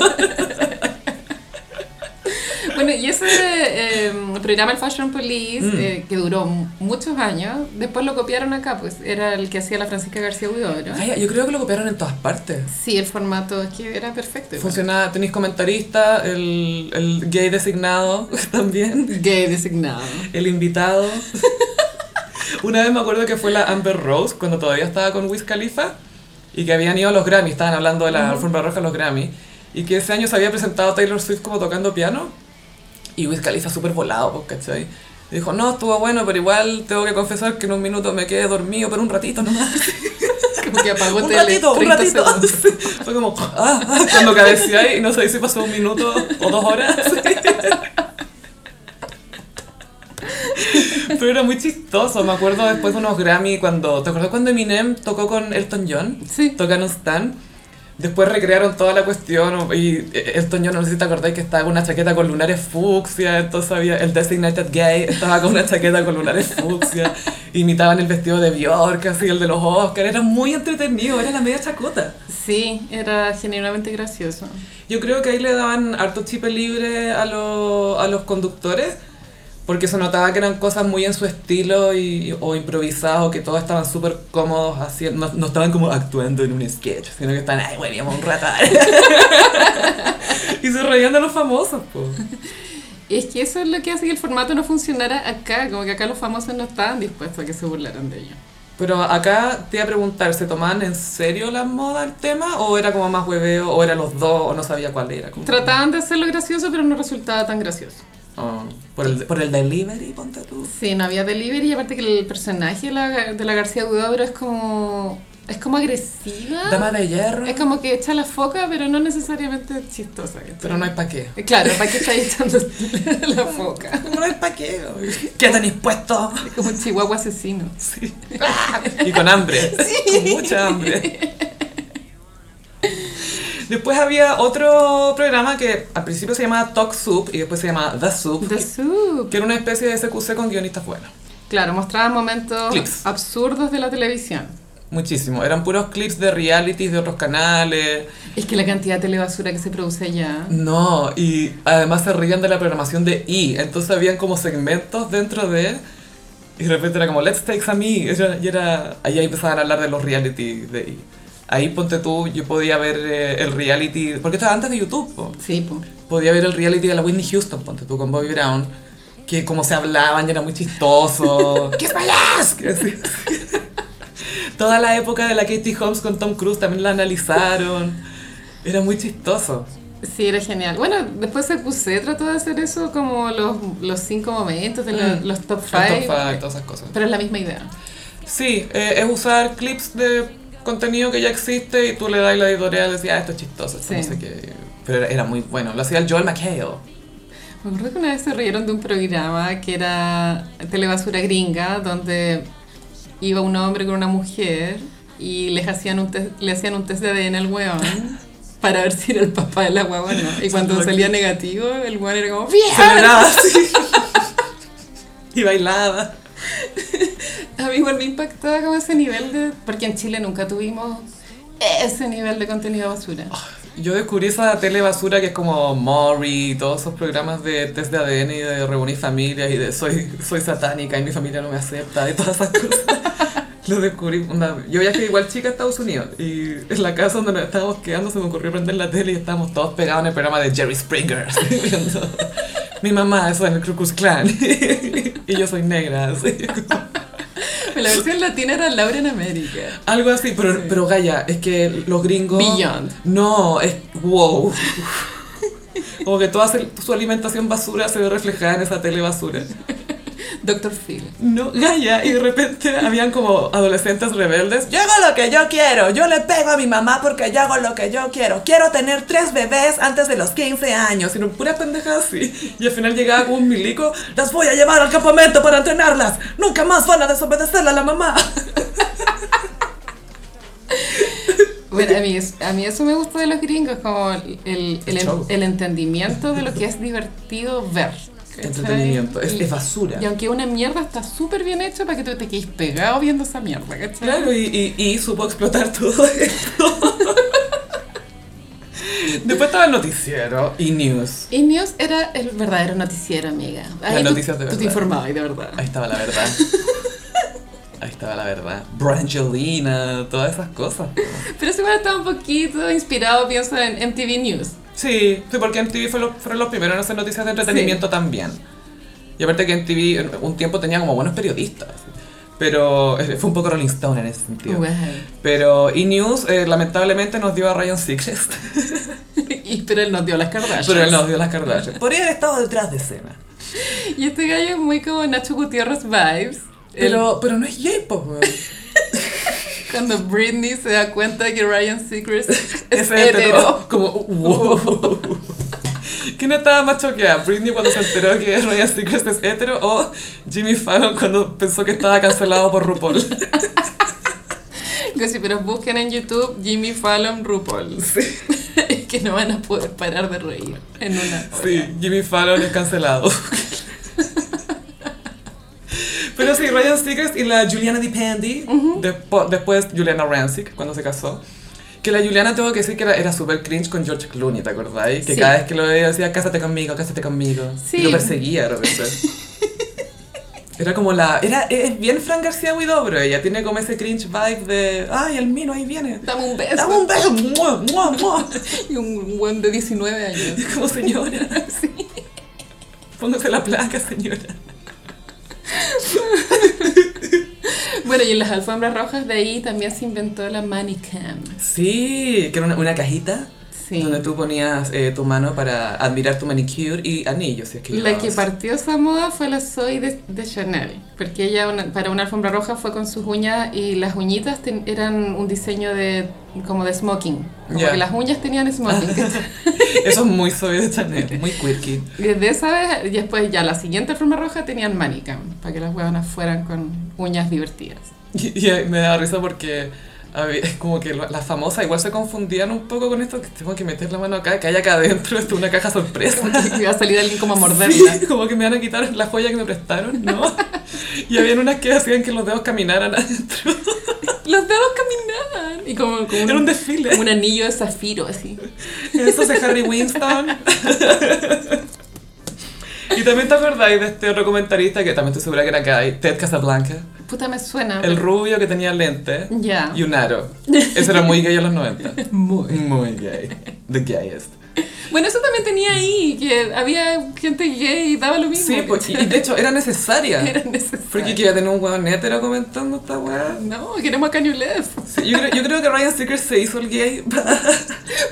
[SPEAKER 2] Bueno, y ese eh, programa, el Fashion Police,
[SPEAKER 1] Mm.
[SPEAKER 2] eh, que duró mu- muchos años, después lo copiaron acá, pues era el que hacía la Francisca García Huidobro.
[SPEAKER 1] Ay, yo creo que lo copiaron en todas partes.
[SPEAKER 2] Sí, el formato es que era perfecto. igual.
[SPEAKER 1] Funcionaba, tenéis comentarista, el, el gay designado también,
[SPEAKER 2] Gay designado.
[SPEAKER 1] el invitado. Una vez me acuerdo que fue la Amber Rose cuando todavía estaba con Wiz Khalifa y que habían ido a los Grammy, estaban hablando de la alfombra roja a los Grammy y que ese año se había presentado Taylor Swift como tocando piano y Wiz Khalifa súper volado, pues, ¿cachai? Y Dijo, no, estuvo bueno, pero igual tengo que confesar que en un minuto me quedé dormido, pero un ratito nomás.
[SPEAKER 2] Como que apagó
[SPEAKER 1] un
[SPEAKER 2] tele
[SPEAKER 1] ratito, un
[SPEAKER 2] 30
[SPEAKER 1] ratito.
[SPEAKER 2] segundos.
[SPEAKER 1] Sí. Fue como, ah, ah, cuando cabeceé y no sé si pasó un minuto o dos horas. Pero era muy chistoso, me acuerdo después de unos Grammy cuando, ¿te acuerdas cuando Eminem tocó con Elton John?
[SPEAKER 2] Sí.
[SPEAKER 1] Tocaron Stan. Después recrearon toda la cuestión y Elton John, no sé si te acordáis que estaba con una chaqueta con lunares fucsia, entonces había el designated gay, estaba con una chaqueta con lunares fucsia, imitaban el vestido de Bjork, así el de los Oscars, era muy entretenido, era la media chacota.
[SPEAKER 2] Sí, era genuinamente gracioso.
[SPEAKER 1] Yo creo que ahí le daban harto chip libre a, lo- a los conductores, porque se notaba que eran cosas muy en su estilo y, o improvisadas, o que todos estaban súper cómodos, haciendo, no, no estaban como actuando en un sketch, sino que estaban, ay, huevíamos un rato. y se reían de los famosos, po.
[SPEAKER 2] Es que eso es lo que hace que el formato no funcionara acá, como que acá los famosos no estaban dispuestos a que se burlaran de ellos.
[SPEAKER 1] Pero acá te iba a preguntar, ¿se tomaban en serio la moda el tema? ¿O era como más hueveo? ¿O eran los dos? ¿O no sabía cuál era? como-
[SPEAKER 2] Trataban de hacerlo gracioso, pero no resultaba tan gracioso.
[SPEAKER 1] Ah, por, el, por el delivery, ponte tú.
[SPEAKER 2] Sí, no había delivery y aparte que el personaje de la, Gar- de la García Huidobro es como... Es como agresiva.
[SPEAKER 1] Dama de hierro.
[SPEAKER 2] Es como que echa la foca, pero no necesariamente chistosa. ¿cachai?
[SPEAKER 1] Pero no hay pa' qué.
[SPEAKER 2] Eh, Claro, ¿para qué está echando la foca?
[SPEAKER 1] No hay pa' qué. ¿Qué tenéis puesto?
[SPEAKER 2] Es como un chihuahua asesino.
[SPEAKER 1] Sí. y con hambre. Con mucha hambre. Después había otro programa que al principio se llamaba Talk Soup y después se llamaba The Soup,
[SPEAKER 2] The Soup.
[SPEAKER 1] que era una especie de SQC con guionistas buenos.
[SPEAKER 2] Claro, mostraba momentos
[SPEAKER 1] Clips.
[SPEAKER 2] absurdos de la televisión.
[SPEAKER 1] Muchísimo. Eran puros clips de realities de otros canales.
[SPEAKER 2] Es que la cantidad de telebasura que se produce allá.
[SPEAKER 1] No, y además se reían de la programación de E. Entonces habían como segmentos dentro de... Y de repente era como, let's take some E. Era- Y era... Ahí empezaban a hablar de los reality de E. Ahí, ponte tú, yo podía ver eh, el reality... Porque esto era antes de YouTube, po.
[SPEAKER 2] Sí, po.
[SPEAKER 1] Podía ver el reality de la Whitney Houston, ponte tú, con Bobby Brown. Que como se hablaban y era muy chistoso. ¡Kiss my ass! Que así. Toda la época de la Katie Holmes con Tom Cruise también la analizaron. Era muy chistoso.
[SPEAKER 2] Sí, era genial. Bueno, después acusé, trató de hacer eso como los, los cinco momentos de la-
[SPEAKER 1] Mm.
[SPEAKER 2] los top
[SPEAKER 1] Top
[SPEAKER 2] five.
[SPEAKER 1] Five, todas esas cosas.
[SPEAKER 2] Pero es la misma idea.
[SPEAKER 1] Sí, eh, es usar clips de contenido que ya existe y tú le das la editorial y decís, ah, esto es chistoso, esto no
[SPEAKER 2] Sí.
[SPEAKER 1] sé qué. Pero era, era muy bueno. Lo hacía el Joel McHale.
[SPEAKER 2] Me acuerdo que una vez se rieron de un programa que era Telebasura Gringa, donde iba un hombre con una mujer y les hacían un test- le hacían un test de ADN al weón para ver si era el papá de la guagua o no. Y cuando salía negativo, el weón era como ¡Bien!
[SPEAKER 1] Celebraba así. y bailaba.
[SPEAKER 2] A mí igual me impactaba como ese nivel de... Porque en Chile nunca tuvimos ese nivel de contenido basura.
[SPEAKER 1] Yo descubrí esa tele basura que es como Maury y todos esos programas de test de ADN y de reunir familias y de soy, soy satánica y mi familia no me acepta y todas esas cosas. Lo descubrí. Una, yo viajé igual chica a Estados Unidos y en la casa donde nos estábamos quedando se me ocurrió prender la tele y estábamos todos pegados en el programa de Jerry Springer. así, viendo, mi mamá es en el Ku Klux Klan y yo soy negra. así.
[SPEAKER 2] La versión latina era Laura en América.
[SPEAKER 1] Algo así, pero, pero Gaya, es que los gringos...
[SPEAKER 2] Beyond.
[SPEAKER 1] No, es wow. Como que toda se- su alimentación basura se ve reflejada en esa tele basura.
[SPEAKER 2] Dr. Phil.
[SPEAKER 1] No, Gaya, y de repente habían como adolescentes rebeldes. Yo hago lo que yo quiero, yo le pego a mi mamá porque yo hago lo que yo quiero. Quiero tener tres bebés antes de los 15 años. Y no, pura pendeja así. Y al final llegaba como un milico, las voy a llevar al campamento para entrenarlas. Nunca más van a desobedecerle a la mamá.
[SPEAKER 2] Bueno, a mí, es- a mí eso me gusta de los gringos, como el, el,
[SPEAKER 1] El show.
[SPEAKER 2] el entendimiento de lo que es divertido ver. ¿cachai?
[SPEAKER 1] Entretenimiento, es,
[SPEAKER 2] Y-
[SPEAKER 1] es basura.
[SPEAKER 2] Y aunque una mierda está súper bien hecha para que tú te quedes pegado viendo esa mierda, ¿cachai?
[SPEAKER 1] Claro, y, y, y supo explotar todo esto. Después estaba el noticiero y news.
[SPEAKER 2] Y News era el verdadero noticiero, amiga. Ahí tú-
[SPEAKER 1] noticias de
[SPEAKER 2] Tú
[SPEAKER 1] verdad.
[SPEAKER 2] te informabas de verdad.
[SPEAKER 1] Ahí estaba la verdad. Ahí estaba la verdad. Brangelina, todas esas cosas.
[SPEAKER 2] Pero eso igual estaba un poquito inspirado, pienso, en MTV News.
[SPEAKER 1] Sí, sí, porque MTV fue lo- fueron los primeros en hacer noticias de entretenimiento también. Y aparte que MTV en un tiempo tenía como buenos periodistas. Pero eh, fue un poco Rolling Stone en ese sentido.
[SPEAKER 2] Guay.
[SPEAKER 1] Pero E-News eh, lamentablemente nos dio a Ryan Seacrest.
[SPEAKER 2] Y, pero él nos dio las Kardashians.
[SPEAKER 1] Pero él nos dio las Kardashian. Podría haber estado detrás de escena.
[SPEAKER 2] Y este gallo es muy como Nacho Gutiérrez vibes. El-
[SPEAKER 1] Pero, pero no es J-pop, weón.
[SPEAKER 2] Cuando Britney se da cuenta de que Ryan Seacrest es
[SPEAKER 1] Ese
[SPEAKER 2] hetero.
[SPEAKER 1] enteró Como, wow. ¿Quién estaba más choqueada? ¿Britney cuando se enteró que Ryan Seacrest es hetero o Jimmy Fallon cuando pensó que estaba cancelado por RuPaul?
[SPEAKER 2] Que si pero busquen en YouTube Jimmy Fallon RuPaul. Es que no van a poder parar de reír en una hora.
[SPEAKER 1] Sí, Jimmy Fallon es cancelado. Pero sí, Ryan Seacrest y la Juliana DiPendi, despo- después Juliana Rancic, cuando se casó. Que la Juliana, tengo que decir que era, era súper cringe con George Clooney, ¿te acordáis? Que
[SPEAKER 2] Sí.
[SPEAKER 1] cada vez que lo veía decía, cásate conmigo, cásate conmigo. Y
[SPEAKER 2] Sí.
[SPEAKER 1] lo perseguía de repente. Era como la... Era, es bien Fran García Huidobro, ella tiene como ese cringe vibe de... ¡Ay, el mino, ahí viene!
[SPEAKER 2] Dame un beso.
[SPEAKER 1] ¡Dame un beso! ¡Mua, mua, mua!
[SPEAKER 2] Y un buen de 19 años.
[SPEAKER 1] Como señora.
[SPEAKER 2] Sí.
[SPEAKER 1] Póngase la placa, señora.
[SPEAKER 2] Bueno, y en las alfombras rojas de ahí también se inventó la Manicam.
[SPEAKER 1] Sí, que era una, una cajita
[SPEAKER 2] Sí.
[SPEAKER 1] donde tú ponías eh, tu mano para admirar tu manicure y anillos. Si es que
[SPEAKER 2] La
[SPEAKER 1] llevabas.
[SPEAKER 2] que partió esa moda fue la Zoe de, de Chanel, porque ella una- para una alfombra roja fue con sus uñas y las uñitas ten- eran un diseño de como de smoking, como
[SPEAKER 1] Ya.
[SPEAKER 2] que las uñas tenían smoking.
[SPEAKER 1] Eso es muy Zoe de Chanel, muy quirky.
[SPEAKER 2] y desde esa vez, y después ya la siguiente alfombra roja tenían manicam, para que las huevonas fueran con uñas divertidas.
[SPEAKER 1] Y, y me da risa porque a ver, es como que lo- las famosas igual se confundían un poco con esto, que tengo que meter la mano acá, que hay acá adentro, esto es una caja sorpresa.
[SPEAKER 2] Iba a salir alguien como a morderla.
[SPEAKER 1] Sí, como que me van a quitar la joya que me prestaron, ¿no? Y había unas que hacían que los dedos caminaran adentro.
[SPEAKER 2] Los dedos caminaban y como, como
[SPEAKER 1] Era un desfile.
[SPEAKER 2] como un anillo de zafiro así.
[SPEAKER 1] Eso es de Harry Winston. Y también te acordáis de este otro comentarista que también estoy segura que era Guy, Ted Casablanca,
[SPEAKER 2] Puta me suena.
[SPEAKER 1] el rubio que tenía lentes
[SPEAKER 2] ya.
[SPEAKER 1] y un aro. Eso era muy gay en los 90.
[SPEAKER 2] Muy.
[SPEAKER 1] Muy gay. The gayest.
[SPEAKER 2] Bueno, eso también tenía ahí, que había gente gay y daba lo mismo.
[SPEAKER 1] Sí, pues, y y de hecho era necesaria.
[SPEAKER 2] Era necesario.
[SPEAKER 1] Porque que iba a tener un hueón hetero comentando esta weá.
[SPEAKER 2] No, queremos a Kanye West
[SPEAKER 1] Sí, yo, creo, yo creo que Ryan Seacrest se hizo el gay.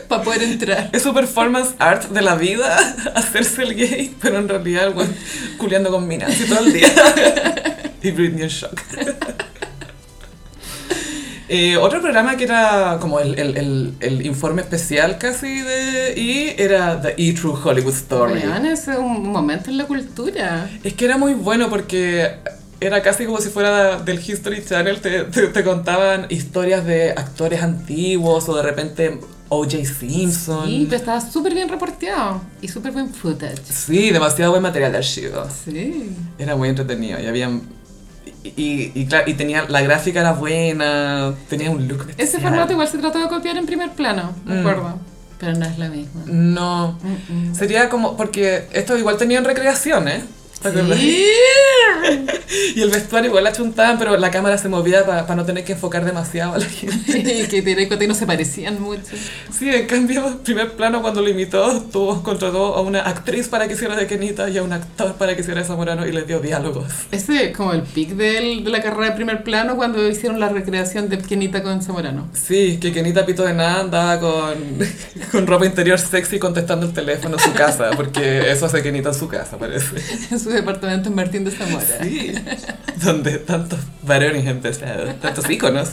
[SPEAKER 2] para poder entrar.
[SPEAKER 1] Es su performance art de la vida, hacerse el gay, pero en realidad el weón culeando con minas y todo el día. y Britney en shock. Eh, otro programa que era como el, el- el- el informe especial casi de E! era The E! True Hollywood Story.
[SPEAKER 2] Weón, ese es un momento en la cultura.
[SPEAKER 1] Es que era muy bueno porque era casi como si fuera del History Channel, te, te- te contaban historias de actores antiguos o de repente O.J. Simpson.
[SPEAKER 2] Sí, pero estaba súper bien reporteado y súper buen footage.
[SPEAKER 1] Sí, demasiado buen material de archivo.
[SPEAKER 2] Sí.
[SPEAKER 1] Era muy entretenido y habían... Y, y, y claro, y tenía, la gráfica era buena, tenía un look
[SPEAKER 2] Ese
[SPEAKER 1] especial.
[SPEAKER 2] formato igual se trató de copiar en primer plano, me
[SPEAKER 1] Mm.
[SPEAKER 2] acuerdo. Pero no es la misma.
[SPEAKER 1] No,
[SPEAKER 2] Mm, mm.
[SPEAKER 1] sería como... Porque estos igual tenían recreaciones, ¿te acuerdas?
[SPEAKER 2] Sí.
[SPEAKER 1] Y el vestuario igual la chuntaban, pero la cámara se movía para no tener que enfocar demasiado a la gente.
[SPEAKER 2] que te cuenta y no se parecían mucho.
[SPEAKER 1] Sí, en cambio, primer plano cuando lo imitó, tuvo, contrató a una actriz para que hiciera de Kenita y a un actor para que hiciera de Zamorano y les dio diálogos.
[SPEAKER 2] Ese es como el pic del- de la carrera de primer plano cuando hicieron la recreación de Kenita con Zamorano.
[SPEAKER 1] Sí, que Kenita Pito de nada andaba con, con ropa interior sexy contestando el teléfono en su casa, porque eso hace Kenita en su casa, parece.
[SPEAKER 2] En su departamento en Martín de Zamora.
[SPEAKER 1] Sí, donde tantos varones empezaron, tantos íconos.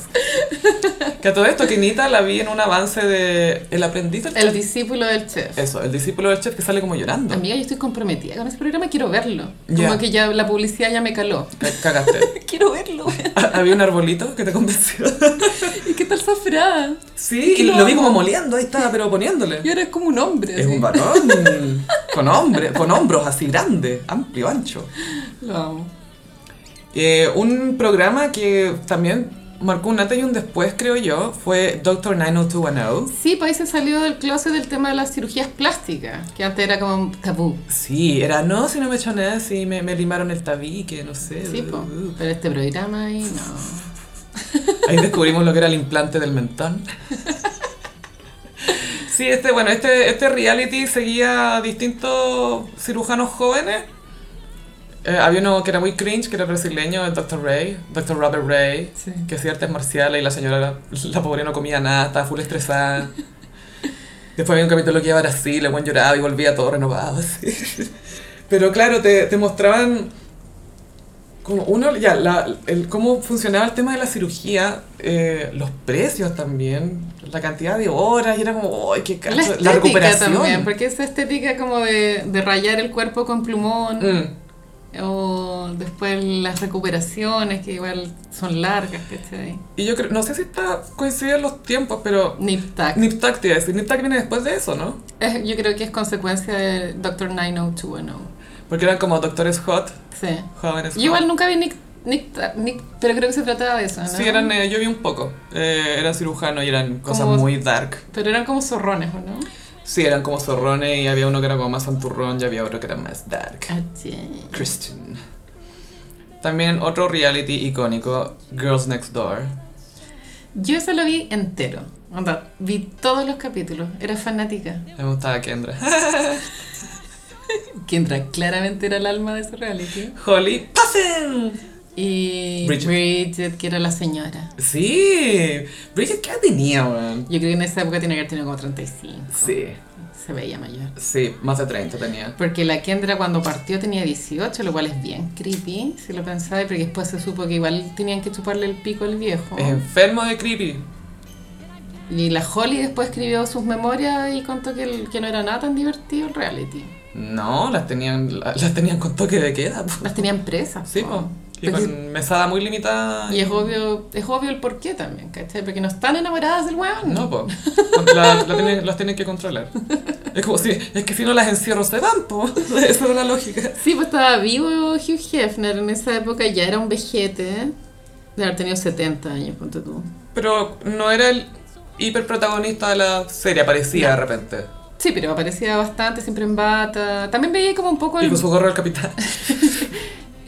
[SPEAKER 1] Que a todo esto, Kenita la vi en un avance de El aprendiz del
[SPEAKER 2] El
[SPEAKER 1] chef.
[SPEAKER 2] discípulo del chef.
[SPEAKER 1] Eso, el discípulo del chef que sale como llorando.
[SPEAKER 2] Amiga, yo estoy comprometida con ese programa, quiero verlo. Como
[SPEAKER 1] Ya.
[SPEAKER 2] que ya la publicidad ya me caló.
[SPEAKER 1] C- Cagaste. Ah,
[SPEAKER 2] Quiero verlo.
[SPEAKER 1] Había un arbolito que te convenció.
[SPEAKER 2] ¿Y qué tal zafrada?
[SPEAKER 1] Sí,
[SPEAKER 2] que
[SPEAKER 1] y
[SPEAKER 2] lo
[SPEAKER 1] lo vi
[SPEAKER 2] amo.
[SPEAKER 1] como moliendo, ahí estaba, pero
[SPEAKER 2] Y
[SPEAKER 1] poniéndole.
[SPEAKER 2] ahora es como un hombre.
[SPEAKER 1] Es
[SPEAKER 2] así.
[SPEAKER 1] un varón, con, hombre, con hombros así grande, amplio, ancho.
[SPEAKER 2] Lo amo.
[SPEAKER 1] Eh, un programa que también marcó un antes y un después, creo yo, fue Doctor 90210.
[SPEAKER 2] Sí, pues ahí se salió del closet del tema de las cirugías plásticas, que antes era como un tabú.
[SPEAKER 1] Sí, era no, si no me echó nada, si me, me limaron el tabique, no sé.
[SPEAKER 2] Sí, po. Pero este programa ahí no.
[SPEAKER 1] Ahí descubrimos lo que era el implante del mentón. Sí, este, bueno, este, este reality seguía a distintos cirujanos jóvenes. Eh, había uno que era muy cringe, que era brasileño, el Dr. Ray, Dr. Robert Ray,
[SPEAKER 2] Sí.
[SPEAKER 1] que hacía artes marciales y la señora, la, la pobre, no comía nada, estaba full estresada. Después había un capítulo que iba a Brasil, el buen lloraba y volvía todo renovado. así. Pero claro, te, te mostraban como uno, ya, la- el, cómo funcionaba el tema de la cirugía, eh, los precios también, la cantidad de horas, y era como, ¡ay, qué cacho!
[SPEAKER 2] La
[SPEAKER 1] La,
[SPEAKER 2] estética
[SPEAKER 1] recuperación.
[SPEAKER 2] también, porque esa estética como de, de rayar el cuerpo con plumón,
[SPEAKER 1] Mm.
[SPEAKER 2] o después las recuperaciones que igual son largas, ¿cachai?
[SPEAKER 1] Y yo creo, no sé si está, coinciden los tiempos, pero
[SPEAKER 2] Nip Tuck.
[SPEAKER 1] Nip Tuck te iba a decir, Nip Tuck viene después de eso, ¿no?
[SPEAKER 2] Es- yo creo que es consecuencia de Doctor 90210.
[SPEAKER 1] Porque eran como doctores hot,
[SPEAKER 2] Sí.
[SPEAKER 1] jóvenes
[SPEAKER 2] Yo
[SPEAKER 1] hot.
[SPEAKER 2] igual nunca vi Nick, Nick, Ta- Nick- pero creo que se trataba de eso, ¿no?
[SPEAKER 1] Sí, eran, eh, yo vi un poco, eh, eran cirujanos y eran cosas
[SPEAKER 2] Como-
[SPEAKER 1] muy dark.
[SPEAKER 2] Pero eran como zorrones, ¿o no?
[SPEAKER 1] Sí, eran como zorrones y había uno que era como más santurrón y había otro que era más dark.
[SPEAKER 2] Caché.
[SPEAKER 1] Christian. También otro reality icónico, Girls Next Door.
[SPEAKER 2] Yo eso lo vi entero. Onda, vi todos los capítulos. Era fanática.
[SPEAKER 1] Me gustaba Kendra.
[SPEAKER 2] Kendra claramente era el alma de ese reality.
[SPEAKER 1] Holly Puffin.
[SPEAKER 2] Y
[SPEAKER 1] Bridget.
[SPEAKER 2] Bridget, que era la señora.
[SPEAKER 1] Sí, Bridget, ¿qué edad tenía, weón?
[SPEAKER 2] Yo creo que en esa época tiene que haber tenido como 35.
[SPEAKER 1] Sí,
[SPEAKER 2] Se veía mayor.
[SPEAKER 1] sí, más de 30 tenía.
[SPEAKER 2] Porque la Kendra cuando partió tenía 18, lo cual es bien creepy, si lo pensáis, porque después se supo que igual tenían que chuparle el pico al viejo.
[SPEAKER 1] Es enfermo Eh, de creepy.
[SPEAKER 2] Y la Holly después escribió sus memorias y contó que, el- que no era nada tan divertido el reality.
[SPEAKER 1] No, las tenían, la- las tenían con toque de queda. po.
[SPEAKER 2] Las tenían presas.
[SPEAKER 1] Sí,
[SPEAKER 2] po.
[SPEAKER 1] po. Y
[SPEAKER 2] Pues
[SPEAKER 1] con mesada muy limitada.
[SPEAKER 2] Y es obvio, es obvio el porqué también, ¿cachai? Porque no están enamoradas del weón.
[SPEAKER 1] No, po. La- la tienen- las tienen que controlar. Es como si, es que si no las encierro se van, po. Esa es la lógica.
[SPEAKER 2] Sí, pues estaba vivo Hugh Hefner en esa época, ya era un vejete de haber tenido 70 años, ponte tú.
[SPEAKER 1] Pero no era el hiperprotagonista de la serie, aparecía de repente.
[SPEAKER 2] Sí, pero aparecía bastante, siempre en bata. También veía como un poco...
[SPEAKER 1] Y
[SPEAKER 2] el-
[SPEAKER 1] con su gorro del capitán.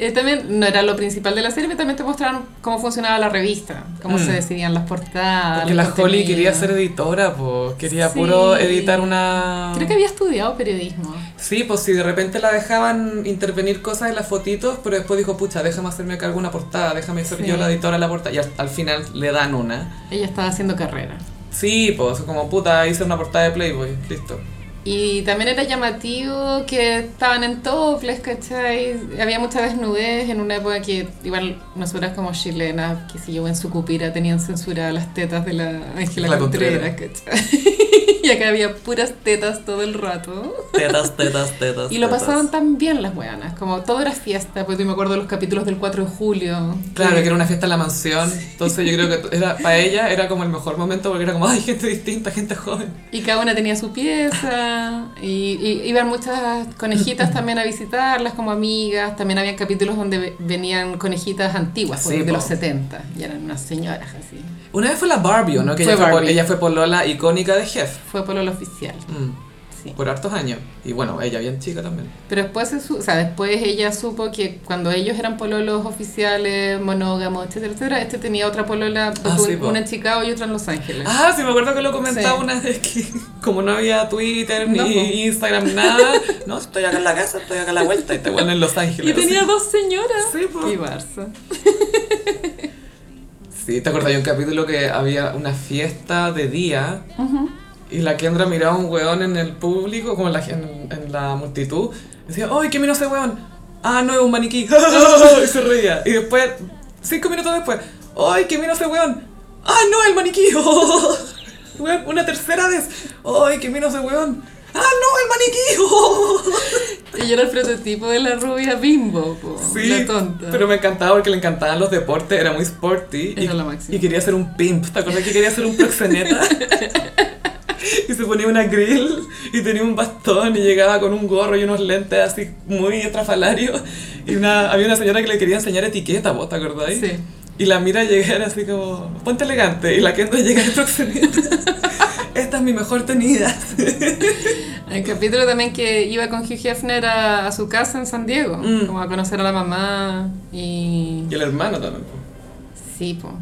[SPEAKER 2] Eh, también no era lo principal de la serie, pero también te mostraron cómo funcionaba la revista, cómo
[SPEAKER 1] Mm.
[SPEAKER 2] se decidían las portadas.
[SPEAKER 1] Porque
[SPEAKER 2] los
[SPEAKER 1] la Holly
[SPEAKER 2] contenidos.
[SPEAKER 1] quería ser editora, po. Quería
[SPEAKER 2] Ah, Sí.
[SPEAKER 1] puro editar una...
[SPEAKER 2] Creo que había estudiado periodismo.
[SPEAKER 1] Sí, pues si de repente la dejaban intervenir cosas en las fotitos, pero después dijo, pucha, déjame hacerme cargo una portada, déjame ser
[SPEAKER 2] Sí.
[SPEAKER 1] yo la editora de la portada. Y al, al final le dan una.
[SPEAKER 2] Ella estaba haciendo carrera.
[SPEAKER 1] Sí, pues como puta, hice una portada de Playboy, listo.
[SPEAKER 2] Y también era llamativo que estaban en toples, ¿cachai? Había mucha desnudez en una época que, igual, nosotras como chilenas, que si yo en su cupira tenían censuradas las tetas de la Ángela
[SPEAKER 1] La Contreras.
[SPEAKER 2] Contreras, ¿cachai? y acá había puras tetas todo el rato.
[SPEAKER 1] Tetas, tetas, tetas.
[SPEAKER 2] Y lo
[SPEAKER 1] tetas.
[SPEAKER 2] pasaban tan bien las weanas, como todo era fiesta, pues yo me acuerdo de los capítulos del 4 de julio.
[SPEAKER 1] Claro, que era una fiesta en la mansión, entonces yo creo que era para ella era como el mejor momento porque era como, ay, gente distinta, gente joven.
[SPEAKER 2] Y cada una tenía su pieza, y, y iban muchas conejitas también a visitarlas como amigas, también había capítulos donde ve- venían conejitas antiguas, pues,
[SPEAKER 1] Sí,
[SPEAKER 2] de
[SPEAKER 1] po.
[SPEAKER 2] los 70, y eran unas señoras así.
[SPEAKER 1] Una vez fue la Barbie, ¿o ¿no? Que
[SPEAKER 2] Fue
[SPEAKER 1] ella, fue
[SPEAKER 2] Barbie.
[SPEAKER 1] Por, ella fue polola icónica de Jeff,
[SPEAKER 2] Fue por lo oficial,
[SPEAKER 1] Mm,
[SPEAKER 2] sí.
[SPEAKER 1] por hartos años. Y bueno, ella bien chica también.
[SPEAKER 2] Pero después, se su- o sea, después ella supo que cuando ellos eran pololos oficiales, monógamos, etcétera, etcétera, este tenía otra polola,
[SPEAKER 1] Ah, sí,
[SPEAKER 2] un-
[SPEAKER 1] po.
[SPEAKER 2] una en Chicago y otra en Los Ángeles.
[SPEAKER 1] Ah, sí, me acuerdo que lo comentaba
[SPEAKER 2] Sí.
[SPEAKER 1] una vez que como no había Twitter ni
[SPEAKER 2] No, po.
[SPEAKER 1] Instagram, nada. No, estoy acá en la casa, estoy acá a la vuelta y te vuelven en Los Ángeles.
[SPEAKER 2] Y tenía dos señoras.
[SPEAKER 1] Sí, po.
[SPEAKER 2] Y Barça.
[SPEAKER 1] Sí, te acordás de un capítulo que había una fiesta de día y la Kendra miraba a un weón en el público, como en la, en, en la multitud, y decía, ¡ay, qué mino ese weón! ¡Ah, no, es un maniquí! y se reía. Y después, cinco minutos después, ¡ay, qué mino ese weón! ¡Ah, no, el maniquí! Weón, una tercera vez, ¡ay, qué mino ese weón! ¡Ah, no, el maniquí!
[SPEAKER 2] Ella era el prototipo de la rubia bimbo, po,
[SPEAKER 1] Sí,
[SPEAKER 2] la tonta.
[SPEAKER 1] pero me encantaba porque le encantaban los deportes, era muy sporty y,
[SPEAKER 2] Era lo máximo.
[SPEAKER 1] y quería ser un pimp, ¿te acuerdas que quería ser un proxeneta? y se ponía una grill y tenía un bastón y llegaba con un gorro y unos lentes así muy estrafalarios y una, había una señora que le quería enseñar etiqueta, ¿vos te acordáis?
[SPEAKER 2] Sí.
[SPEAKER 1] Y la mira llegar así como, ponte elegante y la que entra llega el proxeneta. Esta es mi mejor tenida.
[SPEAKER 2] El capítulo también que iba con Hugh Hefner a, a su casa en San Diego,
[SPEAKER 1] Mm.
[SPEAKER 2] como a conocer a la mamá y...
[SPEAKER 1] Y el hermano también.
[SPEAKER 2] Sí, po.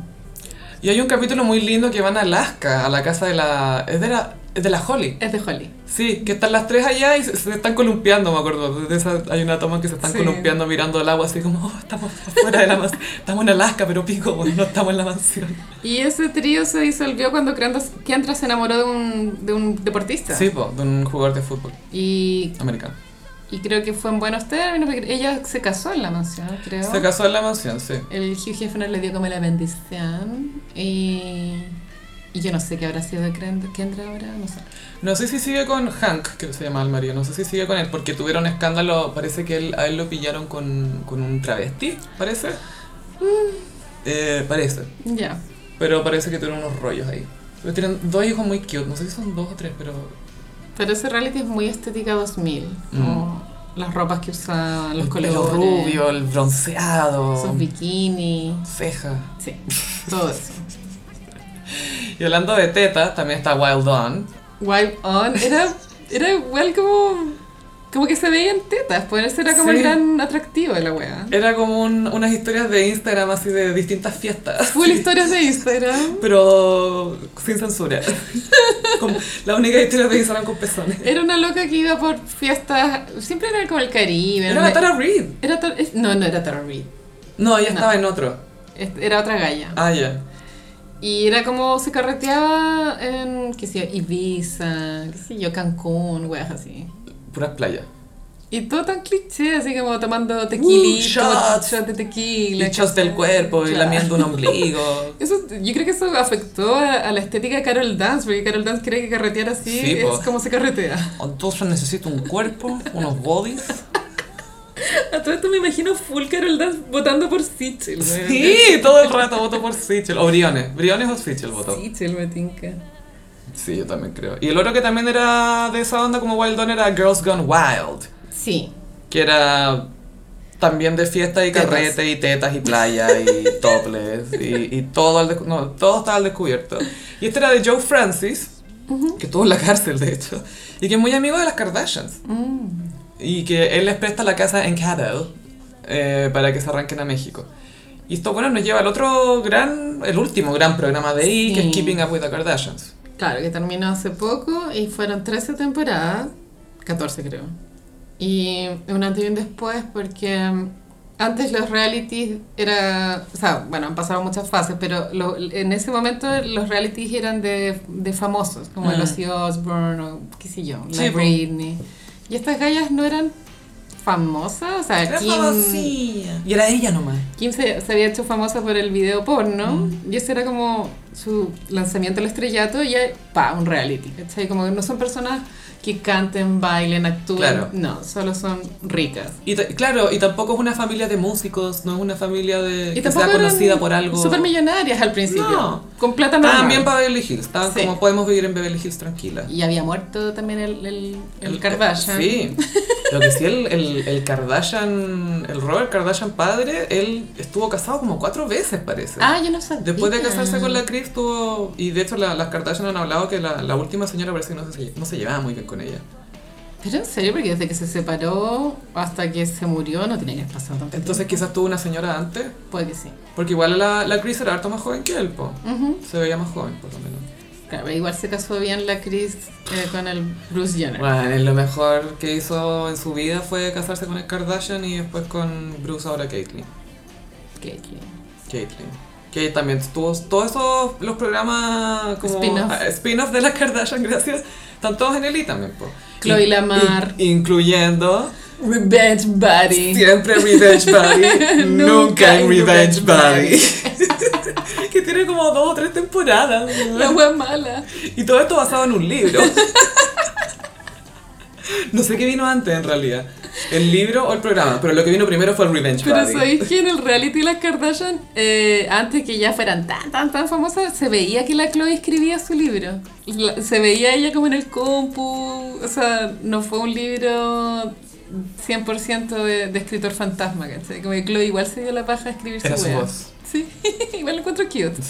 [SPEAKER 1] Y hay un capítulo muy lindo que van a Alaska, a la casa de la... Es de la, es de la Holly.
[SPEAKER 2] Es de Holly.
[SPEAKER 1] Sí, que están las tres allá y se, se están columpiando, me acuerdo. De esa, hay una toma en que se están
[SPEAKER 2] Sí.
[SPEAKER 1] columpiando mirando el agua así como, "Oh, estamos afuera de la mansión. Estamos en Alaska, pero pico, bueno, no estamos en la mansión.
[SPEAKER 2] Y ese trío se disolvió cuando Kendra, Kendra se enamoró de un, de un deportista.
[SPEAKER 1] Sí, po, de un jugador de fútbol
[SPEAKER 2] Y,
[SPEAKER 1] americano.
[SPEAKER 2] y creo que fue en buenos términos, porque ella se casó en la mansión, creo.
[SPEAKER 1] Se casó en la mansión, sí.
[SPEAKER 2] El Hugh Hefner le dio como la bendición y, y yo no sé qué habrá sido de Kend- Kendra ahora, no sé.
[SPEAKER 1] No sé si sigue con Hank, que se llama el marido, no sé si sigue con él, porque tuvieron escándalo, parece que él, a él lo pillaron con, con un travesti, parece. Eh, parece.
[SPEAKER 2] Ya.
[SPEAKER 1] Pero parece que tienen unos rollos ahí. Pero tienen dos hijos muy cute. No sé si son dos o tres, pero.
[SPEAKER 2] Pero ese reality es muy estética 2000. como las ropas que usaban,
[SPEAKER 1] Mm.
[SPEAKER 2] los
[SPEAKER 1] el
[SPEAKER 2] colores.
[SPEAKER 1] pelo rubio, el bronceado.
[SPEAKER 2] Esos bikinis.
[SPEAKER 1] ceja.
[SPEAKER 2] Sí, todo eso.
[SPEAKER 1] Y hablando de tetas, también está Wild On.
[SPEAKER 2] Wild On. Era, era igual como Como que se veían tetas, por eso era como el
[SPEAKER 1] Sí.
[SPEAKER 2] gran atractivo de la wea.
[SPEAKER 1] Era como un- unas historias de Instagram así de distintas fiestas.
[SPEAKER 2] Full historias de Instagram.
[SPEAKER 1] Pero sin censura. Como la única historia de Instagram con pezones.
[SPEAKER 2] Era una loca que iba por fiestas, siempre era como el Caribe.
[SPEAKER 1] Era
[SPEAKER 2] una-
[SPEAKER 1] la Tara Reid.
[SPEAKER 2] era Tar- es- No, no era Tara Reid,
[SPEAKER 1] No, ella
[SPEAKER 2] No.
[SPEAKER 1] estaba en otro.
[SPEAKER 2] es- era otra galla.
[SPEAKER 1] Ah, ya.
[SPEAKER 2] Y era como se carreteaba en, qué sé yo, Ibiza, qué sé yo, Cancún, weas así.
[SPEAKER 1] Puras playas.
[SPEAKER 2] Y todo tan cliché, así como tomando tequilito,
[SPEAKER 1] shots.
[SPEAKER 2] Uh, shots de tequila.
[SPEAKER 1] Y chos del
[SPEAKER 2] ¿cachai?
[SPEAKER 1] cuerpo y
[SPEAKER 2] Claro.
[SPEAKER 1] lamiendo un ombligo.
[SPEAKER 2] Eso, yo creo que eso afectó a, a la estética de Carol Dance, porque Carol Dance cree que carretear así
[SPEAKER 1] Sí,
[SPEAKER 2] es
[SPEAKER 1] po.
[SPEAKER 2] como se carretea.
[SPEAKER 1] Entonces necesito un cuerpo, unos bodies.
[SPEAKER 2] A todo esto me imagino full Carol Dance votando por Sichel.
[SPEAKER 1] Sí, todo el rato voto por Sichel. O Briones. Briones o Sichel votó.
[SPEAKER 2] Sichel me tinca.
[SPEAKER 1] Sí, yo también creo. Y el otro que también era de esa onda como Wild On era Girls Gone Wild.
[SPEAKER 2] Sí.
[SPEAKER 1] Que era también de fiesta y
[SPEAKER 2] Tetas.
[SPEAKER 1] carrete y tetas y playa y topless y, y todo al descu- no, todo estaba al descubierto. Y este era de Joe Francis, que estuvo en la cárcel de hecho, y que es muy amigo de las Kardashians.
[SPEAKER 2] Mm.
[SPEAKER 1] Y que él les presta la casa en Cattle eh, para que se arranquen a México. Y esto, bueno, nos lleva al otro gran, el último gran programa de ahí, que es
[SPEAKER 2] Sí.
[SPEAKER 1] Keeping Up with the Kardashians.
[SPEAKER 2] Claro, que terminó hace poco y fueron 13 temporadas, 14 creo. Y un antes y un después porque mm, antes los realities era, o sea, bueno, han pasado muchas fases, pero lo- en ese momento los realities eran de, de famosos, como
[SPEAKER 1] Mm.
[SPEAKER 2] los Ozzy Osbourne o qué sé yo,
[SPEAKER 1] Sí,
[SPEAKER 2] la
[SPEAKER 1] po.
[SPEAKER 2] Britney. Y estas gallas no eran famosas, o sea, Kim,
[SPEAKER 1] Y era ella nomás.
[SPEAKER 2] Kim se, se había hecho famosa por el video porno
[SPEAKER 1] Mm.
[SPEAKER 2] y ese era como su lanzamiento al estrellato y ya, pa, un reality, ¿cachai? Como que no son personas que canten, bailen, actúen,
[SPEAKER 1] Claro.
[SPEAKER 2] no, solo son ricas.
[SPEAKER 1] Y ta- claro, y tampoco es una familia de músicos, no es una familia de
[SPEAKER 2] Y
[SPEAKER 1] que sea
[SPEAKER 2] eran
[SPEAKER 1] conocida por algo.
[SPEAKER 2] Supermillonarias al principio,
[SPEAKER 1] No.
[SPEAKER 2] con plata
[SPEAKER 1] Estaban
[SPEAKER 2] normal.
[SPEAKER 1] bien para Beverly Hills, estaban
[SPEAKER 2] Sí.
[SPEAKER 1] como podemos vivir en Beverly Hills tranquila.
[SPEAKER 2] Y había muerto también el, el, el Kardashian.
[SPEAKER 1] Sí. Lo que sí, el, el, el Kardashian, el Robert Kardashian padre, él estuvo casado como cuatro veces, parece.
[SPEAKER 2] Ah, yo no sabía.
[SPEAKER 1] Después de casarse con la Kris tuvo... Y de hecho la- las Kardashian han hablado que la, la última señora parece que no se, no se llevaba muy bien con ella.
[SPEAKER 2] Pero en serio, porque desde que se separó hasta que se murió no tenía que haber pasado tanto
[SPEAKER 1] Entonces
[SPEAKER 2] tiempo.
[SPEAKER 1] quizás tuvo una señora antes,
[SPEAKER 2] Puede que sí.
[SPEAKER 1] porque igual la, la Kris era harto más joven que él, po.
[SPEAKER 2] Ujú.
[SPEAKER 1] Se veía más joven, por lo menos.
[SPEAKER 2] Claro, pero igual se casó bien la Chris eh, con el Bruce Jenner.
[SPEAKER 1] Bueno, lo mejor que hizo en su vida fue casarse con el Kardashian y después con Bruce, ahora Caitlyn.
[SPEAKER 2] Caitlyn.
[SPEAKER 1] Caitlyn. Que también tuvo todos esos los programas como
[SPEAKER 2] Spin-off.
[SPEAKER 1] ah, spin-off de las Kardashian, gracias. Están todos en el I también, po.
[SPEAKER 2] Khloe
[SPEAKER 1] In-
[SPEAKER 2] Lamar.
[SPEAKER 1] in- incluyendo
[SPEAKER 2] Revenge Buddy.
[SPEAKER 1] siempre Revenge Buddy, nunca en Revenge Buddy. que tiene como dos o tres temporadas. ¿no?
[SPEAKER 2] La wea mala.
[SPEAKER 1] Y todo esto basado en un libro. No sé qué vino antes en realidad, el libro o el programa, pero lo que vino primero fue el Revenge
[SPEAKER 2] Pero
[SPEAKER 1] Buddy.
[SPEAKER 2] sabéis que en el reality las Kardashian, eh, antes que ya fueran tan, tan, tan famosas, se veía que la Chloe escribía su libro. La- se veía ella como en el compu. O sea, no fue un libro 100% de, de escritor fantasma, ¿cachai? Como que Chloe igual se dio la paja de escribir
[SPEAKER 1] Era
[SPEAKER 2] su
[SPEAKER 1] su
[SPEAKER 2] wea.
[SPEAKER 1] voz.
[SPEAKER 2] Sí, igual lo encuentro cute.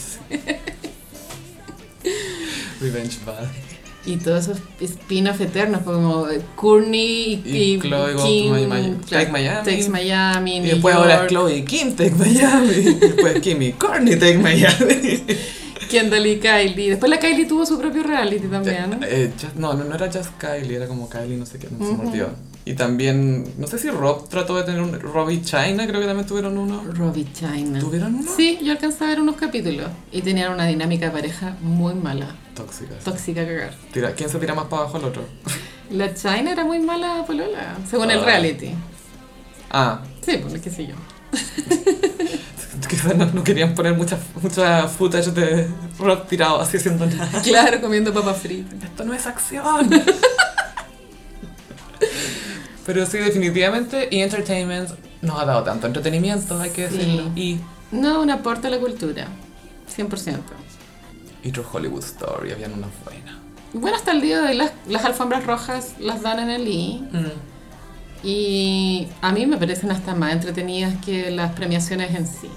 [SPEAKER 1] Revenge Buddy.
[SPEAKER 2] Y todos esos spin-off eternos, como Courtney y,
[SPEAKER 1] Y
[SPEAKER 2] y
[SPEAKER 1] Chloe Goes to
[SPEAKER 2] Kim,
[SPEAKER 1] Mi- Mi-
[SPEAKER 2] claro,
[SPEAKER 1] Take Miami.
[SPEAKER 2] Takes Miami,
[SPEAKER 1] Y
[SPEAKER 2] New
[SPEAKER 1] después ahora
[SPEAKER 2] York,
[SPEAKER 1] es Chloe y Kim Take Miami. Y después Kim y Courtney Take Miami.
[SPEAKER 2] Kendall y Kylie. Después la Kylie tuvo su propio reality también.
[SPEAKER 1] Eh, just- no, no, no era Just Kylie, era como Kylie, no sé qué, no se me
[SPEAKER 2] Ujú.
[SPEAKER 1] olvidó. Y también, no sé si Rob trató de tener un. Rob y China, creo que también tuvieron uno.
[SPEAKER 2] Robbie China.
[SPEAKER 1] ¿Tuvieron uno?
[SPEAKER 2] Sí, yo alcancé a ver unos capítulos y tenían una dinámica de pareja muy mala,
[SPEAKER 1] Tóxicas.
[SPEAKER 2] tóxica a cagar.
[SPEAKER 1] Tira- ¿Quién se tira más para abajo al otro?
[SPEAKER 2] La China era muy mala polola, según el
[SPEAKER 1] Ah.
[SPEAKER 2] reality.
[SPEAKER 1] Ah,
[SPEAKER 2] Sí, pues qué sé yo.
[SPEAKER 1] quizás no, no querían poner muchas mucha footage de Rob tirado así haciendo nada.
[SPEAKER 2] Claro, comiendo papas fritas.
[SPEAKER 1] Esto no es acción. Pero sí, definitivamente, y Entertainment nos ha dado tanto entretenimiento, hay que
[SPEAKER 2] Sí.
[SPEAKER 1] decirlo. Y,
[SPEAKER 2] No, un aporte a la cultura, 100%.
[SPEAKER 1] y True Hollywood Story, habían unas buenas.
[SPEAKER 2] Bueno, hasta el día de hoy las, las alfombras rojas las dan en el I y a mí me parecen hasta más entretenidas que las premiaciones en sí.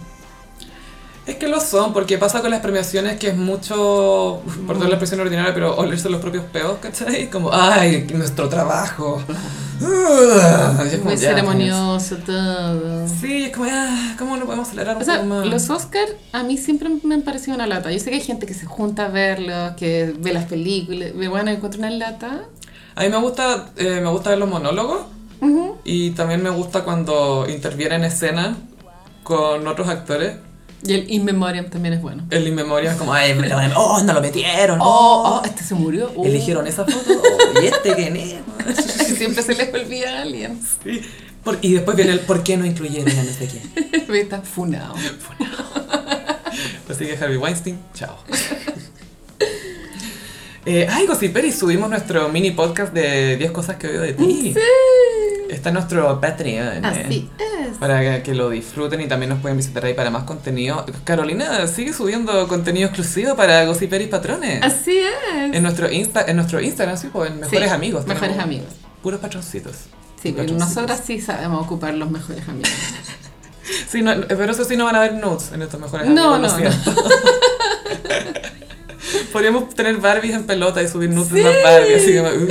[SPEAKER 1] Es que lo son, porque pasa con las premiaciones que es mucho, perdón la expresión ordinaria, pero olerse los propios peos, ¿cachai? Como, ay, nuestro trabajo, "Ugh", y es como,
[SPEAKER 2] Muy
[SPEAKER 1] ya,
[SPEAKER 2] ceremonioso todo.
[SPEAKER 1] como- Sí, es como, ah, ¿cómo no podemos celebrar un
[SPEAKER 2] O sea,
[SPEAKER 1] poco más?
[SPEAKER 2] los Oscar a mí siempre me han parecido una lata. Yo sé que hay gente que se junta a verlos, que ve las películas, me van a encontrar una lata.
[SPEAKER 1] A mí me gusta, eh, me gusta ver los monólogos
[SPEAKER 2] Ujú.
[SPEAKER 1] y también me gusta cuando intervienen escenas con otros actores.
[SPEAKER 2] Y el In Memoriam también es bueno.
[SPEAKER 1] El inmemoria es como, ay, me lo, oh, no lo metieron,
[SPEAKER 2] Oh,
[SPEAKER 1] oh,
[SPEAKER 2] oh, este se murió. Oh.
[SPEAKER 1] eligieron esa foto, oh, y este quién es.
[SPEAKER 2] Siempre se les olvida a alguien.
[SPEAKER 1] Sí. Por- y después viene el por qué no incluyeron a no sé quién.
[SPEAKER 2] Está funado. Pues
[SPEAKER 1] Así que Harvey Weinstein, chao. Eh, ay, Gossiperis, subimos nuestro mini podcast de 10 cosas que odio de ti. Está en nuestro Patreon. eh,
[SPEAKER 2] Así es.
[SPEAKER 1] Para que- que lo disfruten y también nos pueden visitar ahí para más contenido. Carolina sigue subiendo contenido exclusivo para Gossiperis Patrones.
[SPEAKER 2] Así es.
[SPEAKER 1] En nuestro, Insta, en nuestro Instagram, sí, pues en Mejores
[SPEAKER 2] Sí,
[SPEAKER 1] Amigos.
[SPEAKER 2] Mejores
[SPEAKER 1] tenemos
[SPEAKER 2] amigos.
[SPEAKER 1] Puros patroncitos.
[SPEAKER 2] Sí, pero
[SPEAKER 1] Patroncitos.
[SPEAKER 2] nosotras sí sabemos ocupar los mejores amigos.
[SPEAKER 1] Sí, no, pero eso sí no van a ver nudes en estos mejores
[SPEAKER 2] No,
[SPEAKER 1] amigos,
[SPEAKER 2] no,
[SPEAKER 1] lo
[SPEAKER 2] no.
[SPEAKER 1] siento. Podríamos tener Barbies en pelota y subir nudes de esas Barbies, así como, uh.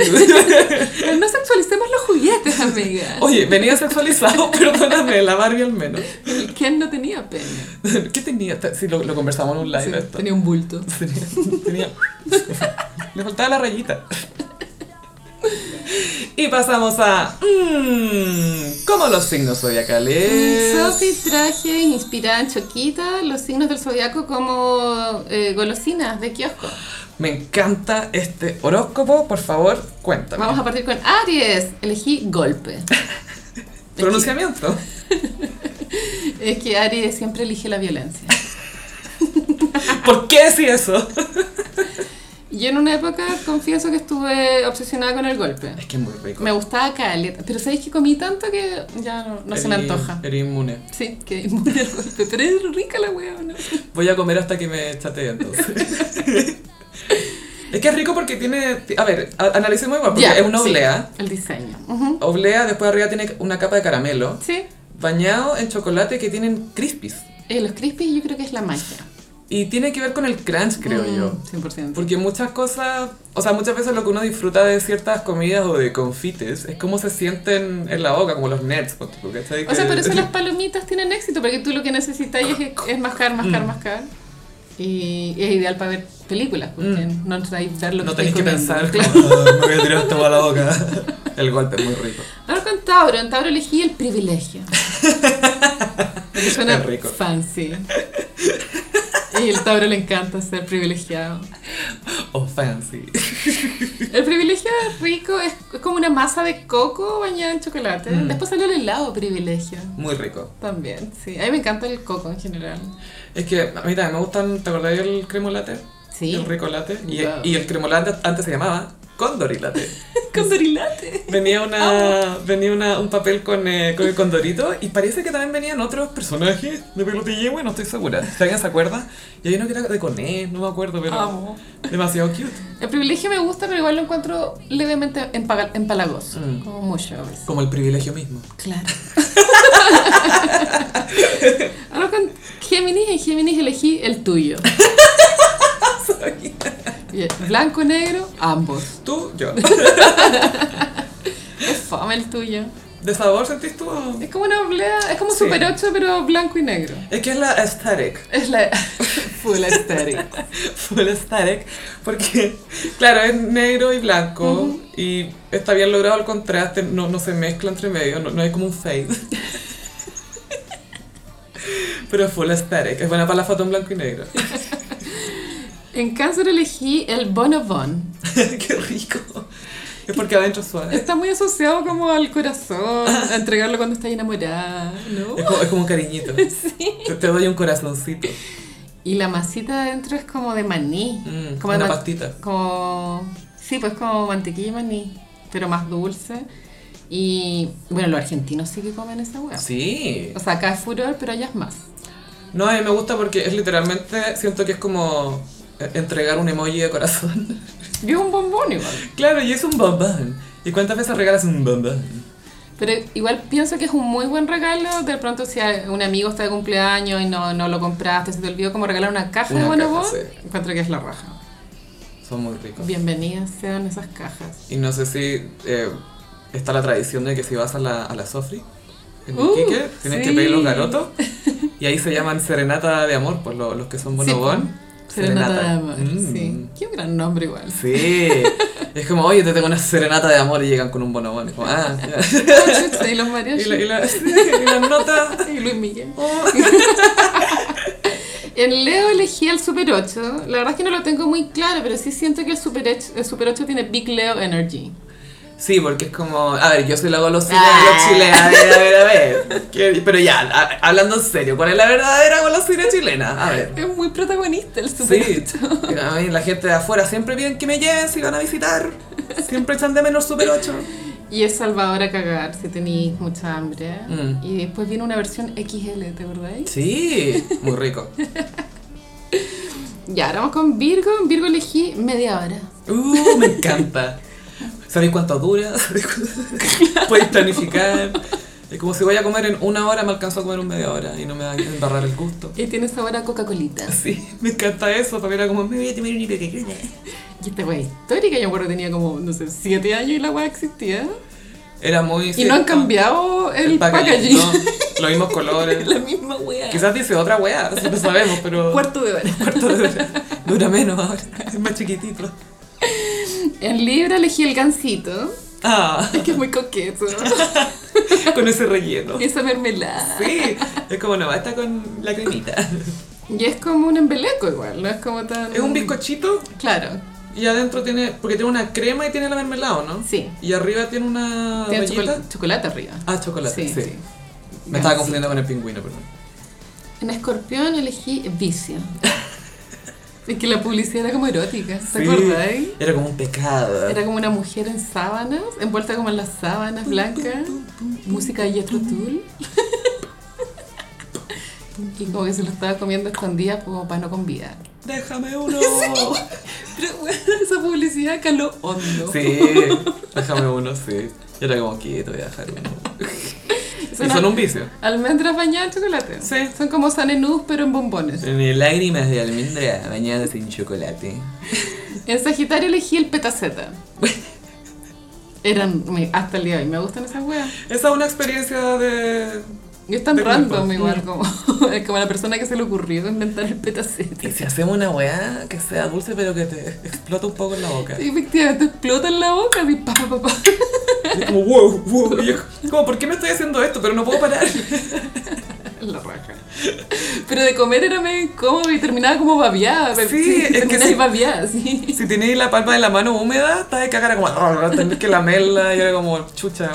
[SPEAKER 2] Pero no sexualicemos los juguetes, amiga.
[SPEAKER 1] Oye, venía sexualizado, perdóname, la Barbie al menos.
[SPEAKER 2] ¿Quién no tenía pene?
[SPEAKER 1] ¿Qué tenía? Si lo, lo conversamos en un live
[SPEAKER 2] Sí,
[SPEAKER 1] esto.
[SPEAKER 2] tenía un bulto.
[SPEAKER 1] Tenía- tenía- Le faltaba la rayita. Y pasamos a... Mmm, ¿Cómo los signos zodiacales?
[SPEAKER 2] Sophie traje inspirada en Choquita los signos del zodiaco como eh, golosinas de kiosco.
[SPEAKER 1] Me encanta este horóscopo, por favor, cuéntame.
[SPEAKER 2] Vamos a partir con Aries. Elegí golpe.
[SPEAKER 1] Pronunciamiento.
[SPEAKER 2] Es que Aries siempre elige la violencia.
[SPEAKER 1] ¿Por qué decir eso?
[SPEAKER 2] Yo en una época confieso que estuve obsesionada con el golpe.
[SPEAKER 1] Es que es muy rico.
[SPEAKER 2] Me gustaba caleta, pero sabéis que comí tanto que ya no, no se me
[SPEAKER 1] Eres-
[SPEAKER 2] antoja.
[SPEAKER 1] Eres inmune.
[SPEAKER 2] Sí, que inmune al golpe, pero es rica la hueá, ¿no?
[SPEAKER 1] Voy a comer hasta que me chatee entonces. es que es rico porque tiene. A ver, a- analicemos igual, porque
[SPEAKER 2] Ya,
[SPEAKER 1] es una
[SPEAKER 2] sí,
[SPEAKER 1] oblea.
[SPEAKER 2] el diseño. Ujú.
[SPEAKER 1] Oblea, después arriba tiene una capa de caramelo,
[SPEAKER 2] Sí,
[SPEAKER 1] bañado en chocolate que tienen crispies.
[SPEAKER 2] eh, los crispies yo creo que es la magia.
[SPEAKER 1] Y tiene que ver con el crunch, creo
[SPEAKER 2] Mm,
[SPEAKER 1] yo.
[SPEAKER 2] 100%.
[SPEAKER 1] Porque muchas cosas, o sea, muchas veces lo que uno disfruta de ciertas comidas o de confites es cómo se sienten en la boca, como los nerds, ponte tú, ¿cachai?
[SPEAKER 2] O sea,
[SPEAKER 1] Que-
[SPEAKER 2] por eso las palomitas tienen éxito, porque tú lo que necesitas es, es mascar,
[SPEAKER 1] Mm.
[SPEAKER 2] mascar, mascar. Y es ideal para ver películas, porque no traes dar lo
[SPEAKER 1] Mm. No
[SPEAKER 2] estáis
[SPEAKER 1] tenéis que
[SPEAKER 2] comiendo.
[SPEAKER 1] pensar,
[SPEAKER 2] Claro.
[SPEAKER 1] "Ah, me voy a tirar esto para la boca. El golpe es muy rico.
[SPEAKER 2] Ahora con Tauro, en Tauro elegí el privilegio. Porque suena
[SPEAKER 1] Es rico.
[SPEAKER 2] fancy. Y el Tauro le encanta ser privilegiado.
[SPEAKER 1] O fancy.
[SPEAKER 2] El privilegio es rico, es como una masa de coco bañada en chocolate. Después salió el helado privilegio.
[SPEAKER 1] Muy rico.
[SPEAKER 2] También, sí. A mí me encanta el coco en general.
[SPEAKER 1] Es que a mí también me gustan, ¿te acordáis del cremo latte?
[SPEAKER 2] Sí.
[SPEAKER 1] El rico latte. Y,
[SPEAKER 2] Wow.
[SPEAKER 1] y el cremo latte antes se llamaba Condori latte.
[SPEAKER 2] Con dorilate.
[SPEAKER 1] Venía, una, venía una, un papel con, eh, con el condorito y parece que también venían otros personajes de pelotilla, bueno, estoy segura. Si alguien se acuerda. Y hay uno que era de Coné, no me acuerdo, pero
[SPEAKER 2] Amo.
[SPEAKER 1] demasiado cute.
[SPEAKER 2] El privilegio me gusta, pero igual lo encuentro levemente empaga- empalagoso.
[SPEAKER 1] Mm.
[SPEAKER 2] Como mucho a veces.
[SPEAKER 1] Como el privilegio mismo.
[SPEAKER 2] Claro. Ahora con Géminis, en Géminis elegí el tuyo. Bien, Blanco, negro, ambos.
[SPEAKER 1] Tú, yo.
[SPEAKER 2] Es fama el tuyo.
[SPEAKER 1] ¿De sabor sentís tú? o-
[SPEAKER 2] Es como una oblea, es como
[SPEAKER 1] Sí.
[SPEAKER 2] Super 8, pero blanco y negro.
[SPEAKER 1] Es que es la aesthetic.
[SPEAKER 2] Es la full aesthetic.
[SPEAKER 1] Full aesthetic. Porque, claro, es negro y blanco. Y está bien logrado el contraste. No, no se mezcla entre medio. No, no hay como un fade. Pero es full aesthetic. Es buena para la foto en blanco y negro.
[SPEAKER 2] En cáncer elegí el bonobon.
[SPEAKER 1] Qué rico. Es porque adentro es suave.
[SPEAKER 2] Está muy asociado como al corazón, a entregarlo cuando estás enamorada, ¿no?
[SPEAKER 1] Es como, es como un cariñito. Te, te doy un corazoncito.
[SPEAKER 2] Y la masita de adentro es como de maní.
[SPEAKER 1] Mm,
[SPEAKER 2] como de
[SPEAKER 1] una
[SPEAKER 2] ma-
[SPEAKER 1] pastita.
[SPEAKER 2] Como... Sí, pues como mantequilla y maní, pero más dulce. Y bueno, los argentinos sí que comen esa hueá.
[SPEAKER 1] Sí.
[SPEAKER 2] O sea, acá es furor, pero allá es más.
[SPEAKER 1] No, a mí me gusta porque es literalmente. Siento que es como eh, entregar un emoji de corazón.
[SPEAKER 2] Yo un bombón igual.
[SPEAKER 1] Claro, y es un bombón. ¿Y cuántas veces regalas un bombón?
[SPEAKER 2] Pero igual pienso que es un muy buen regalo. De pronto, si a- un amigo está de cumpleaños y no, no lo compraste, se te olvidó como regalar una caja
[SPEAKER 1] Una
[SPEAKER 2] de bonobón,
[SPEAKER 1] caja, sí.
[SPEAKER 2] encuentro que es la raja.
[SPEAKER 1] Son muy ricos.
[SPEAKER 2] Bienvenidas sean esas cajas.
[SPEAKER 1] Y no sé si eh, está la tradición de que si vas a la, a la Sofri, en
[SPEAKER 2] Uh,
[SPEAKER 1] Iquique, tienes que
[SPEAKER 2] sí.
[SPEAKER 1] pedir los garotos. Y ahí se llaman serenata de amor, pues lo- los que son bonobón.
[SPEAKER 2] Serenata de amor,
[SPEAKER 1] Mm.
[SPEAKER 2] sí. Qué gran nombre igual.
[SPEAKER 1] Sí. Es como, oye, te tengo una serenata de amor y llegan con un bonobón. Es como, ah, ya.
[SPEAKER 2] y los mariachis.
[SPEAKER 1] Y, la, y, la, y las notas.
[SPEAKER 2] Y Luis Miguel.
[SPEAKER 1] Oh.
[SPEAKER 2] En Leo elegí el Super 8. La verdad es que no lo tengo muy claro, pero sí siento que el Super 8, el Super 8 tiene Big Leo Energy.
[SPEAKER 1] Sí, porque es como, a ver, yo soy la golosina
[SPEAKER 2] Ah.
[SPEAKER 1] de los chilenos, a ver, a ver, a ver. ¿Qué- Pero ya, a- hablando en serio, ¿cuál es la verdadera golosina chilena? A ver.
[SPEAKER 2] Es muy protagonista el Super
[SPEAKER 1] Sí,
[SPEAKER 2] 8.
[SPEAKER 1] a mí la gente de afuera siempre piden que me lleven si van a visitar. Siempre echan de menos Super 8.
[SPEAKER 2] Y es salvador a cagar si tenéis mucha hambre.
[SPEAKER 1] Mm.
[SPEAKER 2] Y después viene una versión XL, ¿te acordáis?
[SPEAKER 1] Sí, muy rico.
[SPEAKER 2] Ya, ahora vamos con Virgo. En Virgo elegí media hora.
[SPEAKER 1] Uh, me encanta. ¿Sabéis cuánto dura? ¿Sabéis cuánto- Podéis planificar. Es como si voy a comer en una hora, me alcanzo a comer en media hora y no me va a embarrar el gusto.
[SPEAKER 2] Y tiene sabor a Coca-Colita.
[SPEAKER 1] Sí, me encanta eso, para mí era como, me voy a tomar una Coca-Cola.
[SPEAKER 2] Y esta wea histórica, yo me acuerdo que tenía como, no sé, 7 años y la wea existía.
[SPEAKER 1] Era muy...
[SPEAKER 2] y no han cambiado el, packaging.
[SPEAKER 1] no, los mismos colores.
[SPEAKER 2] la misma wea.
[SPEAKER 1] Quizás dice otra weá, eso no sabemos, pero...
[SPEAKER 2] Cuarto de hora.
[SPEAKER 1] Cuarto de hora. Dura menos ahora, es más chiquitito.
[SPEAKER 2] En Libra elegí el gansito,
[SPEAKER 1] Ah,
[SPEAKER 2] que es muy coqueto.
[SPEAKER 1] con ese relleno.
[SPEAKER 2] y esa mermelada.
[SPEAKER 1] Sí, es como, no, está con la cremita.
[SPEAKER 2] Y es como un embeleco igual, no es como tan...
[SPEAKER 1] Es un bizcochito
[SPEAKER 2] Claro,
[SPEAKER 1] y adentro tiene... Porque tiene una crema y tiene la mermelada, ¿o ¿no?
[SPEAKER 2] sí.
[SPEAKER 1] Y arriba tiene una
[SPEAKER 2] Tiene
[SPEAKER 1] rayita.
[SPEAKER 2] chocola- chocolate arriba.
[SPEAKER 1] Ah, chocolate, sí.
[SPEAKER 2] sí.
[SPEAKER 1] Me estaba
[SPEAKER 2] Gansito.
[SPEAKER 1] confundiendo con el pingüino, perdón.
[SPEAKER 2] En escorpión elegí vicio. es que la publicidad era como erótica, ¿te
[SPEAKER 1] Sí,
[SPEAKER 2] acordáis?
[SPEAKER 1] Era como un pecado.
[SPEAKER 2] Era como una mujer en sábanas, envuelta como en las sábanas blancas, música de Jethro Tull. Y como que se lo estaba comiendo escondida como para no convidar.
[SPEAKER 1] Déjame uno.
[SPEAKER 2] Pero bueno, esa publicidad caló hondo.
[SPEAKER 1] Sí, déjame uno, sí. Yo era como quieto, voy a dejar uno.
[SPEAKER 2] Son
[SPEAKER 1] Y son un vicio.
[SPEAKER 2] Almendras bañadas en chocolate.
[SPEAKER 1] Sí.
[SPEAKER 2] Son como sanenús pero en bombones.
[SPEAKER 1] En lágrimas de almendra bañadas en chocolate.
[SPEAKER 2] En Sagitario elegí el petaceta. Eran, me- hasta el día de hoy, me gustan esas weas.
[SPEAKER 1] Esa es una experiencia de.
[SPEAKER 2] Y es tan
[SPEAKER 1] De
[SPEAKER 2] random
[SPEAKER 1] cuerpo.
[SPEAKER 2] igual, como, es como la persona que se le ocurrió inventar el petaceta.
[SPEAKER 1] Y si hacemos una weá que sea dulce pero que te explota un poco en la boca.
[SPEAKER 2] Sí, efectivamente explota en la boca, así pa, pa, pa.
[SPEAKER 1] Y es como wow, wow. Y es como, ¿por qué me estoy haciendo esto? Pero no puedo parar.
[SPEAKER 2] La raja. Pero de comer era medio incómodo y terminaba como babeada.
[SPEAKER 1] Sí, es que sí.
[SPEAKER 2] terminaba ahí babeada, sí.
[SPEAKER 1] Si tenéis la palma de la mano húmeda, estás de cagar como. "Arr", Tenés que lamerla y era como chucha.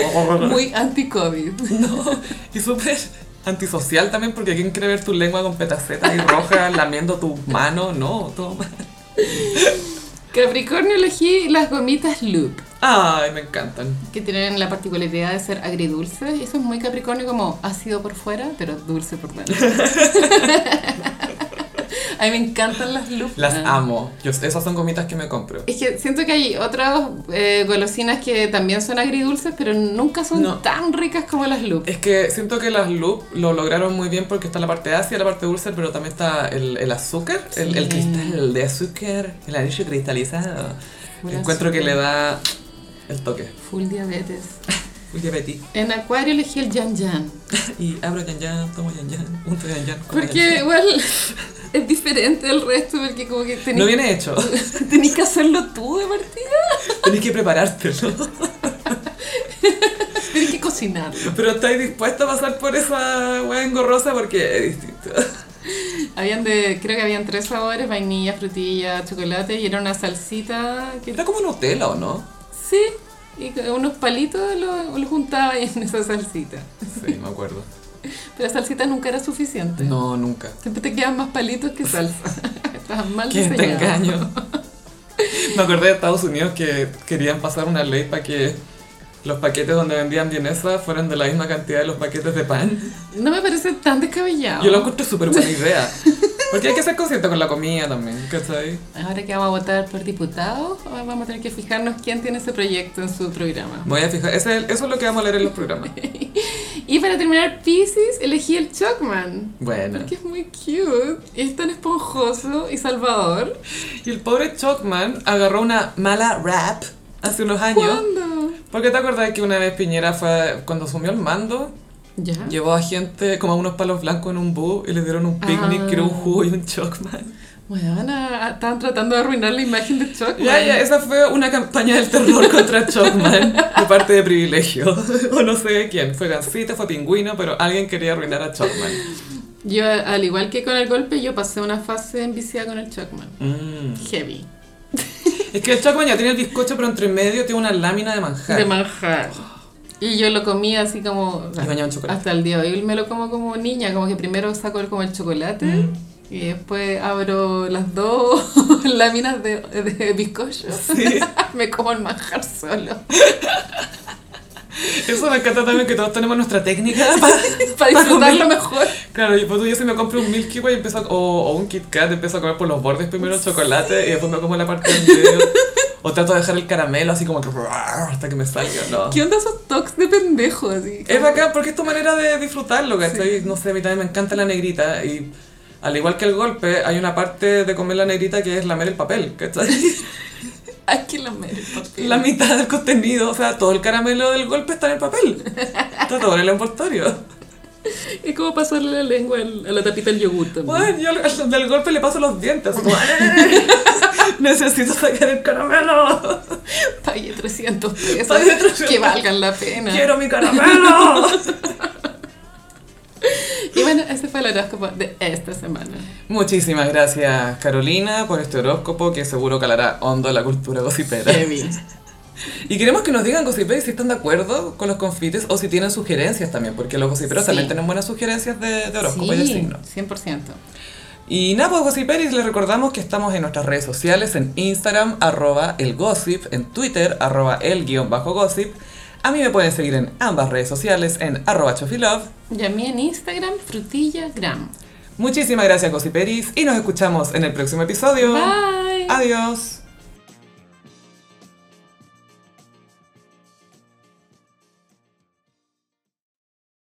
[SPEAKER 2] Muy anti-COVID.
[SPEAKER 1] No, y súper antisocial también porque quién quiere ver tu lengua con petacetas y roja lamiendo tu mano, no, todo mal.
[SPEAKER 2] Capricornio elegí las gomitas Loop,
[SPEAKER 1] Ay, me encantan.
[SPEAKER 2] que tienen la particularidad de ser agridulces. Eso es muy Capricornio, como ácido por fuera, pero dulce por dentro. A mí me encantan las Loop.
[SPEAKER 1] Las
[SPEAKER 2] man.
[SPEAKER 1] amo. Yo, esas son gomitas que me compro.
[SPEAKER 2] Es que siento que hay otras eh, golosinas que también son agridulces, pero nunca son
[SPEAKER 1] No.
[SPEAKER 2] tan ricas como las Loop.
[SPEAKER 1] Es que siento que las Loop lo lograron muy bien porque está la parte ácida, la parte dulce, pero también está el, el azúcar, el, el
[SPEAKER 2] Sí.
[SPEAKER 1] cristal de azúcar, el anillo cristalizado.
[SPEAKER 2] Full
[SPEAKER 1] Encuentro que
[SPEAKER 2] azúcar.
[SPEAKER 1] le da el toque.
[SPEAKER 2] Full diabetes.
[SPEAKER 1] Uy, qué petit.
[SPEAKER 2] En acuario elegí el yan yan.
[SPEAKER 1] Y abro yan yan, tomo yan yan, unto yan yan. como yan
[SPEAKER 2] Porque
[SPEAKER 1] yan.
[SPEAKER 2] igual es diferente del resto, porque como que tenés,
[SPEAKER 1] No viene hecho.
[SPEAKER 2] tenés que hacerlo tú de partida.
[SPEAKER 1] Tenés que preparártelo.
[SPEAKER 2] Tenés que cocinarlo.
[SPEAKER 1] Pero estáis dispuesta a pasar por esa hueá engorrosa porque es distinto.
[SPEAKER 2] Habían de, creo que habían tres sabores, vainilla, frutilla, chocolate, y era una salsita que...
[SPEAKER 1] Está como Nutella, ¿o no?
[SPEAKER 2] Sí, y con unos palitos lo, lo juntaba en esa salsita.
[SPEAKER 1] Sí, me acuerdo.
[SPEAKER 2] Pero la salsita nunca era suficiente.
[SPEAKER 1] No, nunca.
[SPEAKER 2] Siempre te quedan más palitos que salsa. Estabas mal
[SPEAKER 1] ¿Quién te
[SPEAKER 2] diseñado.
[SPEAKER 1] engaño? Me acordé de Estados Unidos que querían pasar una ley para que los paquetes donde vendían vienesa fueran de la misma cantidad de los paquetes de pan.
[SPEAKER 2] No me parece tan descabellado.
[SPEAKER 1] Yo lo encontré súper buena idea. Porque hay que ser consciente con la comida también, ¿cachai?
[SPEAKER 2] Ahora que vamos a votar por diputados, vamos a tener que fijarnos quién tiene ese proyecto en su programa.
[SPEAKER 1] Me voy a fijar, ese es el- eso es lo que vamos a leer en los programas.
[SPEAKER 2] Y para terminar, Pisces, elegí el Chocman.
[SPEAKER 1] Bueno.
[SPEAKER 2] Porque es muy cute, es tan esponjoso y salvador.
[SPEAKER 1] Y el pobre Chalkman agarró una mala rap hace unos años.
[SPEAKER 2] ¿Cuándo?
[SPEAKER 1] Porque te acuerdas que una vez Piñera fue, cuando asumió el mando,
[SPEAKER 2] Ya.
[SPEAKER 1] llevó a gente como a unos palos blancos en un bus y les dieron un picnic,
[SPEAKER 2] Ah.
[SPEAKER 1] que era un jugo y un chocman.
[SPEAKER 2] Bueno, estaban tratando de arruinar la imagen de Chuck.
[SPEAKER 1] Ya, ya, esa fue una campaña del terror contra Chocman de parte de Privilegio. O no sé de quién. Fue Gansita, fue Pingüino, pero alguien quería arruinar a Chocman.
[SPEAKER 2] Yo, al igual que con el golpe, yo pasé una fase enviciada con el Chuckman.
[SPEAKER 1] Mm.
[SPEAKER 2] Heavy.
[SPEAKER 1] Es que el Chocman ya tiene el bizcocho, pero entre medio tiene una lámina de manjar.
[SPEAKER 2] De manjar. Y yo lo comía así como...
[SPEAKER 1] Y bañado en chocolate.
[SPEAKER 2] Hasta el día de hoy me lo como como niña, como que primero saco el, como el chocolate
[SPEAKER 1] Mm.
[SPEAKER 2] y después abro las dos láminas de, de bizcocho.
[SPEAKER 1] Sí.
[SPEAKER 2] me como el manjar solo.
[SPEAKER 1] Eso me encanta también que todos tenemos nuestra técnica para,
[SPEAKER 2] Para disfrutarlo mejor.
[SPEAKER 1] Claro, y pues tú yo si me compro un Milky Way empiezo a- o, o un Kit Kat, empiezo a comer por los bordes primero el chocolate y después me como la parte del medio. O trato de dejar el caramelo así como que hasta que me salga, ¿no?
[SPEAKER 2] ¿Qué onda esos toques de pendejo así?
[SPEAKER 1] Es bacán porque es tu manera de disfrutarlo, ¿cachai? No sé, a mí también me encanta la negrita y al igual que el golpe, hay una parte de comer la negrita que es lamer el papel, ¿cachai?
[SPEAKER 2] Hay que lamer el papel.
[SPEAKER 1] La mitad del contenido, o sea, todo el caramelo del golpe está en el papel. Está todo en el envoltorio.
[SPEAKER 2] Es como pasarle la lengua al- a la tapita del yogur también.
[SPEAKER 1] Bueno, yo al- del golpe le paso los dientes. así como, "Eh, Necesito sacar el caramelo.
[SPEAKER 2] Pagué 300 pesos.
[SPEAKER 1] Pagué 300.
[SPEAKER 2] Que valgan la pena.
[SPEAKER 1] Quiero mi caramelo.
[SPEAKER 2] Y bueno, ese fue el horóscopo de esta semana.
[SPEAKER 1] Muchísimas gracias, Carolina, por este horóscopo que seguro calará hondo en la cultura gossipera.
[SPEAKER 2] Heavy.
[SPEAKER 1] Y queremos que nos digan gossiperos si están de acuerdo con los confites o si tienen sugerencias también, porque los gossiperos
[SPEAKER 2] Sí.
[SPEAKER 1] también tienen buenas sugerencias de, de horóscopo y de signos.
[SPEAKER 2] 100%.
[SPEAKER 1] Y nada, pues Gossiperis, les recordamos que estamos en nuestras redes sociales, en Instagram, arroba el gossip, en Twitter, arroba el guión bajo gossip. A mí me pueden seguir en ambas redes sociales, en arroba chofilove.
[SPEAKER 2] Y a mí en Instagram, frutillagram.
[SPEAKER 1] Muchísimas gracias Gossiperis y nos escuchamos en el próximo episodio.
[SPEAKER 2] Bye.
[SPEAKER 1] Adiós.